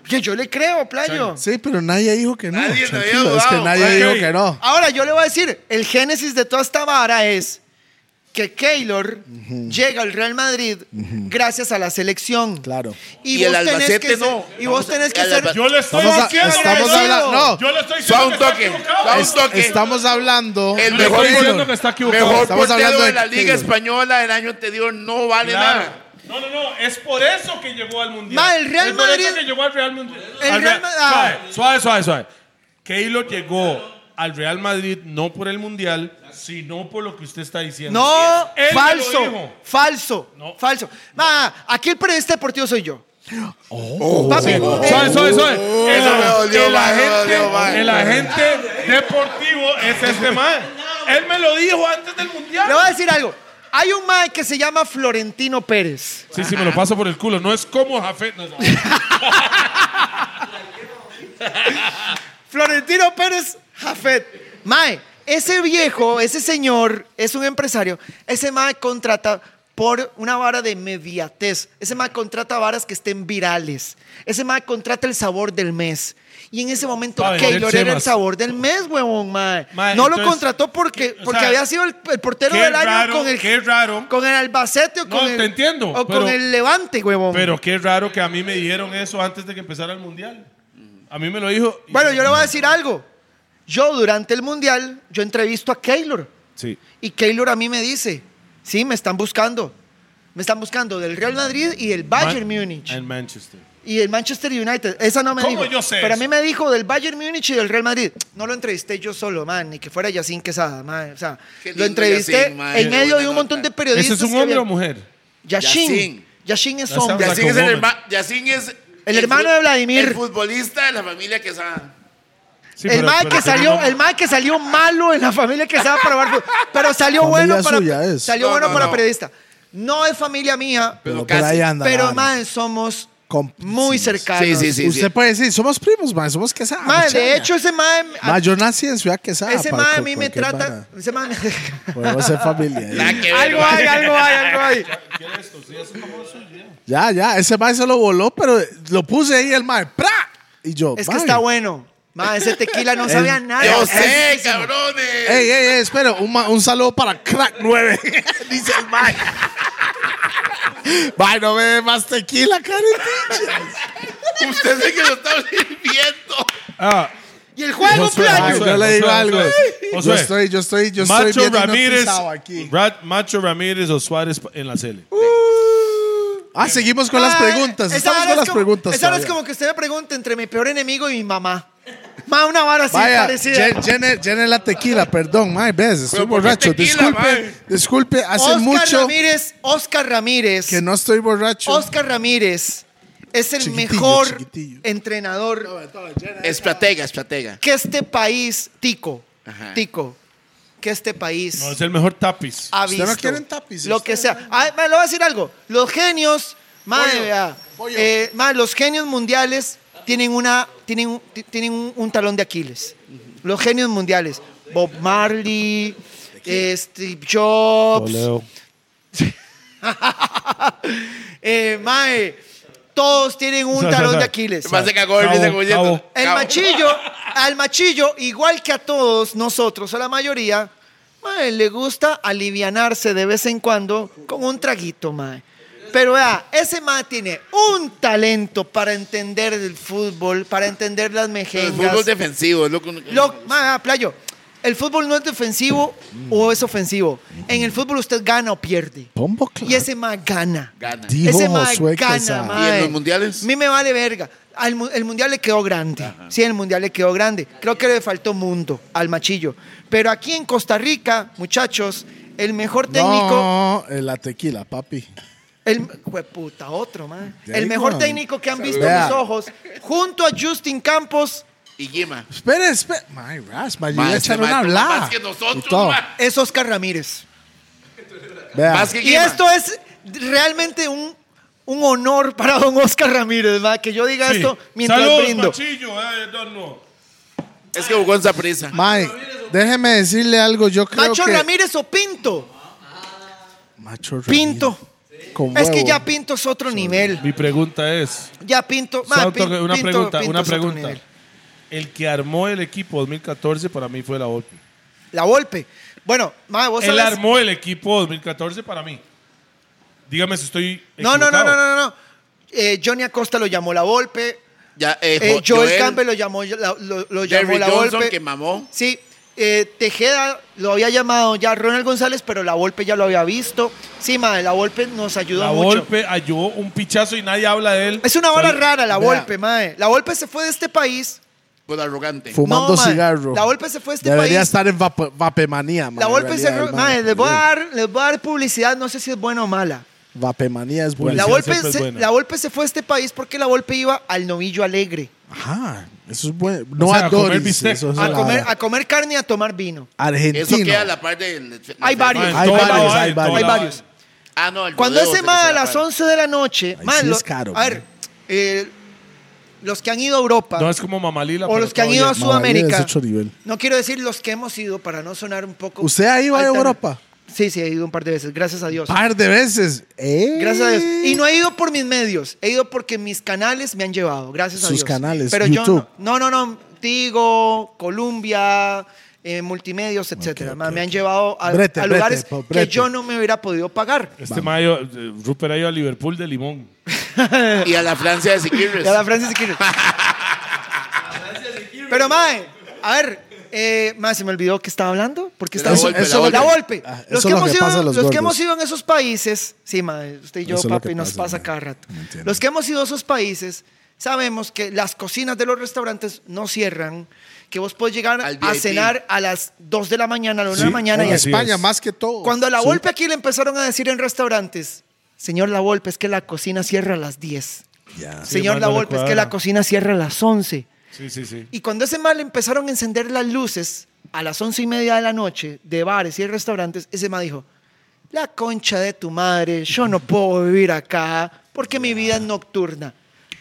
Que yo le creo, playo. Sí, pero nadie dijo que no. Nadie te había tranquilo, es que dudado, nadie ok. dijo que no. Ahora, yo le voy a decir, el génesis de toda esta vara es que Keylor llega al Real Madrid gracias a la selección. Claro. Y, Y el vos tenés Albacete que ser- no. Y vos Vamos a- tenés que el ser... Alba- Yo le estoy Estamos, a- diciendo que estamos está hablando. equivocado. No, Yo le estoy Suave diciendo un que está toque. equivocado. suave un toque. Estamos hablando. El Yo le estoy Mejor diciendo gol. que está equivocado. Mejor Estamos portero hablando de de la Liga Keylor. Española del año anterior no vale Claro. nada. No, no, no, es por eso que llegó al Mundial. Ma, el Real es por Madrid- eso que llegó al Real Mundial. El Al Real Ma- ah. Suave, suave, suave, suave. Keylor llegó al Real Madrid no por el Mundial, sino por lo que usted está diciendo. No, Él me lo falso, dijo. falso, No. falso. Ma, aquí el periodista deportivo soy yo. Papi, eh, Oh. Suave, suave, suave. El, eso me dolió, el ma, me agente, dolió, ma. el agente deportivo es este man. Él me lo dijo antes del Mundial. le voy a decir algo. Hay un mae que se llama Florentino Pérez. Sí, sí, me lo paso por el culo. No es como Jafet. no, no. Florentino Pérez Jafet. Mae, ese viejo, ese señor, es un empresario. Ese mae contrata por una vara de mediatez. Ese mae contrata varas que estén virales. Ese mae contrata el sabor del mes. Y en ese momento Para vender Keylor era el chemas. sabor del mes, huevón, mae. Mae, no lo entonces, contrató porque, que- o porque sea, había sido el, el portero qué del año raro, con el qué raro. con el Albacete o No, con el te entiendo, o pero- con el Levante, huevón. Pero qué raro que a mí me dijeron eso antes de que empezara el mundial. A mí me lo dijo. y- Bueno, yo le voy a decir algo. Yo durante el mundial, yo entrevisto a Keylor. Sí. Y Keylor a mí me dice, sí, me están buscando. Me están buscando del Real Madrid y del Bayern Man- Múnich. En Manchester. Y del Manchester United. Esa no me ¿Cómo dijo. yo sé Pero a eso? mí me dijo del Bayern Múnich y del Real Madrid. No lo entrevisté yo solo, man. Ni que fuera Yacine Quesada, man. O sea, Qué lo lindo entrevisté Yacine, man. en Qué medio de buena un montón nota. de periodistas. ¿Ese es un que hombre o habían- mujer? Yacine. Yacine. Yacine es Ya estamos hombre. aquí. Yacine es el, Woman. herma- Yacine es El hermano fu- de Vladimir. El futbolista de la familia que sabe. Sí, el pero- mae pero que ¿cómo salió, no? el mae que salió malo en la familia que estaba para probar, pero salió Familia bueno para suya es. salió No, bueno no, para no. periodista. No es familia mía, Pero Pero por casi. ahí anda. pero la vara. mae somos Compísimos. muy cercanos. Sí, sí, sí. Usted puede decir, somos primos, mae, somos quesadas. Mae, de muchacha. hecho ese mae Mae, yo nací en Ciudad Quesada. ese para mae a cu- mí me cualquier trata, vara. ese mae Podemos ser familia. [laughs] ahí. La que [laughs] algo verga. hay, algo hay, algo hay. Ya, ya, ese mae se lo voló, pero lo puse ahí el mae. ¡Pra! Y yo, Es que mae. está bueno. Mae, ese tequila no El- sabía a nada. Yo Es- sé, cabrones. Ey, ey, ey, espera, un, ma- un saludo para Crack 9, [laughs] dice el mae. [laughs] Mae, no bebe más tequila, Karen. eh, Usted sé que lo está sirviendo. Ah, Y el juego Josué, playo. Josué. Yo le digo Josué, algo. Josué. Yo Josué. estoy, yo estoy, yo estoy Macho bien Ramírez, hipnotizado aquí. Brad- Macho Ramírez o Suárez en la sele. Ah, seguimos con las Mae, preguntas. esa Estamos vara con es las como- preguntas. Esa vara es todavía. como que usted me pregunta entre mi peor enemigo y mi mamá. Mae, una vara así Vaya, parecida. llen- llene, llene la tequila, perdón, mae, ves, estoy Pero ¿por qué borracho. tequila, disculpe, mae? disculpe, hace Oscar mucho Ramírez, Oscar Ramírez, que no estoy borracho. Oscar Ramírez es el Chiquitillo, mejor chiquitillo. entrenador Estratega, estratega. que este país, Tico, Ajá. Tico, que este país No, es el mejor tapiz. ha Usted visto. no quiere un tapiz, Lo usted que sea. Ay, ma, le voy a decir algo. Los genios, madre, vea, pollo. eh, ma, los genios mundiales tienen una, tienen, un- ti- tienen un, un talón de Aquiles. Los genios mundiales, Bob Marley, eh, Steve Jobs, Toledo. eh, Mae, todos tienen un Sa- sa- talón sa- de Aquiles. Más de cagó el Cabo, dice, cabo. El cabo. machillo, al machillo, igual que a todos nosotros, a la mayoría, mae, le gusta alivianarse de vez en cuando con un traguito, mae. Pero vea, ese mae tiene un talento para entender el fútbol, para entender las El mejengas. fútbol defensivo es lo que uno- Lo- mae, ah, playo, el fútbol no es defensivo o es ofensivo. En el fútbol usted gana o pierde. Pombo Y ese mae gana. gana. Dijo Ese mae Josué gana, Quesada. mae. ¿Y en los mundiales? A mí me vale verga. Al mu- el mundial le quedó grande. Sí, el mundial le quedó grande. Creo que le faltó mundo al machillo. Pero aquí en Costa Rica, muchachos, el mejor técnico. No, eh, la tequila, papi. El, jueputa, otro, man. Ya El digo, mejor man. técnico que han visto Vea. mis ojos, junto a Justin Campos, Y Guima. Espere, espere. My Ras, my, Ma, ya este echaron ma a tuvo hablar. más que nosotros, Y todo. ma. es Oscar Ramírez. Vea, Más que Y Guima. esto es realmente un, un honor para don Oscar Ramírez, man, que yo diga esto mientras Salud, brindo. machillo, eh, don no. Es que jugó en prisa. Mike, déjeme decirle algo. Yo creo Macho que. Ramírez o Pinto. Macho Ramírez. Pinto. Con Es que huevo. ya Pinto es otro nivel. Mi pregunta es, Ya Pinto. ma, Santo, Pin- una Pinto- pregunta, Pinto una es otro pregunta. nivel. El que armó el equipo 2014 para mí fue la Volpe. La Volpe. Bueno, ma, vos Él sabés- armó el equipo 2014 para mí. Dígame si estoy No, no, no, equivocado. no, no, no. Eh, Johnny Acosta lo llamó la Volpe. Ya, eh, Eh, Jo- Joel, Campbell lo llamó la, lo, lo llamó Jerry la Johnson, Volpe. que mamó. Sí. eh, Tejeda lo había llamado ya Ronald González, pero la Volpe ya lo había visto. Sí, ma, la Volpe nos ayudó La mucho. Volpe ayudó un pichazo y nadie habla de él. Es una hora Sal- rara la Vea. Volpe, mae. La Volpe se fue de este país Por arrogante. Fumando No, mae. cigarro. La Volpe se fue a este Debería país. estar en vape- vapemanía, man. La Volpe se... Debería, Mae, man. les voy, a dar, les voy a dar publicidad, no sé si es buena o mala. Vapemanía es buena. Publicidad La Volpe, siempre es se, buena. la Volpe se fue a este país porque la Volpe iba al novillo alegre. Ajá, eso es bueno. No sea, a a comer Doris, bistec. eso es A la- comer, a comer carne y a tomar vino. Argentino. Eso queda a la par del. Hay varios. Ah, en Hay todo varios, lado, hay en todo varios. lado. Hay varios. Ah, no, el Cuando rodeo ese se mae a queda las par. 11 de la noche, Ahí mae, sí lo- es caro, a ver, man. eh, los que han ido a Europa No es como Mamalila. o pero los que han todo ido a bien. Mamalila es Sudamérica, otro nivel. no quiero decir los que hemos ido para no sonar un poco. ¿Usted ha ido a altan- Europa? Sí, sí, he ido un par de veces, gracias a Dios. Par de veces. ¡Eh! Gracias a Dios. Y no he ido por mis medios, he ido porque mis canales me han llevado, gracias a Sus Dios. canales, Pero YouTube. yo no, no, no, no, Tigo, Colombia, eh, multimedios, etcétera. ok, ma, me ok. han llevado a, Brete, a brete, lugares po- que brete. yo no me hubiera podido pagar. Este mayo, eh, Rupert ha ido a Liverpool de Limón. Y a la Francia de Siquirres. Y a la Francis Siqueiros. Pero, mae, a ver, eh, mae, se me olvidó que estaba hablando. ¿Por qué De la estaba Volpe, Eso- la la Volpe. golpe? Ah, eso los es que, lo hemos que ido, pasa a los los que gordos. hemos ido en esos países, sí, mae, usted y yo, Eso es lo papi, que nos pasa, pasa mae. cada rato. No entiendo. Los que hemos ido a esos países, sabemos que las cocinas de los restaurantes no cierran, que vos podés llegar Al a VIP. cenar a las 2 de la mañana, a la 1 de Sí, la mañana En y así España, es. más que todo. cuando a la Sí. Volpe aquí le empezaron a decir en restaurantes, señor La Volpe, es que la cocina cierra a las 10. Ya. Sí, señor más La no le Volpe, es que cuadra. la cocina cierra a las 11. Sí, sí, sí. Y cuando ese mal empezaron a encender las luces a las 11 y media de la noche de bares y restaurantes, ese mal dijo, la concha de tu madre, yo no puedo vivir acá porque mi vida es nocturna.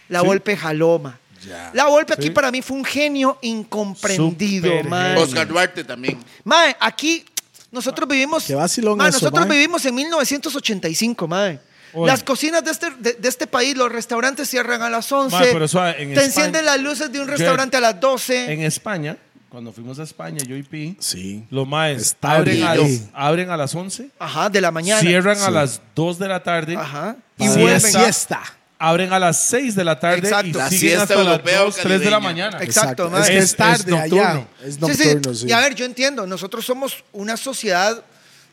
La Volpe jaloma. Ya. La Volpe aquí Sí. para mí fue un genio incomprendido, Supergenio. mae. Oscar Duarte también. Mae, aquí nosotros vivimos. Qué vacilón Mae, eso, nosotros mae. vivimos en 1985, mae. Oye. Las cocinas de este, de, de este país, los restaurantes cierran a las 11. Mae, pero suave, en te España- encienden las luces de un restaurante a las 12. En España, cuando fuimos a España, yo y Pi, Sí. los maes Está abren a, bien. las- abren a las 11, ajá, de la mañana. cierran a Sí. las 2 de la tarde, Ajá. y Y Para vuelven. la Siesta. Siesta. abren a las 6 de la tarde y Exacto. La siguen siesta hasta las europea o 2, 3 de la caribeña. mañana. Exacto. mae. Es, que Es- es tarde es allá. nocturno. Es Sí, sí. nocturno, sí. Y a ver, yo entiendo, nosotros somos una sociedad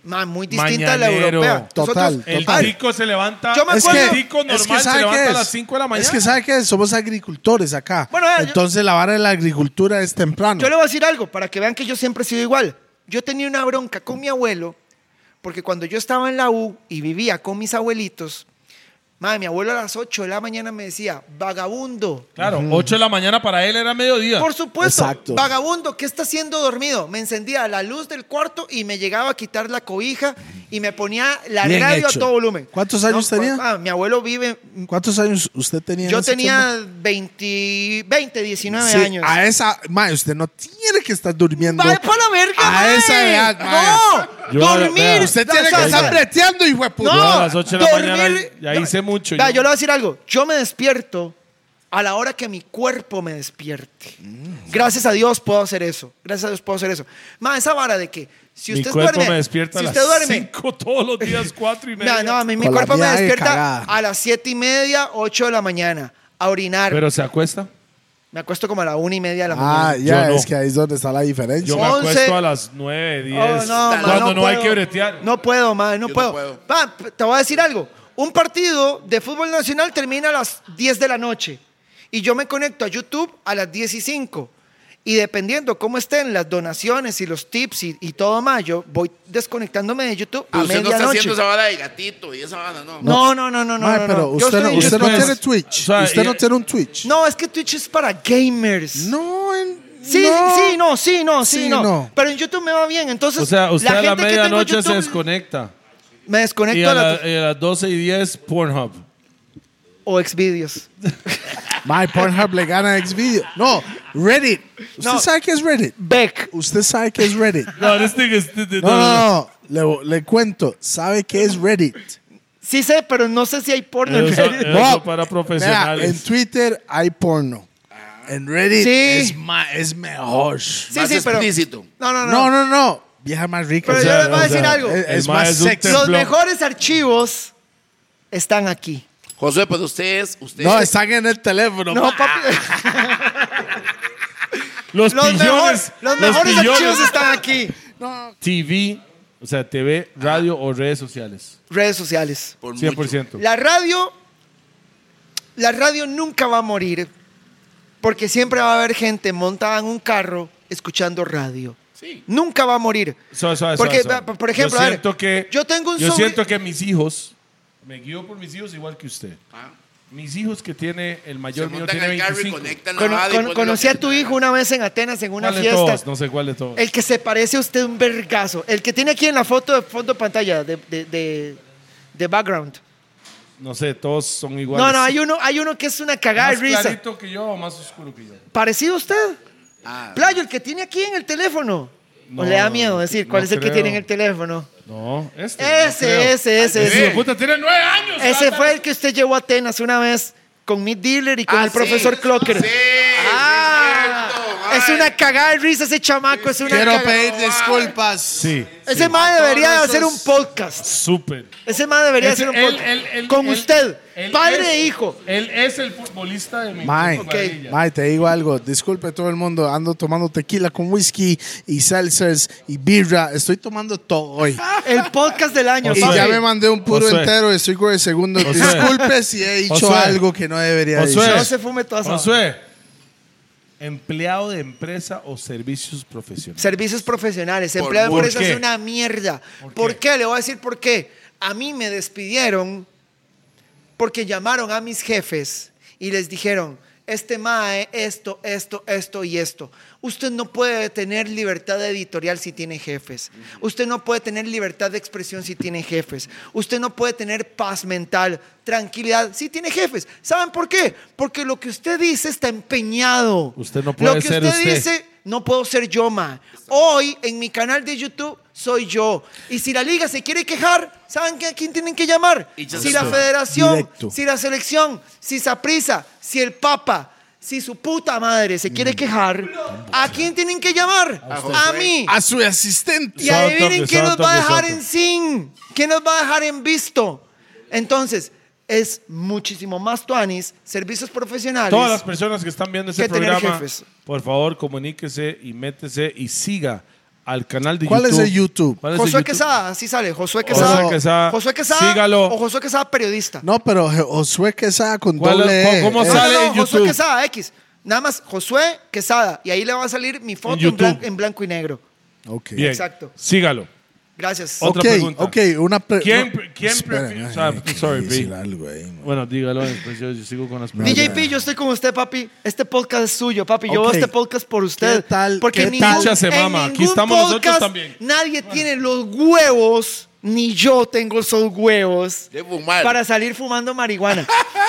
mae, muy distinta Mañanero. a la europea. Nosotros- Total, El total. tico se levanta, Yo me es acuerdo- que el tico normal se ¿sabe levanta qué a es? las 5 de la mañana. Es que sabe que somos agricultores acá. Bueno, eh, yo- Entonces la vara de la agricultura es temprano. Yo le voy a decir algo para que vean que yo siempre he sido igual. Yo tenía una bronca con mi abuelo, porque cuando yo estaba en la U y vivía con mis abuelitos, madre, mi abuelo a las 8 de la mañana me decía, vagabundo. Claro, 8 de la mañana para él era mediodía. Por supuesto, Exacto. vagabundo, ¿qué está haciendo dormido? Me encendía la luz del cuarto y me llegaba a quitar la cobija y me ponía la Bien hecho. radio a todo volumen. ¿Cuántos años cua- tenía? ah, mi abuelo vive. ¿Cuántos años usted tenía? en Yo ese tenía 20, 20, 19 tiempo? Sí, años. A esa, mae, usted no tiene que estar durmiendo. ¡Vale para la verga, A mae! esa edad, mae. ¡No! Yo, ¡Dormir! vea, Usted No, tiene o sea, que estar o sea, breteando, hijo de puta. Yo No, a las 8 de la dormir- mañana ya no, hice mucho. Vea, yo. yo le voy a decir algo. Yo me despierto a la hora que mi cuerpo me despierte. Mm. Gracias a Dios puedo hacer eso. Gracias a Dios puedo hacer eso. Más esa vara de que si Mi usted cuerpo duerme, me despierta si a usted las duerme, 5 todos los [laughs] días, 4 y no, media. no, a mí mi Con la cuerpo me vida de despierta cagada. a las siete y media, 8 de la mañana a orinar. Pero se acuesta. me acuesto como a la una y media de la Ah, mañana. ya, Yo no. es que ahí es donde está la diferencia. Yo me Once. acuesto a las 9, 10. Oh, no, man, cuando no, hay puedo. que bretear. No puedo, man, no Yo no puedo. puedo. Pa, p- te voy a decir algo. Un partido de fútbol nacional termina a las 10 de la noche y yo me conecto a YouTube a las 10 y 5. Y dependiendo cómo estén las donaciones y los tips y, y todo más, yo voy desconectándome de YouTube Pero a usted no está medianoche. haciendo esa vara de gatito y esa vara, no. No, no, no, no, no. Mae, no, no. pero Yo usted, no, estoy- usted no después- tiene Twitch. o sea, eh, usted no y- tiene un Twitch. No, es que Twitch es para gamers. No, en- Sí, no. sí, no, sí, no, sí, Sí, no. no. Pero en YouTube me va bien, entonces. O sea, usted a la gente que tengo en medianoche se YouTube- desconecta. Me Y desconecto a, a la- la- y a las 12 y 10, [laughs] Pornhub. o Xvideos. My Pornhub le gana a Xvideo. No, Reddit. ¿Usted No. sabe qué es Reddit? Beck. ¿Usted sabe qué es Reddit? No, este this thing is- No, no, no. Le, le cuento. ¿Sabe qué es Reddit? Sí sé, pero no sé si hay porno en Eso- Reddit. eso No. para Vea, en profesionales. Twitter hay porno. En Reddit Sí. es, ma- es mejor. Sí, Más sí, pero. explícito. No, no, no. No, no, no. Vieja más rica. Pero O yo sea, les voy a o decir sea, algo. Es, es El ma más es un sexy. Los Tembló. mejores archivos están aquí. José, pues pero usted es. Usted No, es- están en el teléfono. No, ma. papi. Los Los, mejor- pillones. los Los mejores archivos pillones. están aquí. TV, o sea, TV, radio o redes sociales. Redes sociales. por mucho. 100%. La radio, la radio nunca va a morir, porque siempre va a haber gente montada en un carro escuchando radio. Sí. Nunca va a morir. Suave, suave, porque, suave, suave. por- por ejemplo, yo a ver, siento que, yo tengo un Yo sobri- siento que mis hijos, me guío por mis hijos igual que usted. Mis hijos que tiene el Se mayor mío montan tiene al carro y 25. conectan la Cono- vara y con- ponen conocí lo a que- tu hijo una vez en Atenas en una ¿Cuál de fiesta. todos? No sé cuál de todos. El que se parece a usted un vergazo. El que tiene aquí en la foto de fondo de pantalla, de, de- de- de background. No sé, todos son iguales. No, no, hay uno, hay uno que es una cagada de más risa. clarito que yo o más oscuro que yo. ¿Parecido a usted? Ah, Playo, el que tiene aquí en el teléfono. No, ¿O le da miedo decir cuál no es el que creo. tiene en el teléfono? No, este. no creo. Ese, ese, ese, Ese hijo de ese. puta tiene nueve años. Ese fue el que usted llevó a Atenas una vez con mi dealer y con Ah, el profesor sí. Clocker. Sí, Ah, sí, es cierto, es mae. una cagada de risa ese chamaco, es una Quiero cagada. pedir disculpas. Sí, Ese man debería de Todos hacer un esos- podcast. súper. Ese man debería Ese- hacer un él- podcast. él- él- con él- usted, él padre es- e hijo. Él es el futbolista de mi Mae, equipo, Cuadrilla. mae, te digo algo. Disculpe todo el mundo. Ando tomando tequila con whisky y seltzers y birra. Estoy tomando todo hoy. El podcast del año, Y Josué. ya papi. me mandé un puro Josué. entero. Estoy con el segundo. Josué. Disculpe si he dicho Josué. algo que no debería Josué. decir. No se fume toda esa Josué, empleado de empresa o servicios profesionales. Servicios profesionales, ¿Por- empleo de por empresas qué? es una mierda. ¿Por ¿Por, qué? qué? Le voy a decir por qué. A mí me despidieron porque llamaron a mis jefes y les dijeron, este MAE, esto, esto, esto y esto. Usted no puede tener libertad editorial si tiene jefes. Usted no puede tener libertad de expresión si tiene jefes. Usted no puede tener paz mental, tranquilidad si tiene jefes. ¿Saben por qué? Porque lo que usted dice está empeñado. Usted no puede Lo que ser usted usted. dice no puedo ser yo, ma. Hoy en mi canal de YouTube soy yo. Y si la liga se quiere quejar, ¿saben qué- a quién tienen que llamar? Y ya Si se la fue. federación, Directo. si la selección, si Saprisa, si el Papa, si su puta madre se Mm. quiere quejar, ¿a quién tienen que llamar? usted. A mí. A su asistente. Y Santo, adivinen quién nos santo, va a dejar santo. en sin, quién nos va a dejar en visto. Entonces, es muchísimo más tuanis, servicios profesionales. Todas las personas que están viendo ese Que tener programa, jefes. por favor, comuníquese y métese y siga al canal de ¿Cuál YouTube. es el YouTube? ¿Cuál es el Josué YouTube? Quesada, así sale. Josué Josué Quesada. Quesada. Josué Quesada. Sígalo. O Josué Quesada periodista. No, pero Je- Josué Quesada con ¿Cuál- doble E. cómo Eh, sale? en Josué YouTube. Quesada, X. Nada más Josué Quesada. Y ahí le va a salir mi foto En en, YouTube. blan- en blanco y negro. Ok. Bien, Exacto. sígalo. Gracias. Otra Ok, pregunta. ok, una pre- ¿Quién no, pre- quién espérame, prefi- ay, o sea, hay que sorry, decir Pi. algo ahí, man. Bueno, dígalo, después yo, yo sigo con las preguntas. DJP, yo estoy con usted, papi. Este podcast es suyo, papi. Yo Ok. veo este podcast por usted. ¿Qué tal? Porque ¿Qué en ningún- tal? Se en mama. Aquí ningún estamos nosotros podcast también. Nadie tiene los huevos ni yo tengo esos huevos De fumar. para salir fumando [laughs] marihuana.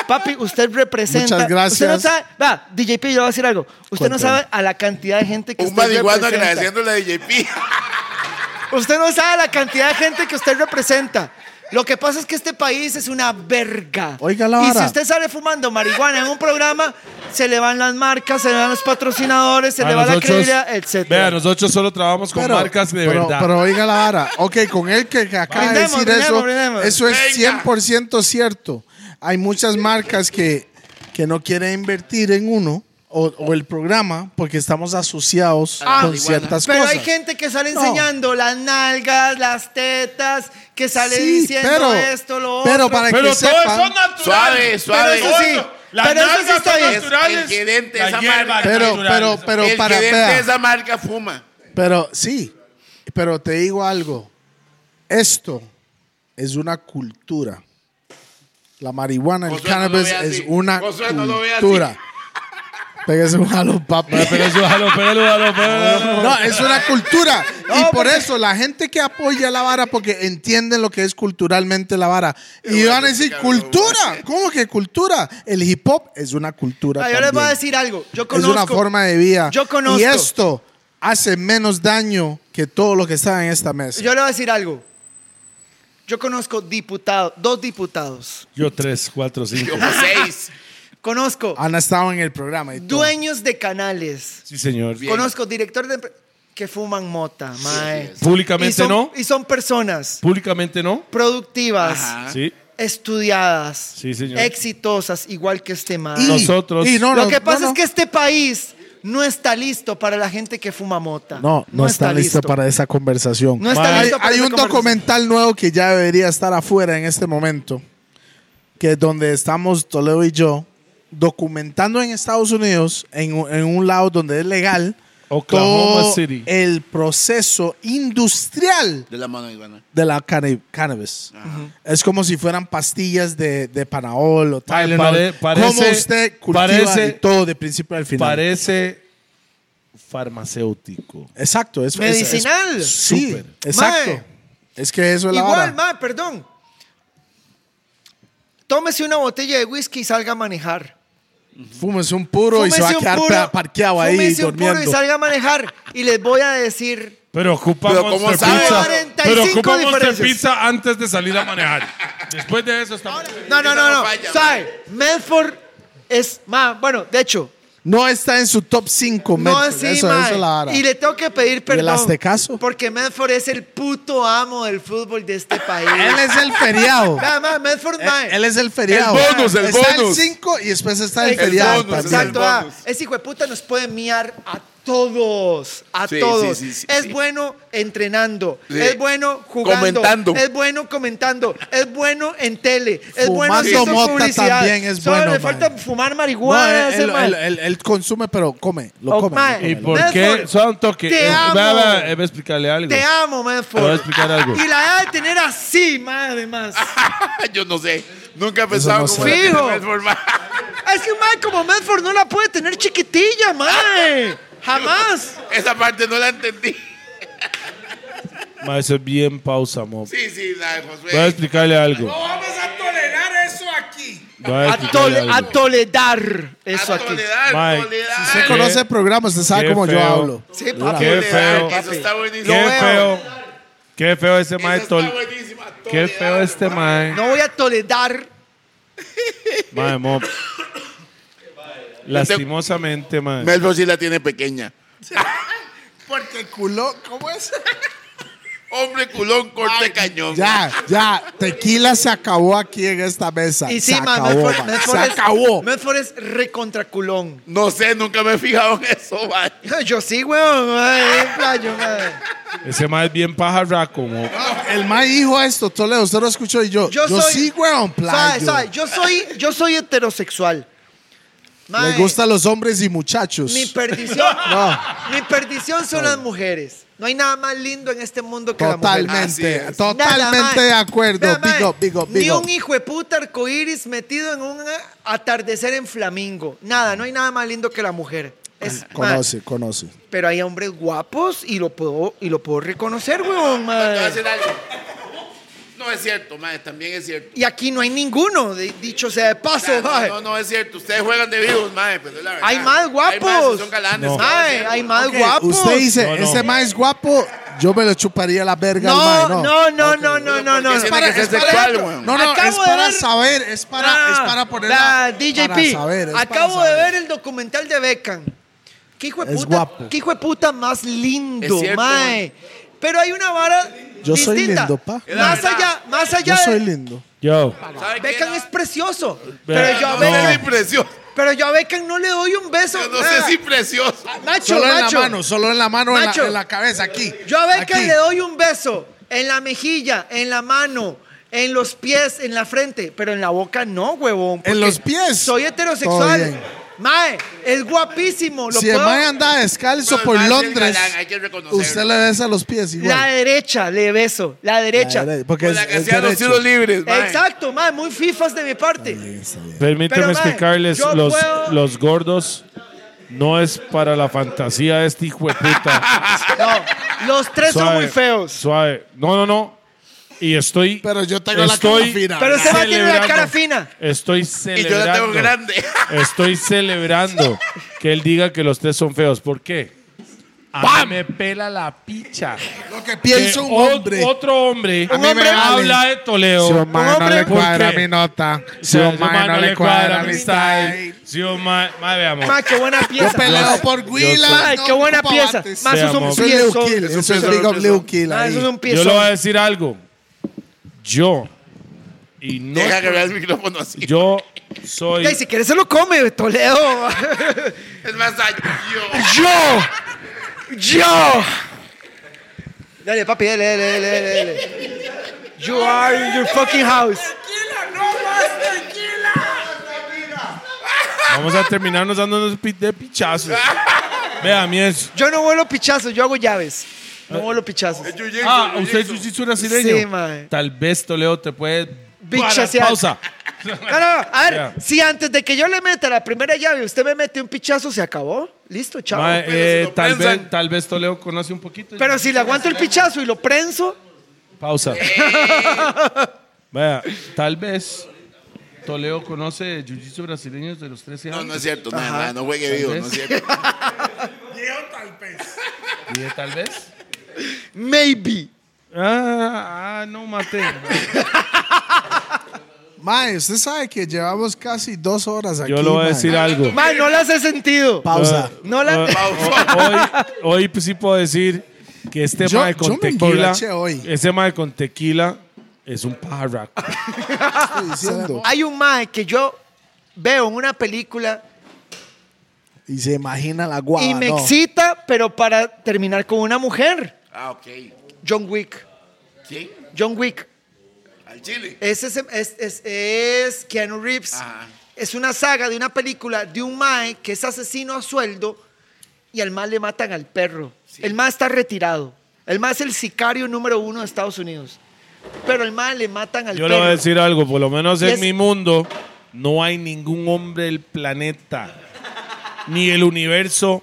Papi, usted representa. Muchas gracias. Usted no sabe. Va, DJP, yo voy a decir algo. Usted no Cuéntame. sabe a la cantidad de gente que Un usted marihuano representa. agradeciéndole a DJP. Usted no sabe la cantidad de gente que usted representa. Lo que pasa es que este país es una verga. Oiga la Y si vara. usted sale fumando marihuana en un programa, se le van las marcas, se le van los patrocinadores, se A le va la nosotros- credibilidad, Vea, etc. nosotros solo trabajamos con marcas de pero, verdad. pero oiga la vara. Ok, con él que que acaba de Brindemos, decir brindemos, eso, brindemos. eso es Venga. 100% cierto. Hay muchas marcas que, que no quieren invertir en uno o, o el programa porque estamos asociados Ah, con marihuana. ciertas Pero cosas. hay gente que sale No. enseñando las nalgas, las tetas, que sale Sí, diciendo pero- esto, lo pero otro. para Pero todo que sepan- eso es natural. Suave, suave. Pero eso sí, Todo. Las pero eso sí nalgas está son bien. naturales, El gerente de la esa hierba marca. es Pero- natural. pero- pero- El para- gerente vea. de esa marca fuma. Pero sí, pero te digo algo. Esto es una cultura. La marihuana, el Josué, no lo cannabis vea es así. una Josué, no lo vea así. cultura. Pégase un jalo, papá. Pero eso, jalo, pégalo, jalo, pégalo. No, es una cultura. y No, por porque- eso la gente que apoya la vara, porque entienden lo que es culturalmente la vara. Y van a decir, cabrón. cultura. ¿Cómo que cultura? El hip hop es una cultura. Ah, yo les voy a también. decir algo. Yo conozco. Es una forma de vida. Yo conozco. Y esto hace menos daño que todo lo que está en esta mesa. Yo le voy a decir algo. Yo conozco diputados, dos diputados. Yo tres, cuatro, [laughs] cinco. Como pues, seis. Conozco Han estado en el programa. Y todo. dueños de canales. Sí, señor. Bien. Conozco directores de empre- que fuman mota, mae. Públicamente Y son- no. Y son personas Públicamente no. productivas, Ajá. Sí. estudiadas, Sí, señor. exitosas, igual que este mae. Y- Nosotros- y no, Lo no, que pasa no, es que este país no está listo para la gente que fuma mota. No, no, está, listo, para esa conversación. No está hay listo para hay esa un conversación. documental nuevo que ya debería estar afuera en este momento, que es donde estamos Toledo y yo documentando en Estados Unidos, en, un- en un lado donde es legal, Oklahoma todo City. el proceso industrial De la mano de Ivana. de la cana- cannabis. Es como si fueran pastillas de, de Panaol o Pare- Tylenol. parece- como usted cultiva parece- y todo de principio al final. Parece farmacéutico. Exacto. Es, es- Medicinal. es- sí, Súper. exacto. Mae. Es que eso es la vara. Igual, mae, perdón. Tómese una botella de whisky y salga a manejar. Fúmese un puro y se va a Fúmese un quedar puro- pa- parqueado ahí fúmese un puro durmiendo. y salga a manejar. Y les voy a decir, Pero ocupa Pero ¿cómo Monster sabe? Pizza. 45 Pero ocupa Monster diferencias. Pizza antes de salir a manejar. Después de eso estamos. no, no, Esa no no, no. falla, ¿Sabe? Medford es, ma, bueno, de hecho, No está en su top 5, no Medford. es sí, eso, ma, eso es la vara. Y le tengo que pedir el perdón. Aztecaso? Porque Medford es el puto amo del fútbol de este país. [laughs] Él es el feriado. Eh, Nada más, Medford, ma. él es el feriado. El bonus, el está bonus. el 5 y después está el, Exacto, feriado. bonus, también. Exacto, el ah, bonus. ese hijo de puta nos puede miar a todos, a Sí, todos. sí, sí, sí, es sí. bueno entrenando, Sí. es bueno jugando, Comentando. es bueno comentando, es bueno en tele, es bueno Fumando haciendo mota publicidad. también es Solo bueno, le falta mae. fumar No, marihuana. él, ese él- mae. él- él- él consume, pero come. Lo Oh, come. mae. lo ¿Y come, lo por Medford, qué? Son toque. te Eh, amo. vea, vea, eh, voy a explicarle algo. Te amo, Medford. Te voy a explicar algo. Y la edad de tener así, madre, además. [laughs] Yo no sé. Nunca he pensado no cómo sé. la Fijo. tenía transformada. es que un mae como Medford no la puede tener chiquitilla, madre. Jamás. [laughs] Esa parte no la entendí. Ma, eso es bien pausa, mo. Sí, sí, la de Voy a Josué. explicarle algo. vamos a tolerar eso aquí. Voy a A, explicarle tole- a algo. toledar Ah, eso aquí. Toledar, Mike, toledar. si se Usted conoce el programa, usted sabe Qué cómo yo feo. hablo. Sí, Ah, papi. Qué toledar, feo. que Eso está buenísimo. Qué veo. feo. Qué feo ese mae Eso tol. está buenísima. Qué toledar, feo este hermano. mae. No voy a tolerar. Mae, mo. Lastimosamente, mae. Melville sí la tiene pequeña. Porque culó, ¿cómo es? Hombre culón, corte cañón. Ya, ya, tequila se acabó aquí en esta mesa. Y sí, se ma, acabó, Medford, ma, Medford se es, acabó. Medford es recontraculón. No sé, nunca me he fijado en eso, mae. Yo sí, weón. ay, en playo, madre. Ese mae es bien pajarraco, mo. [laughs] El más hijo esto, Toledo, usted lo escuchó y yo. Yo, sí, weón, Sabe, playo. sabe, yo soy, yo soy heterosexual. Me Mae, gustan los hombres y muchachos. Mi perdición, [laughs] No. mi perdición son las mujeres. No hay nada más lindo en este mundo que la mujer. Ah, Así Totalmente, es. totalmente de acuerdo. Bigo, Bigo, bigo, Ni bigo. un hijo de puta arcoíris metido en un atardecer en flamingo. Nada, no hay nada más lindo que la mujer. Es, mae, Conoce, conoce. Pero hay hombres guapos y lo puedo, y lo puedo reconocer, weón, Te voy a madre. hacer algo. No es cierto, mae, también es cierto. Y aquí no hay ninguno, de- dicho sea de paso, Ah, mae. no, no, no es cierto. Ustedes juegan de vivos, mae, pero es la verdad. Hay más Hay más, guapos. son galanes. No. Mae, hay más Ok, guapos. Usted dice, No, no. ese más es guapo, yo me lo chuparía la verga no, al mae, no, no. no, no, no, no, no, ¿Por qué no. tiene Para- que ser es para- sexual, otro. weón? No, no, Acabo es de para ver- saber, es para, Ah, es para poner la la, DJP. para saber, es para Acabo de saber. ver el documental de Beckham. Qué hijo de Es puta, guapo. qué hijo de puta más lindo, Es cierto, mae. Pero hay una vara Yo soy distinta. lindo, pa. Es la Más verdad. allá, más allá Yo de- soy lindo. Yo. ¿Sabe qué? Beckham No, es precioso, Ve- pero yo a no, no sé Beckham, si precioso. pero yo a Beckham no le doy un beso. Yo no Ah, sé si precioso. Macho, Solo en macho. la mano, solo en la mano, en la, Macho. en la cabeza, aquí. Yo a Beckham aquí. le doy un beso en la mejilla, en la mano, en los pies, en la frente, pero en la boca no, huevón. porque ¿En los pies? Soy Todo heterosexual. bien. Mae, es guapísimo. Lo Si el puedo- mae anda descalzo Bueno, por el mae es el Londres, galán, hay que reconocerlo. usted le besa los pies igual. La derecha, le beso. La derecha. La derecha, porque Con es, la que es hacían los derecho. tiros libres, mae. Exacto, mae, muy fifas de mi parte. Permíteme Pero, mae, explicarles, yo los, puedo- los gordos no es para la fantasía de este hijo de puta. No, los tres [laughs] son Suave, muy feos. Suave. No, no, no. Y estoy. Pero yo tengo la estoy cara fina. Pero ese mae tiene la celebrando- cara fina. Estoy Y celebrando. yo la tengo grande. Estoy celebrando que él diga que los tres son feos. ¿Por qué? A mí me pela la picha. Lo que piensa un Que o- hombre. Otro hombre, A mí me habla vale. de Toledo. Si un mae no hombre, le cuadra ¿por qué? mi nota, si Si un mae no le cuadra mi style. Si un mae, mae, veamos. Mae, qué buena pieza. Yo peleo por Willa. Mae, qué buena pieza. Mae, sos Seamos. un Eso es Leo piezo. Kill. Eso es piezo, Big un of piezo. Leo Kill Mae, ahí. sos un Yo piezo. le voy a decir algo. Yo y no Deja que vea el micrófono así. yo soy Ey, si quieres se lo come, Toledo. Es más, ay, yo. [laughs] ¡Yo! ¡Yo! Dale, papi, dale, dale, dale, dale, dale. You are in your fucking house. Tequila, no más tequila. Vamos a terminarnos dándonos pi- de pichazos. Vea, mi es. Yo no vuelo pichazos, yo hago llaves. No vuelo pichazos. Yuyitsu, Ah, usted es yuyitsu. jiu-jitsu brasileño. Sí, mae. Tal vez Toledo te puede Bichasear. Para, pausa. No, no, a ver, Ya. si antes de que yo le meta la primera llave usted me mete un pichazo, se acabó. Listo, chao. Mae, pero si eh, lo tal piensan- vez tal vez Toledo conoce un poquito. Pero si le aguanto el pichazo y lo prenso, pausa. [laughs] Vea, tal vez Toledo conoce jiu-jitsu brasileño de los 13 No, años. no es cierto, no, no, no juegue vivo, no es cierto. Yo tal vez. Y de tal vez maybe. Ah, ah, no maté. Mae, usted sabe que llevamos casi dos horas aquí. Yo le voy a mae. decir algo. Man, no le hace sentido. Pausa. No la. Ah, ho- hoy, hoy pues, sí puedo decir que este Yo- mae yo con me tequila. emborraché hoy. Este mae con tequila es un [laughs] pájaro. Estoy diciendo. Hay un mae que yo veo en una película Y se imagina la guava. y me no. excita, pero para terminar con una mujer. Ah, ok. John Wick. ¿Quién? John Wick. Al Chile. Ese es, es, es- es Keanu Reeves. Ajá. Es una saga de una película de un mae que es asesino a sueldo y al mae le matan al perro. El mae está retirado. El mae es el sicario número uno de Estados Unidos. Pero el mae le matan al Yo le perro. voy a decir algo, por lo menos Y en es- mi mundo no hay ningún hombre del planeta ni el universo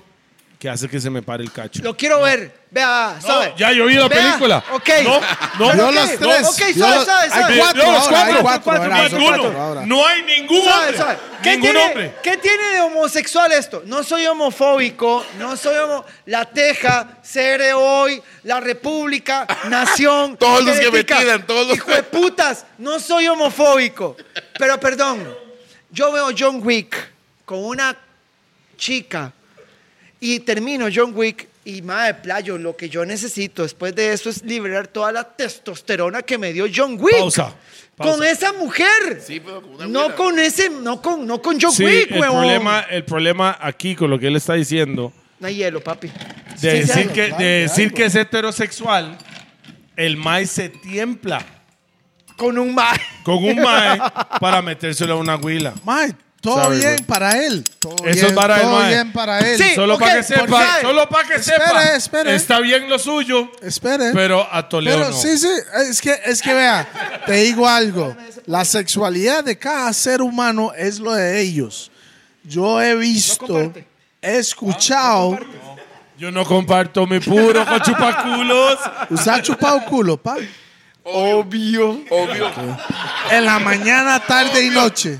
que hace que se me pare el cacho. Lo quiero ver. Vea, ¿sabe? ya yo vi la Vea, película. Ok. No, no, Yo Yo los tres. Ok, Yo sabe, los- sabe, hay sabe. Yo, cuatro los ahora, cuatro. hay cuatro ahora, Ninguno. son cuatro ahora. No hay ningún Sabe, hombre. sabe. ¿Qué, Ningún tiene, hombre. qué tiene de homosexual esto? No soy homofóbico, no soy homo... La Teja, CR Hoy, La [laughs] República, Nación... Todos los que me Herética, tiran, todos los- hijo de putas, no soy homofóbico. Pero perdón, yo veo John Wick con una chica y termino John Wick y madre playo, lo que yo necesito después de eso es liberar toda la testosterona que me dio John Wick. Pausa, pausa. Con esa mujer. Sí, pero con una no güera. con ese, no con, no con John Sí, Wick, el huevón. problema, el problema aquí con lo que él está diciendo, No hay hielo, papi. de Sí, sí, decir, hay. que, de decir que es heterosexual, el mae se tiempla Con un mae. con un mae para metérselo a una huila. Mae, todo Sorry, bien bro. para él. Todo Eso es bien, para el Todo mae. bien para él. Sí. Solo ok, para que sepa, porque- solo para que Espere, sepa. espere. Está bien lo suyo, Espere. pero a Toledo Pero no. sí, sí, es que, es que vea, te digo algo. La sexualidad de cada ser humano es lo de ellos. Yo he visto, comparte. he escuchado. Ah, Yo no comparto mi puro con chupaculos. ¿Usted ha chupado culo, pa? Obvio. Obvio. En la mañana, tarde y noche.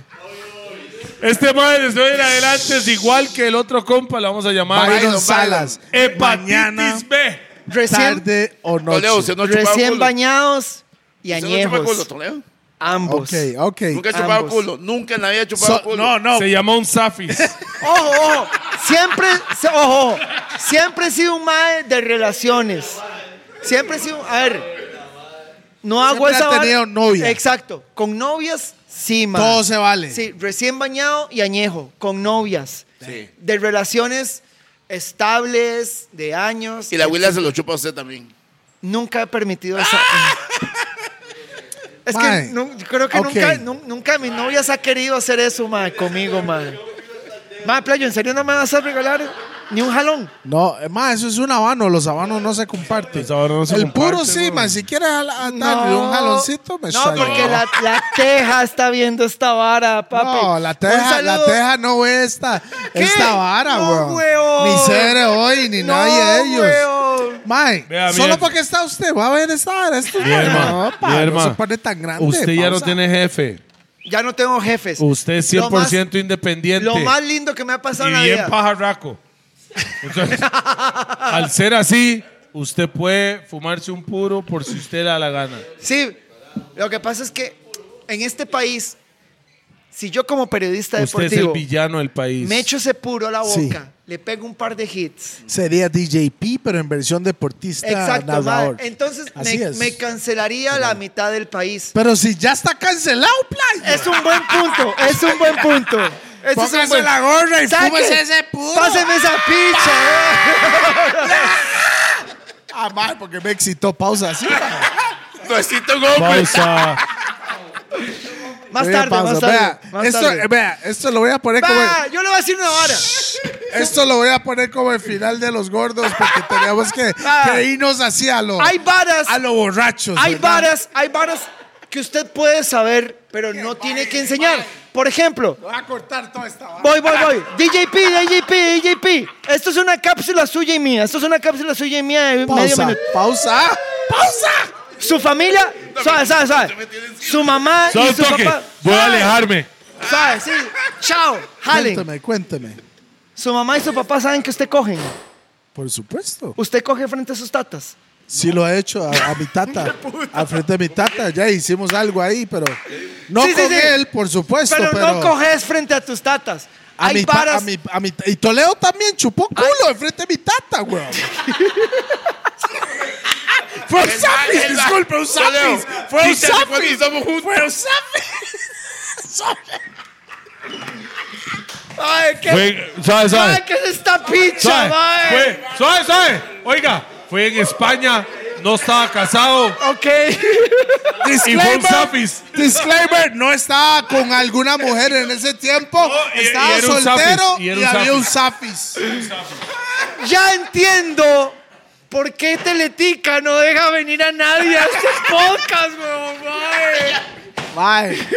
Este mae desde hoy en adelante es igual que el otro compa, lo vamos a Ah, llamar. Byron Byron Salas. Hepatitis Mañana, B. Recién, tarde o Toledo, noche. usted no ha chupado recién culo. bañados y Usted no ha chupado culo, añejos. Toledo. Ambos. Ok, ok. Nunca ha chupado Ambos. culo. Nunca en la vida he chupado So- culo. no, Oh. no. Se llamó un Safis. Ojo, ojo. Siempre, se- ojo. Siempre he sido un mae de relaciones. Siempre he sido. A ver. No hago Siempre esa ha vara. tenido novia. Exacto. Con novias, sí, mae. Todo se vale. Sí, recién bañado y añejo. Con novias. Sí. De relaciones estables, de años. Y la abuela se lo chupa a usted también. Nunca he [laughs] permitido eso. Es que Mae. nu- yo creo que Ok. nunca, nu- nunca mi novia se ha querido hacer eso, mae, conmigo, mae. Mae, playo, ¿en serio no me vas a regalar ni un jalón? No, eh, ma, eso es un habano. Los habanos no se comparten. Los habanos no se el puro comparten, sí, weón. ma. Si quieres al- a- darle Ah, un jaloncito, me No, sale. porque la, la teja está viendo esta vara, papi. No, la Un teja, saludo. la teja no ve esta, ¿Qué? esta vara, No, weón. weón. Ni Cere hoy, ni No, nadie de ellos. weón. Mae, Vea, solo mierda. porque está usted, va a ver esta vara. Esto, Mierma, no, pa, mierma. no se pone tan grande. Usted ya no pausa. tiene jefe. Ya no tengo jefes. Usted es Lo más- 100% independiente. Lo más lindo que me ha pasado en la y bien vida. pajarraco. [laughs] Entonces, al ser así, usted puede fumarse un puro por si usted le da la gana. Sí, lo que pasa es que en este país, si yo como periodista Usted es el deportivo villano del país. me echo ese puro a la boca, Sí. le pego un par de hits. Sería DJP, pero en versión deportista Exacto, narrador. mae. entonces Así me, es. me cancelaría la mitad del país. Pero si ya está cancelado, play. Es un buen punto, es un buen punto. Ese es un Póngase buen- la gorra y ¡Saque! fúmese ese puro. Páseme esa picha. eh. Ah, mae, porque me excitó pausa así. mae. No existe un hombre. Pausa. Más Oye, tarde, pausa. más tarde. Vea, más esto, tarde. vea, esto lo voy a poner como... Va, yo le voy a decir una vara. Esto lo voy a poner como el final de los gordos porque teníamos que, [laughs] Ah. que irnos así a los Hay varas. Oh. a los borrachos. Hay ¿verdad? varas, hay varas que usted puede saber, pero no tiene que enseñar. Por ejemplo, Voy a cortar toda esta vara. voy, voy, voy. DJP, DJP, DJP. Esto es una cápsula suya y mía. Esto es una cápsula suya y mía de medio Pausa, minuto. pausa, pausa. Su familia, sabe, sabe, sabe. Su mamá [laughs] y Solo su toque. papá. Voy a sabe, alejarme. Sabe, sí. Chao, jalen. Cuénteme, cuénteme. Su mamá y su papá saben que usted cogen. Por supuesto. Usted coge frente a sus tatas. Sí lo ha hecho a, a mi [laughs] tata. al frente de mi tata. Ya hicimos algo ahí, pero no Sí, sí, con sí. él, por supuesto. Pero, Pero, no coges frente a tus tatas. A hay mi, pa- varas. a mi- a mi- y Toledo también chupó culo enfrente de mi [laughs] tata, güey. Fue un sapis, disculpe, un sapis. Fue un Dígase cuando sapis. estamos juntos. Fue un sapis. Ay, qué. Fue- suave, suave. Ay, ¿qué es esta picha, Suave, mae? fue- suave, suave. Oiga, fue en España, no estaba casado. Ok. [laughs] Y fue un sapis. Disclaimer, no estaba con alguna mujer en ese tiempo. y- y estaba era un soltero sapis, y, y era un había un sapis. ya entiendo por qué Teletica no deja venir a nadie [laughs] a estos podcasts, weón. mae. Mae.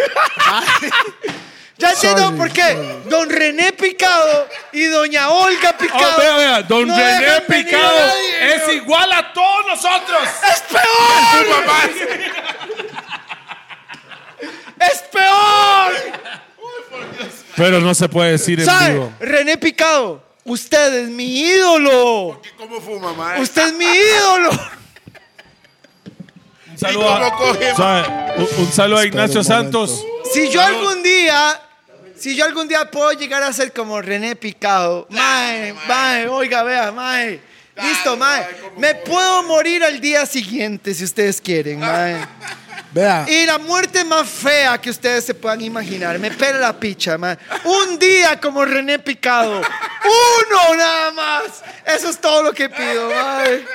Ya entiendo Sorry, por qué Don René Picado y Doña Olga Picado. Ah, vea, vea, Don no René dejan venir a Picado nadie, es weón. igual a todos nosotros. ¡Es peor! ¡Es peor! Pero no se puede decir en ¿Sabe? vivo. René Picado, usted es mi ídolo. ¿Cómo fuma, mae? Usted es mi ídolo. Un saludo a- cómo coge? Un, saludo a Espera Ignacio un Santos. Si yo algún día, si yo algún día puedo llegar a ser como René Picado, mae, mae, oiga, vea, mae. Listo, mae. Me puedo morir al día siguiente si ustedes quieren, [laughs] mae. Vea. Y la muerte más fea que ustedes se puedan imaginar. Me pela la picha, mae. Un día como René Picado. Uno nada más. Eso es todo lo que [laughs] pido, mae.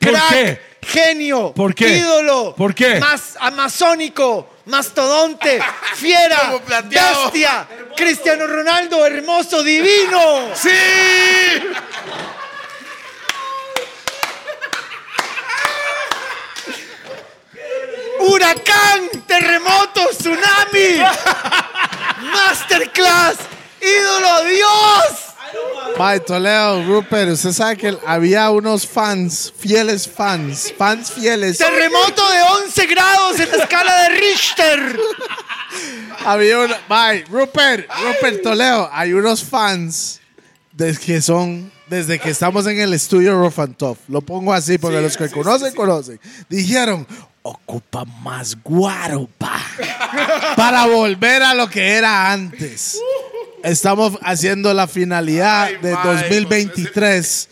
¿Por Crack, qué? Genio. ¿Por qué? Ídolo. ¿Por qué? Más amazónico. Mastodonte. Fiera. Como plateado. Bestia. Cristiano Ronaldo. Hermoso. Divino. ¡Sí! Huracán. Terremoto. Tsunami. Masterclass. Ídolo. Dios. Mae, Toledo, Rupert, usted sabe que había unos fans, fieles fans, fans fieles. Terremoto de 11 grados en la escala de Richter. Había una, mae, Rupert, Rupert Toledo, hay unos fans de que son desde que estamos en el estudio Rough and Tough. Lo pongo así porque los que conocen, conocen. Dijeron, ocupa más guaro, pa, para volver a lo que era antes. Estamos haciendo la finalidad Ay, de mae, 2023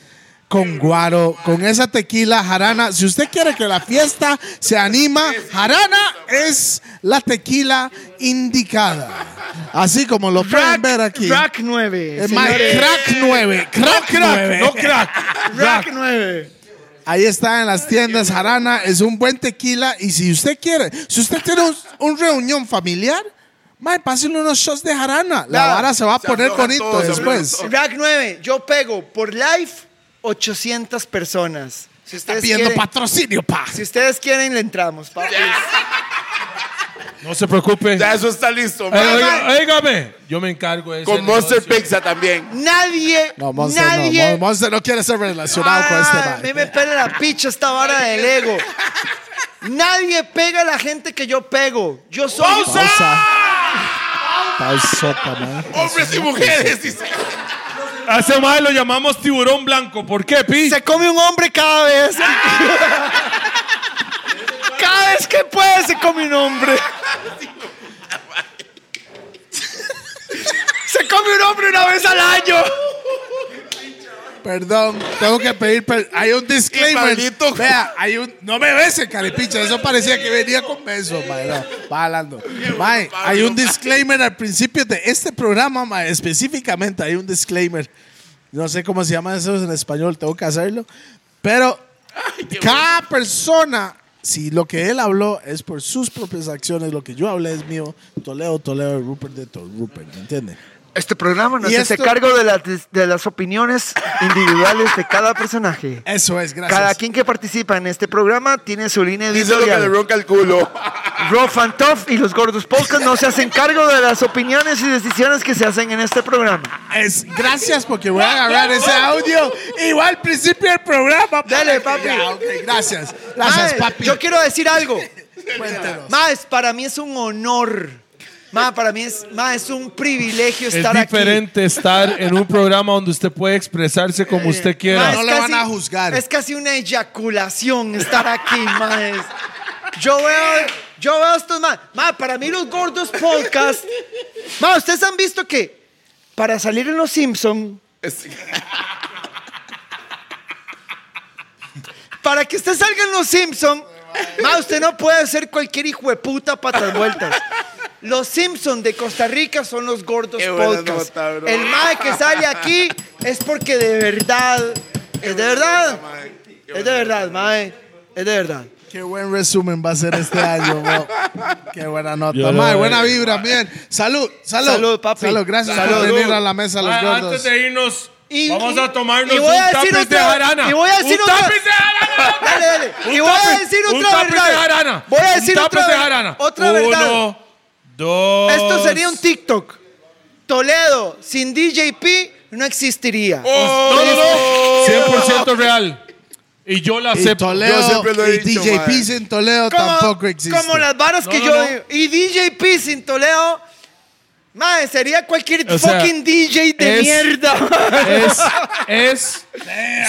con guaro, con esa tequila jarana. Si usted quiere que la fiesta se anima, jarana es la tequila indicada. Así como lo pueden ver aquí. Rack 9. Eh, mae, señores. crack 9, crack Crack, 9. [laughs] no crack. Rack 9. Ahí está en las tiendas Jarana, es un buen tequila y si usted quiere, si usted tiene un, un reunión familiar, mae, pásenle unos shots de Jarana. La Claro. vara se va a Se poner afloja bonito todo, se afloja después. todo. Rack 9. Yo pego por live 800 personas. Si ustedes, Pidiendo quieren, patrocinio, pa. si ustedes quieren, le entramos, papi. No se preocupe. Ya eso está listo. Eh, mae. oiga- Óigame, yo me encargo de ese Con Monster negocio. Pizza también. Nadie, No, Monster nadie. no. Mon- Monster no quiere ser relacionado con Ah, a este mí mae. me pela la picha esta vara del ego. Nadie pega a la gente que yo pego. Yo soy. Pausa. Pausota, mae. Hombres y mujeres, dice. A ese mae lo llamamos tiburón blanco. ¿Por qué, Pi? Se come un hombre cada vez. cada vez que puede se come un hombre. se come un hombre una vez al año. Perdón, tengo que pedir. per- hay un disclaimer. Y Pablito- Vea, hay un. No me besen, caripicha. Eso parecía que venía con besos, mae. No, va hablando. Mae, hay un disclaimer al principio de este programa, mae. Específicamente, hay un disclaimer. No sé cómo se llama eso en español, tengo que hacerlo. Pero cada persona, si lo que él habló es por sus propias acciones, lo que yo hablé es mío, Toledo, Toledo, Rupert de todo, Rupert, ¿me entiendes? Este programa nos Y hace esto- cargo de, las- de las opiniones individuales de cada personaje. Eso es, gracias. Cada quien que participa en este programa tiene su línea Dice lo que le editorial. ronca el culo. Rough and Tough y los Gordos Podcast no se hacen cargo de las opiniones y decisiones que se hacen en este programa. Es, gracias porque voy a agarrar ese audio igual al principio del programa. Dale, para que- papi. Ya, ok, gracias. Gracias, Mae, papi. Yo quiero decir algo. Cuéntanos. Más, para mí es un honor. Más, para mí es, ma, es un privilegio Es estar aquí. diferente estar en un programa donde usted puede expresarse Eh, como usted Ma, quiera. No es le van a juzgar. Es casi una eyaculación estar aquí, ma, es- Yo veo, yo veo estos más. para mí los gordos podcast. Ma, ustedes han visto que para salir en Los Simpson, Es- para que usted salga en Los Simpson, ma, usted no puede hacer cualquier hijo de puta patas vueltas. Los Simpson de Costa Rica son los gordos Qué buena podcast. nota, bro. El mae que sale aquí es porque de verdad, es de verdad, eh. es de verdad, mae, es de verdad. Qué buen resumen va a ser este año, bro. Qué buena nota. Yo lo Mae, veo. buena vibra, bien. Salud, salud. Salud, papi. Salud, gracias por Salud. venir a la mesa, los Ah, gordos. Antes de irnos, Y- vamos a tomarnos y un voy a decir tapiz de otra- jarana. y voy a decir ¡Un otra- tapiz de [laughs] jarana! Dale, dale. Un Y voy a tapiz- decir un otra tapiz verdad. de jarana. Voy a Un decir tapiz otra de ver- jarana. otra verdad. Uno, dos. Esto sería un TikTok. Toledo sin DJP no existiría. No, no, [laughs] no. 100% real. Y yo la y acepto. Yo Toledo siempre lo he y dicho, DJ mae. P sin Toledo tampoco existe. como las varas No, que no, yo no. digo. Y DJP sin Toledo. Madre, sería cualquier O sea, fucking DJ de es- [laughs] mierda. es, es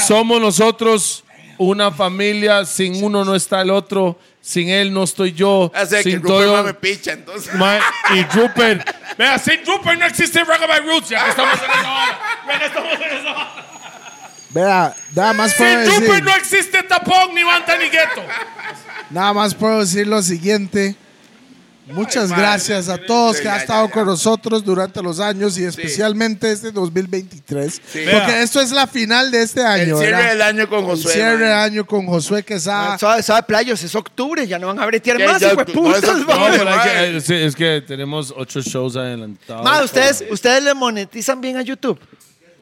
somos nosotros una familia, sin uno no está el otro, sin él no estoy yo, O sea, que sin Rupert todo. no me picha, entonces. Ma- y Rupert, vea, sin Rupert no existe Rockabye Roots, ya que estamos en esa hora. Ya que estamos en esa hora. Vea, nada más puedo Sin Rupert decir. pues, no existe tapón, ni banta, ni gueto. Nada más puedo decir lo siguiente. Muchas gracias a todos que ya, han ya, estado ya. con nosotros durante los años y especialmente este 2023. Porque Vea. esto es la final de este año. El cierre ¿verdad? del año con El Josué. cierre del mae. año con Josué Quesada. Ah, Suave, suave, playos, es octubre, ya no van a bretear Ya, más, ya, hijo de no, putas, es octubre. madre. No, pero hay que- eh, es que tenemos ocho shows adelantados. Madre, ustedes, ustedes le monetizan bien a YouTube.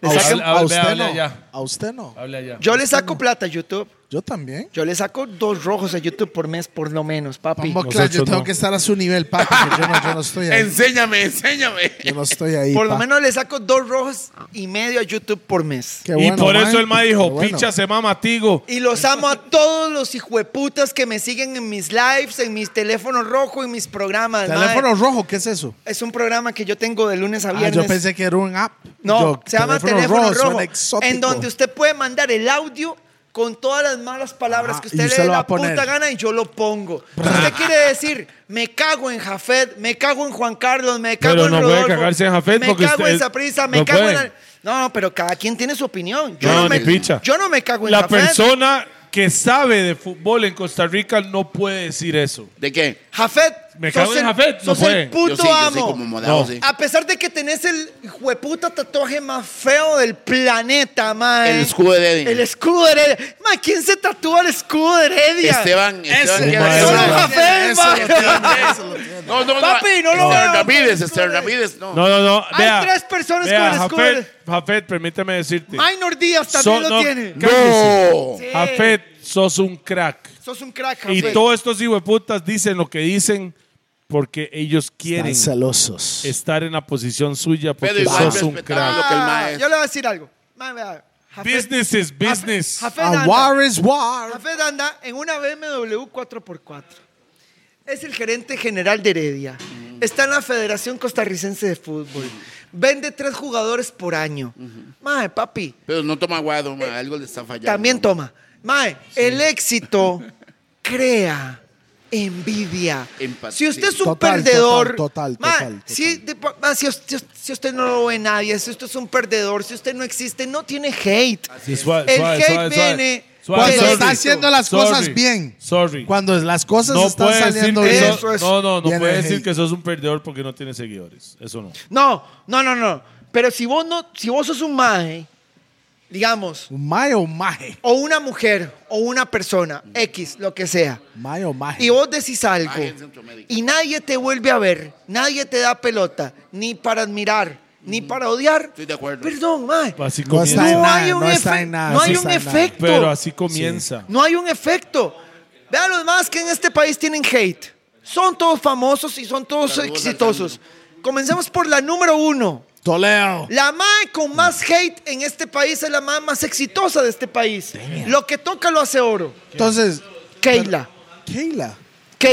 A Hable- usted, a hable- usted hable no. allá. A usted no. Yo le saco plata a YouTube. Yo también. Yo le saco dos rojos a YouTube por mes, por lo menos, papi. Vamos, claro, yo Nosotros tengo no. que estar a su nivel, papi. porque Yo no, yo no estoy [laughs] ahí. Enséñame, enséñame. Yo no estoy ahí. Por lo pa. menos le saco dos rojos y medio a YouTube por mes. Qué y bueno, por eso man. el ma Qué dijo, bueno. picha se mama tigo. Y los amo a todos los hijueputas que me siguen en mis lives, en mis teléfonos rojo, en mis programas. mae. Teléfono rojo, ¿qué es eso? Es un programa que yo tengo de lunes a Ah, viernes. yo pensé que era un app. No, Yo, se llama teléfono rojo, suena exótico. en donde usted puede mandar el audio con todas las malas palabras Ajá, que y usted le usted dé lo va la a poner. puta gana y yo lo pongo. Si usted quiere decir, me cago en Jafet, me cago en Juan Carlos, me cago Pero en no puede Rodolfo, cagarse en Jafet me porque cago usted- en Saprisa, me no cago en... puede. No, no, pero cada quien tiene su opinión. Yo No, no, ni me, picha. Yo no me cago en La Jafet. persona que sabe de fútbol en Costa Rica no puede decir eso. ¿De qué? Jafet, Me sos cago en el- Jafet, no sos puede. el yo puto sí, yo sí, amo. como morado, No. sí. A pesar de que tenés el hueputa tatuaje más feo del planeta, mae. El escudo de Heredia. eh. El escudo de Heredia. Mae, ¿quién se tatúa el escudo de Heredia? Esteban, Esteban. Ese, ¿qué mae, era? solo mae. Jafet, mae. [laughs] No, no, no. Papi, no lo Esteban veo. Ramírez, Esteban Ramírez, no. No, no, no. Hay tres personas vea, con el escudo. Jafet, Jafet, permíteme decirte. [laughs] Minor Díaz también So- lo no, tiene. cállese. No. Sí. Jafet, sos un crack. Sos un crack, Y Jafet. todos estos hijueputas dicen lo que dicen porque ellos quieren Están celosos. estar en la posición suya Pero porque igual sos un respetamos. crack. lo que el Ah, mae- Yo le voy a decir algo. Mae, vea, Jafet- Business is ah, business. Jafet A anda- war is war. Jafet anda en una BMW 4x4. Es el gerente general de Heredia. Está en la Federación Costarricense de Fútbol. Vende tres jugadores por año. Mae, papi, Pero no toma guado, mae, algo le está fallando. también toma. Mae, el éxito crea envidia. Empatía. Si usted es un Total, perdedor, total, total, mae, total, Si, de- pa- mae, si us- si us- si usted no lo ve nadie, si usted es un perdedor, si usted no existe, no tiene hate. Sí, suave, El suave, hate suave, suave. viene Suave, cuando sorry. está haciendo las cosas bien. Sorry. Cuando las cosas no están puede decir saliendo que bien. Eso sos, es. no, no, no Viene puede el decir hate. que sos un perdedor porque no tienes seguidores. Eso no. No, no, no, no. Pero si vos no, si vos sos un mae, digamos, Mae o maje. o una mujer, o una persona, X, lo que sea, Mae o maje. y vos decís algo, Maje en Centroamérica. y nadie te vuelve a ver, nadie te da pelota, ni para admirar, ni para odiar. Estoy de acuerdo. Perdón, mae. Así No comienza. está en No nada, hay un, no está efe- en nada, no hay sí un está en nada. efecto. Pero así comienza. No hay un efecto. Vean los más que en este país tienen hate. Son todos famosos y son todos Saludos al exitosos. Comencemos por la número uno. Toledo. La mae con más hate en este país es la mae más exitosa de este país. Lo que toca lo hace oro. Entonces, Keila. Keila. Nada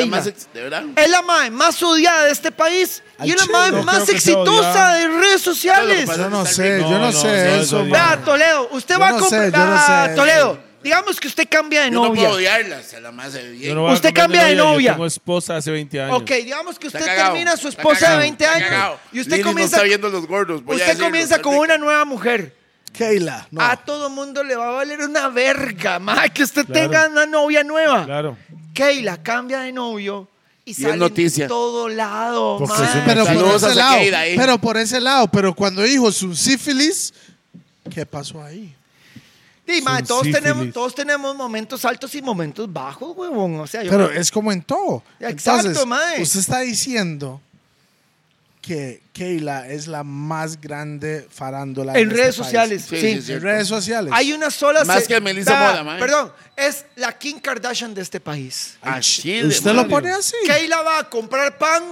Keila. más ex- De verdad. Es la mae más odiada de este país Al y es la chile. mae No más creo que sea exitosa odiada. de redes sociales. Claro, Yo no Está sé, bien. yo No, no no, no, sé eso. no, no. mae. Vea, Toledo, usted Yo va a no sé, comprar. yo no Ah, sé. Toledo, digamos que usted cambia de Yo no novia. puedo odiarla, se la más de bien. Yo no voy a Usted cambiar cambia de novia. Yo tengo esposa hace 20 años. ok, digamos que Está usted cagao, termina a su está esposa cagao, de 20 está años cagao. y usted Lili no comienza, está viendo los gordos. voy a usted decirlo, comienza está con rico. una nueva mujer. Keila. No. A todo mundo le va a valer una verga, más que usted tenga una novia nueva. Claro. Keila cambia de novio y es sale noticia. en todo lado. Porque ma. es Pues un Pero por Saludos a ese lado. Keila eh. ahí. Pero por ese lado. Pero cuando dijo su sífilis, ¿qué pasó ahí? Sí, ma, Son todos, tenemos, sífilis. todos tenemos momentos altos y momentos bajos, huevón. O sea, yo Pero creo- es como en todo. Exacto, Entonces, mae. Usted está diciendo que Keila es la más grande farándula en de este redes país. sociales. Sí, sí. sí, sí. En redes sociales. Hay una sola... Más se- que Melissa Vea, Moda, ma. Perdón, es la Kim Kardashian de este país. A Chile, Usted Ah, madre. lo pone así. Keila va a comprar pan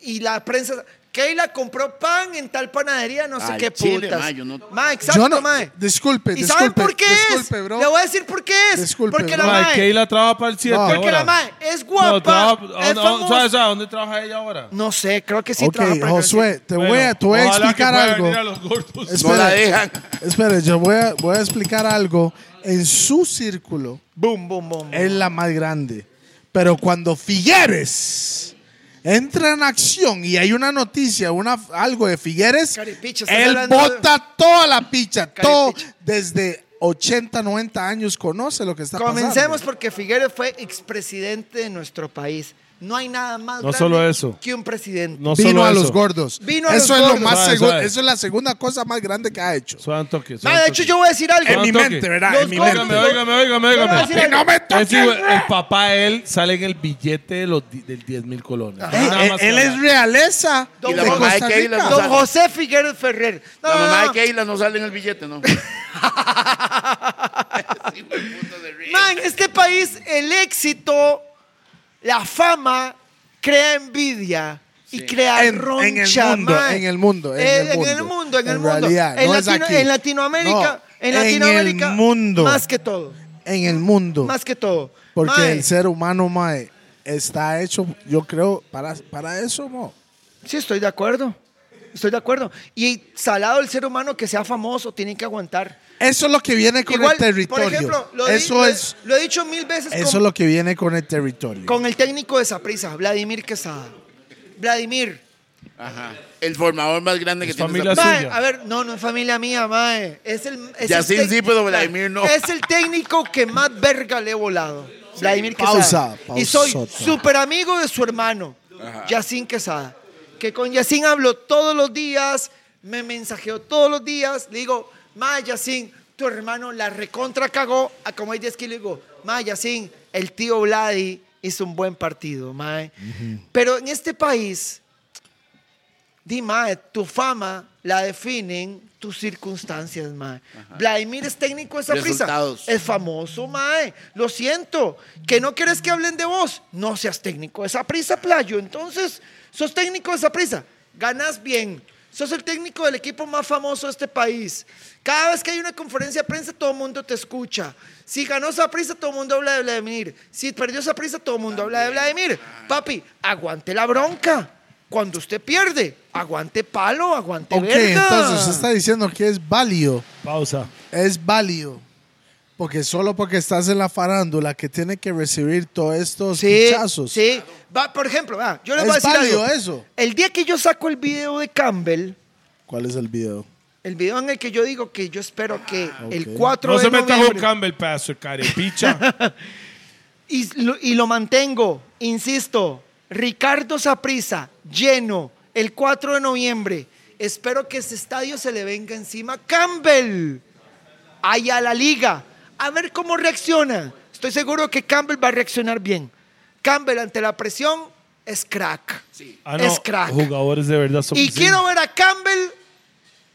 y la prensa. Keila compró pan en tal panadería, no sé Al qué chile, putas. ma, yo no- Ma, exacto, Yo no- ma. disculpe, ¿Y disculpe, saben por qué disculpe, es? bro. Le voy a decir por qué es. Disculpe, porque bro. la Mae, mae, Keila trabaja para el 7. No. porque la mae es guapa, ah, es famosa. ¿Dónde trabaja ella ahora? No sé, creo que sí ok, trabaja para Josué, te voy a, te voy a explicar algo. No Espera. la dejan. Espere, yo voy a, voy a explicar algo. En su círculo Boom, boom, boom. es la más grande. Pero cuando Figueres entra en acción y hay una noticia, una, algo de Figueres, Caripicha, estás él hablando de- bota toda la picha. Caripicha. Todo, desde 80, 90 años conoce lo que está Comencemos pasando. porque Figueres fue expresidente de nuestro país. No hay nada más No grande solo eso. que un presidente. No Vino solo a eso. los gordos. Vino a eso los es gordos. lo más Suave, seguro. suave. Eso es la segunda cosa más grande que ha hecho. Suave un toque. suave Ma, de un hecho, toque. yo voy a decir algo. En mi Los mente, ¿verdad? gordos- En mi los Óigame, gordos- óigame, óigame, Yo le voy a óigame. decir algo. Ese güey, el papá de él sale en el billete de los, di- del 10 mil colones. Ey, Nada él, más que Eh, él hablar. es realeza Y la de mamá de Costa Keila, Rica. ¿no? Don José Figueres Ferrer. No, La no, mamá [laughs] no. [laughs] de Keila no sale en el billete, ¿no? Sí, por puto se ríe. Man, este país, el éxito, la fama, crea envidia. Y crea En- en el roncha, mundo, man. en el mundo, en Eh, el mundo. en el mundo, en En el mundo. realidad, en, no es Latino- aquí. en Latinoamérica, No, en en el Latinoamérica, mundo. más que todo, en el mundo. más que todo. Porque Mae, el ser humano, mae, está hecho, yo creo, para, para eso, mo. Sí, estoy de acuerdo. Estoy de acuerdo. Y salado el ser humano que sea famoso, tiene que aguantar. Eso es lo que viene con el territorio. Por ejemplo, lo, di- eso lo- es, lo he dicho mil veces eso con, es lo que viene con el territorio. con el técnico de Saprisa, Vladimir Quesada. Vladimir. Ajá. El formador más grande que Es tiene familia esa- suya. Mae, a ver, no, no es familia mía, mae. Es el. Es Yacine el tec- sí, pero Vladimir no. Es el técnico que más verga le he volado. Vladimir Quesada. Pausa, Y soy pausota. súper amigo de su hermano, Yacine Quesada. Que con Yacine hablo todos los días, me mensajeo todos los días. Le digo, mae, Yacine, tu hermano la recontra cagó a como hay 10 kilos. Le digo, mae, Yacine, el tío Vladi hizo un buen partido, mae. Pero en este país. Di, mae, tu fama la definen tus circunstancias, mae. Vladimir es técnico de esa prisa. Resultados. Es famoso, mae. Lo siento. ¿Que no quieres que hablen de vos? No seas técnico de esa prisa, playo. Entonces, sos técnico de esa prisa. Ganas bien. Sos el técnico del equipo más famoso de este país. Cada vez que hay una conferencia de prensa, todo el mundo te escucha. Si ganó esa prisa, todo el mundo habla de Vladimir. Si perdió esa prisa, todo el mundo habla de Vladimir. Papi, aguante la bronca. Cuando usted pierde, aguante palo, aguante ok, verga. entonces se está diciendo que es válido. Pausa. Es válido. Porque solo porque estás en la farándula que tiene que recibir todos estos Sí, pichazos. sí. Va, por ejemplo, va, yo les Es voy a decir válido algo. eso. El día que yo saco el video de Campbell, ¿Cuál es el video? el video en el que yo digo que yo espero que el Ok. 4 No de se meta con noviembre- Campbell, pastor, carepicha. Y lo, y lo mantengo, insisto, Ricardo Saprisa, lleno, el 4 de noviembre. Espero que ese estadio se le venga encima Campbell, allá a la liga, a ver cómo reacciona. Estoy seguro que Campbell va a reaccionar bien. Campbell ante la presión es crack. Ah, no, Es crack. Jugadores de verdad son Y quiero ver a Campbell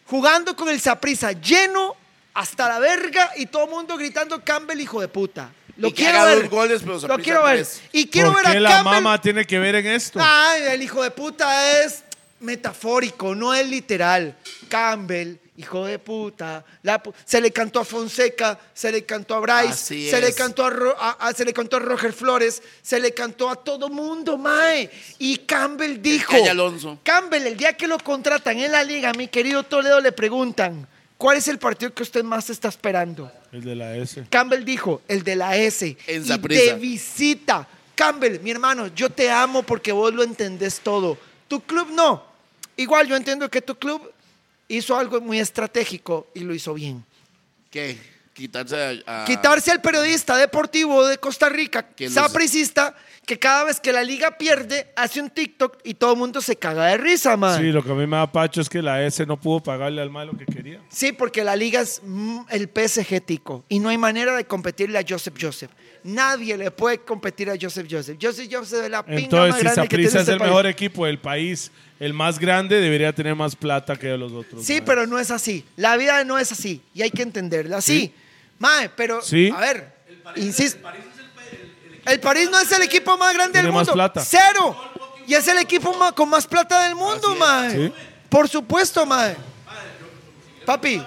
jugando con el Saprisa lleno hasta la verga y todo el mundo gritando Campbell hijo de puta. Lo Y que quiero haga ver. dos goles, pero Saprissa Lo quiero ver. tres. Y quiero ¿Por ver a qué la Campbell. Ah. mamá tiene que ver en esto? Ay, el hijo de puta es metafórico, no es literal. Campbell, hijo de puta. la pu- se le cantó a Fonseca, se le cantó a Bryce, Así se le es. cantó a, Ro- a- a- se le cantó a Roger Flores, se le cantó a todo mundo, mae. Y Campbell dijo, Calle Alonso. Campbell, el día que lo contratan en la liga, mi querido Toledo le preguntan, ¿cuál es el partido que usted más está esperando? El de la S. Campbell dijo, el de la S. En y Saprissa. te visita. Campbell, mi hermano, yo te amo porque vos lo entendés todo. Tu club no. Igual yo entiendo que tu club hizo algo muy estratégico y lo hizo bien. ¿Qué? Quitarse a. a- Quitarse al periodista deportivo de Costa Rica, Ah. Que los- sapricista, que cada vez que la liga pierde, hace un TikTok y todo el mundo se caga de risa, man. Sí, Sí, lo que a mí me da pacho es que la S no pudo pagarle al malo que quería. porque la liga es mm, el PSG tico y no hay manera de competirle a Joseph Joseph. Nadie le puede competir a Joseph Joseph. Joseph Joseph es la pinga Entonces, más si grande que tiene Saprissa es este el país. mejor equipo del país, el más grande, debería tener más plata que los otros. Sí, mae. pero no es así. La vida no es así y hay que entenderla así. Mae, pero Sí. a ver, insisto. El París no es el equipo más grande Tiene del más mundo. plata. Cero. Y es el equipo ma- con más plata del mundo, mae. Sí. Por supuesto, mae. Papi,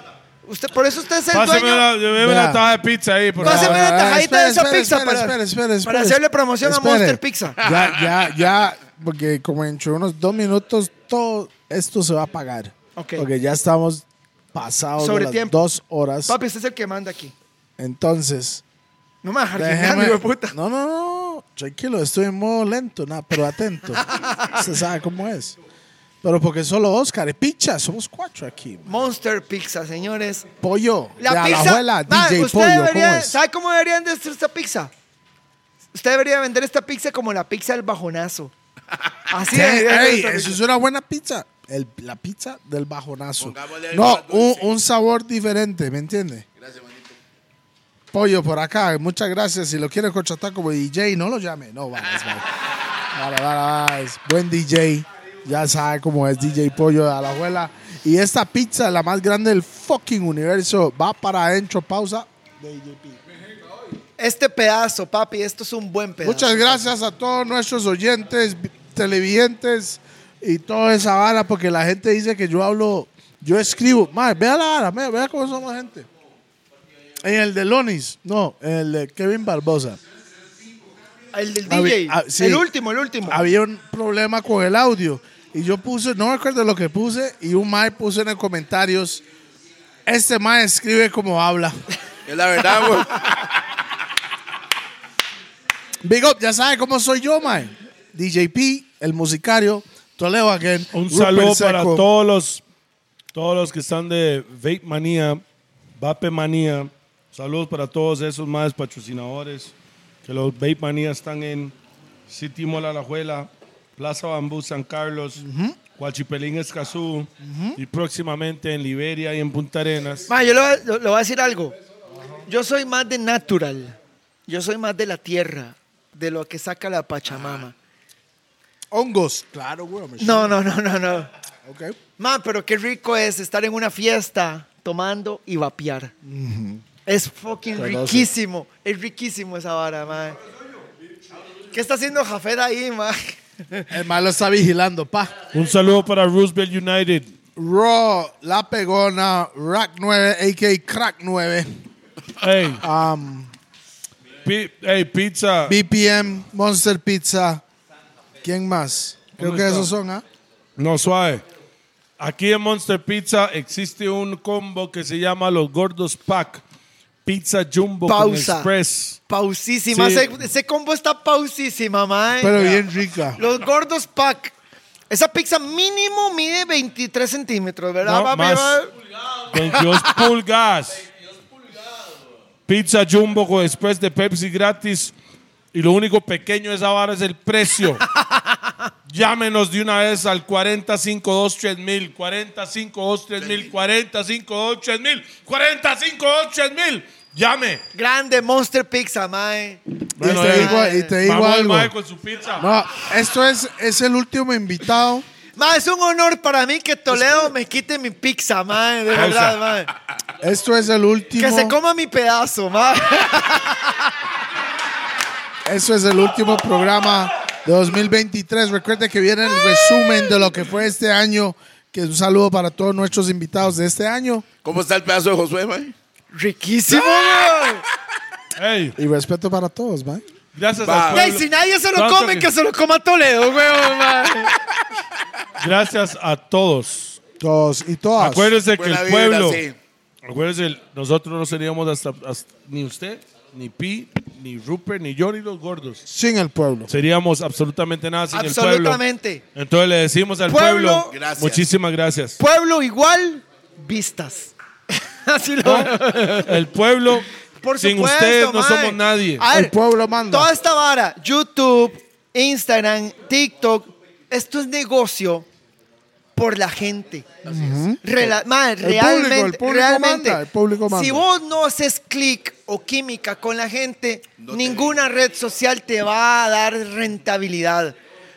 usted, por eso usted es el Pásame dueño. una, deme Vea. una taja de pizza ahí, por Pásame favor. una Ah, tajadita de esa espere, pizza espere, para- espere, espere, para espere. hacerle promoción a Monster Pizza. Ya, ya, ya, porque como entre unos dos minutos todo esto se va a pagar. Ok. Porque ya estamos pasados Sobre de las tiempo. dos horas. Papi, usted es el que manda aquí. Entonces, No me va a dejar déjeme- guiñando, hijo de puta. No, no, no, tranquilo, estoy en modo lento, nada, pero [laughs] atento. se sabe cómo es. Pero porque solo Oscar y Picha, somos cuatro aquí. Monster Pizza, señores. Pollo, La de pizza. Alajuela, Ma, DJ usted Pollo, debería- ¿cómo es? ¿Sabe cómo deberían de hacer esta pizza? Usted debería vender esta pizza como la pizza del [laughs] bajonazo. Así Sí, debería ey, ser eso esta es una buena pizza. El- la pizza del bajonazo. Pongámosle algo No, más un, dulce. un sabor diferente, ¿me entiende? Gracias, manito. Pollo por acá, muchas gracias. Si lo quiere contratar como DJ, no lo llame. No, vayas, vayas. Vale, vale, vale. Buen DJ. Ya sabe cómo es DJ Pollo de Alajuela. Y esta pizza, la más grande del fucking universo, va para adentro. Pausa. de IGP. Este pedazo, papi, esto es un buen pedazo. Muchas gracias a todos nuestros oyentes, vi- televidentes y toda esa vara, porque la gente dice que yo hablo, yo escribo. Madre, vea la vara, vea, vea cómo somos gente. En el de Lonis, no, en el de Kevin Barbosa. El del Habi- DJ. ah, sí. El último, el último. Había un problema con el audio. Y yo puse, no recuerdo lo que puse, y un mae puso en los comentarios, este mae escribe como habla. Es la verdad, güey. Big up, ya sabe cómo soy yo, mae. DJP, el musicario, Toledo again. Un Rupert saludo para Seco. todos los, todos los que están de Vape Manía, Vape Manía. Saludos para todos esos más patrocinadores. Que los Vape Manía están en City Mola La Juela, Plaza Bambú San Carlos, Huachipelín Escazú y próximamente en Liberia y en Punta Arenas. Ma, yo le voy, a- le- le voy a decir algo. Yo soy más de natural. Yo soy más de la tierra, de lo que saca la Pachamama. Ah, Hongos. Claro, güey. hombre. No, no, no, no, no. Ok. Ma, pero qué rico es estar en una fiesta tomando y vapear. Es fucking riquísimo. Es riquísimo esa vara, ma. ¿Qué está haciendo Jafet ahí, ma? El malo está vigilando, pa. Un saludo para Roosevelt United. Raw, La Pegona, Rack 9, a.k.a. Crack 9, Hey, um, pi- hey, pizza. BPM, Monster Pizza. ¿Quién más? Creo ¿Dónde que está? esos son, ¿ah? No, suave. Aquí en Monster Pizza existe un combo que se llama los Gordos Pack. Pizza Jumbo con Pausa. Express. Pausísima. Sí. Ese, ese combo está pausísima, ma. eh. Pero bien rica. Los gordos pack. Esa pizza mínimo mide 23 centímetros, ¿verdad, No, papi? más. Va- 22 pulgas. Pizza Jumbo con Express de Pepsi gratis. Y lo único pequeño de esa vara es [laughs] el precio. Llámenos de una vez al 40523000, 40523000, 40523000, 40523000. Llame. Grande Monster Pizza, mae. y Bueno, te eh, digo, y te digo Vamos el algo. mae con su pizza. No, esto es, es el último invitado. Mae, es un honor para mí que Toledo me quite mi pizza, mae. De Pausa. verdad, mae. Esto es el último. Que se coma mi pedazo, mae. Eso es el último programa de 2023. Recuerde que viene el resumen de lo que fue este año. Que es un saludo para todos nuestros invitados de este año. ¿Cómo está el pedazo de Josué, man? Riquísimo, ¡Ah! mae. Hey, Y respeto para todos, man. gracias Va. al Güey, pueblo- si nadie se lo Claro come, que- que se lo coma Toledo, weón, mae. Gracias a todos. Todos y todas. Acuérdense que Buena el vibra, pueblo. sí. Acuérdense, el- nosotros no seríamos hasta, hasta- ni usted, ni Pi, ni Rupert, ni yo, ni los gordos. Sin el pueblo. Seríamos absolutamente nada sin el Absolutamente. pueblo. Entonces le decimos al Pueblo. pueblo, Gracias. [laughs] muchísimas gracias. Pueblo igual, vistas. [laughs] Así lo El pueblo, Por sin supuesto, Ah. ustedes no mae. somos nadie. A ver, El pueblo manda. Toda esta vara, YouTube, Instagram, TikTok, esto es negocio por la gente. Rela- mae, realmente, público, el público realmente, manda, el público manda. si vos no haces clic o química con la gente, ninguna red social te va a dar rentabilidad.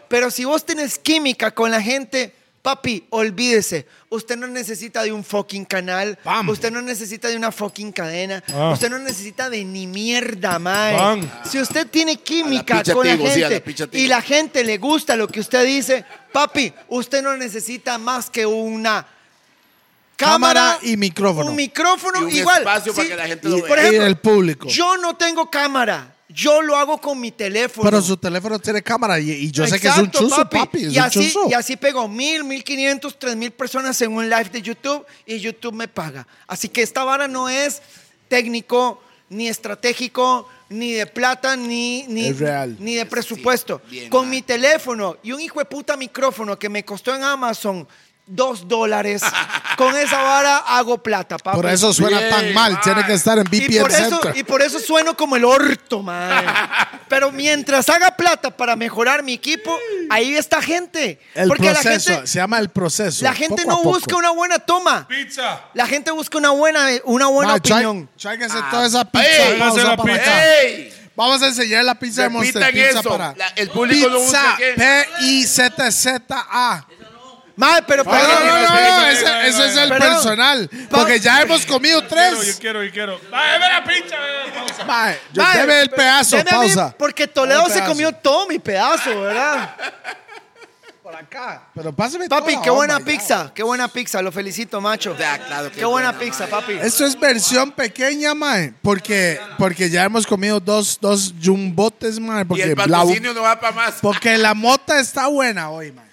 Pero si vos tenés química con la gente, papi, olvídese. Usted no necesita de un fucking canal. Pam. Usted no necesita de una fucking cadena. Ah. Usted no necesita de ni mierda, mae. Pam. Si usted tiene química picha con la tigo, sí, a la gente picha tigo. y la gente le gusta lo que usted dice, papi, usted no necesita más que una cámara, Cámara y micrófono. Un micrófono Y un igual. espacio para que la gente lo y- vea. Por Y ejemplo, el público. yo no tengo cámara. Yo lo hago con mi teléfono. Pero su teléfono tiene cámara y, y yo sé que es un Exacto, chuzo, papi. es y, un así, chuzo. y así pegó mil, mil quinientos, tres mil personas en un live de YouTube y YouTube me paga. Así que esta vara no es técnico, ni estratégico, ni de plata, ni, ni, Es real. ni de presupuesto. bien, Con man. mi teléfono y un hijo de puta micrófono que me costó en Amazon dos dólares, con esa vara hago plata, papi. Por eso suena Bien, tan mal. Tiene que estar en BPM Y por, eso, Center. y por eso sueno como el orto, man. Pero mientras haga plata para mejorar mi equipo, ahí está gente. el Porque proceso. la gente, se llama el proceso. la gente poco a no poco. busca una buena toma. Pizza. La gente busca una buena, una buena Ma, trai- opinión. tráigase toda esa pizza. Ey, pausa hágase la para pizza. acá. ¡Ey! Vamos a enseñar la pizza de Monster Repitan Pizza eso. para La- el público no pizza busca qué. P I Z Z A. Mae, pero No, no, no, no, no, no, no, no, ese, ese es el no. personal. Porque ya hemos comido Quiero, yo tres. quiero, yo quiero. Ay, mira, pincha, eh, pausa. Mae, yo- Mae, deme el pedazo, deme a mí, pausa. porque Toledo Dame el se pedazo. comió todo mi pedazo, ¿verdad? [laughs] Por acá. Pero pásame Papi, toda, qué oh buena my pizza, qué buena pizza, lo felicito, macho. Ya, claro, qué, qué buena, buena, pizza, mae. papi. God. Esto es versión pequeña, mae. Porque, porque ya hemos comido dos, dos jumbotes, mae. Y Porque, el la, patrocinio no va para más. porque la mota está buena hoy, mae.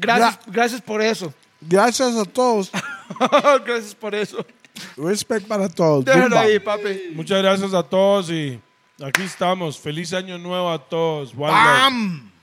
Gracias, gracias por eso. [laughs] Gracias a todos. gracias por eso. Respect para todos. Déjalo Bumba. ahí, papi. Muchas gracias a todos y aquí estamos. Feliz año nuevo a todos. One love. ¡Bam!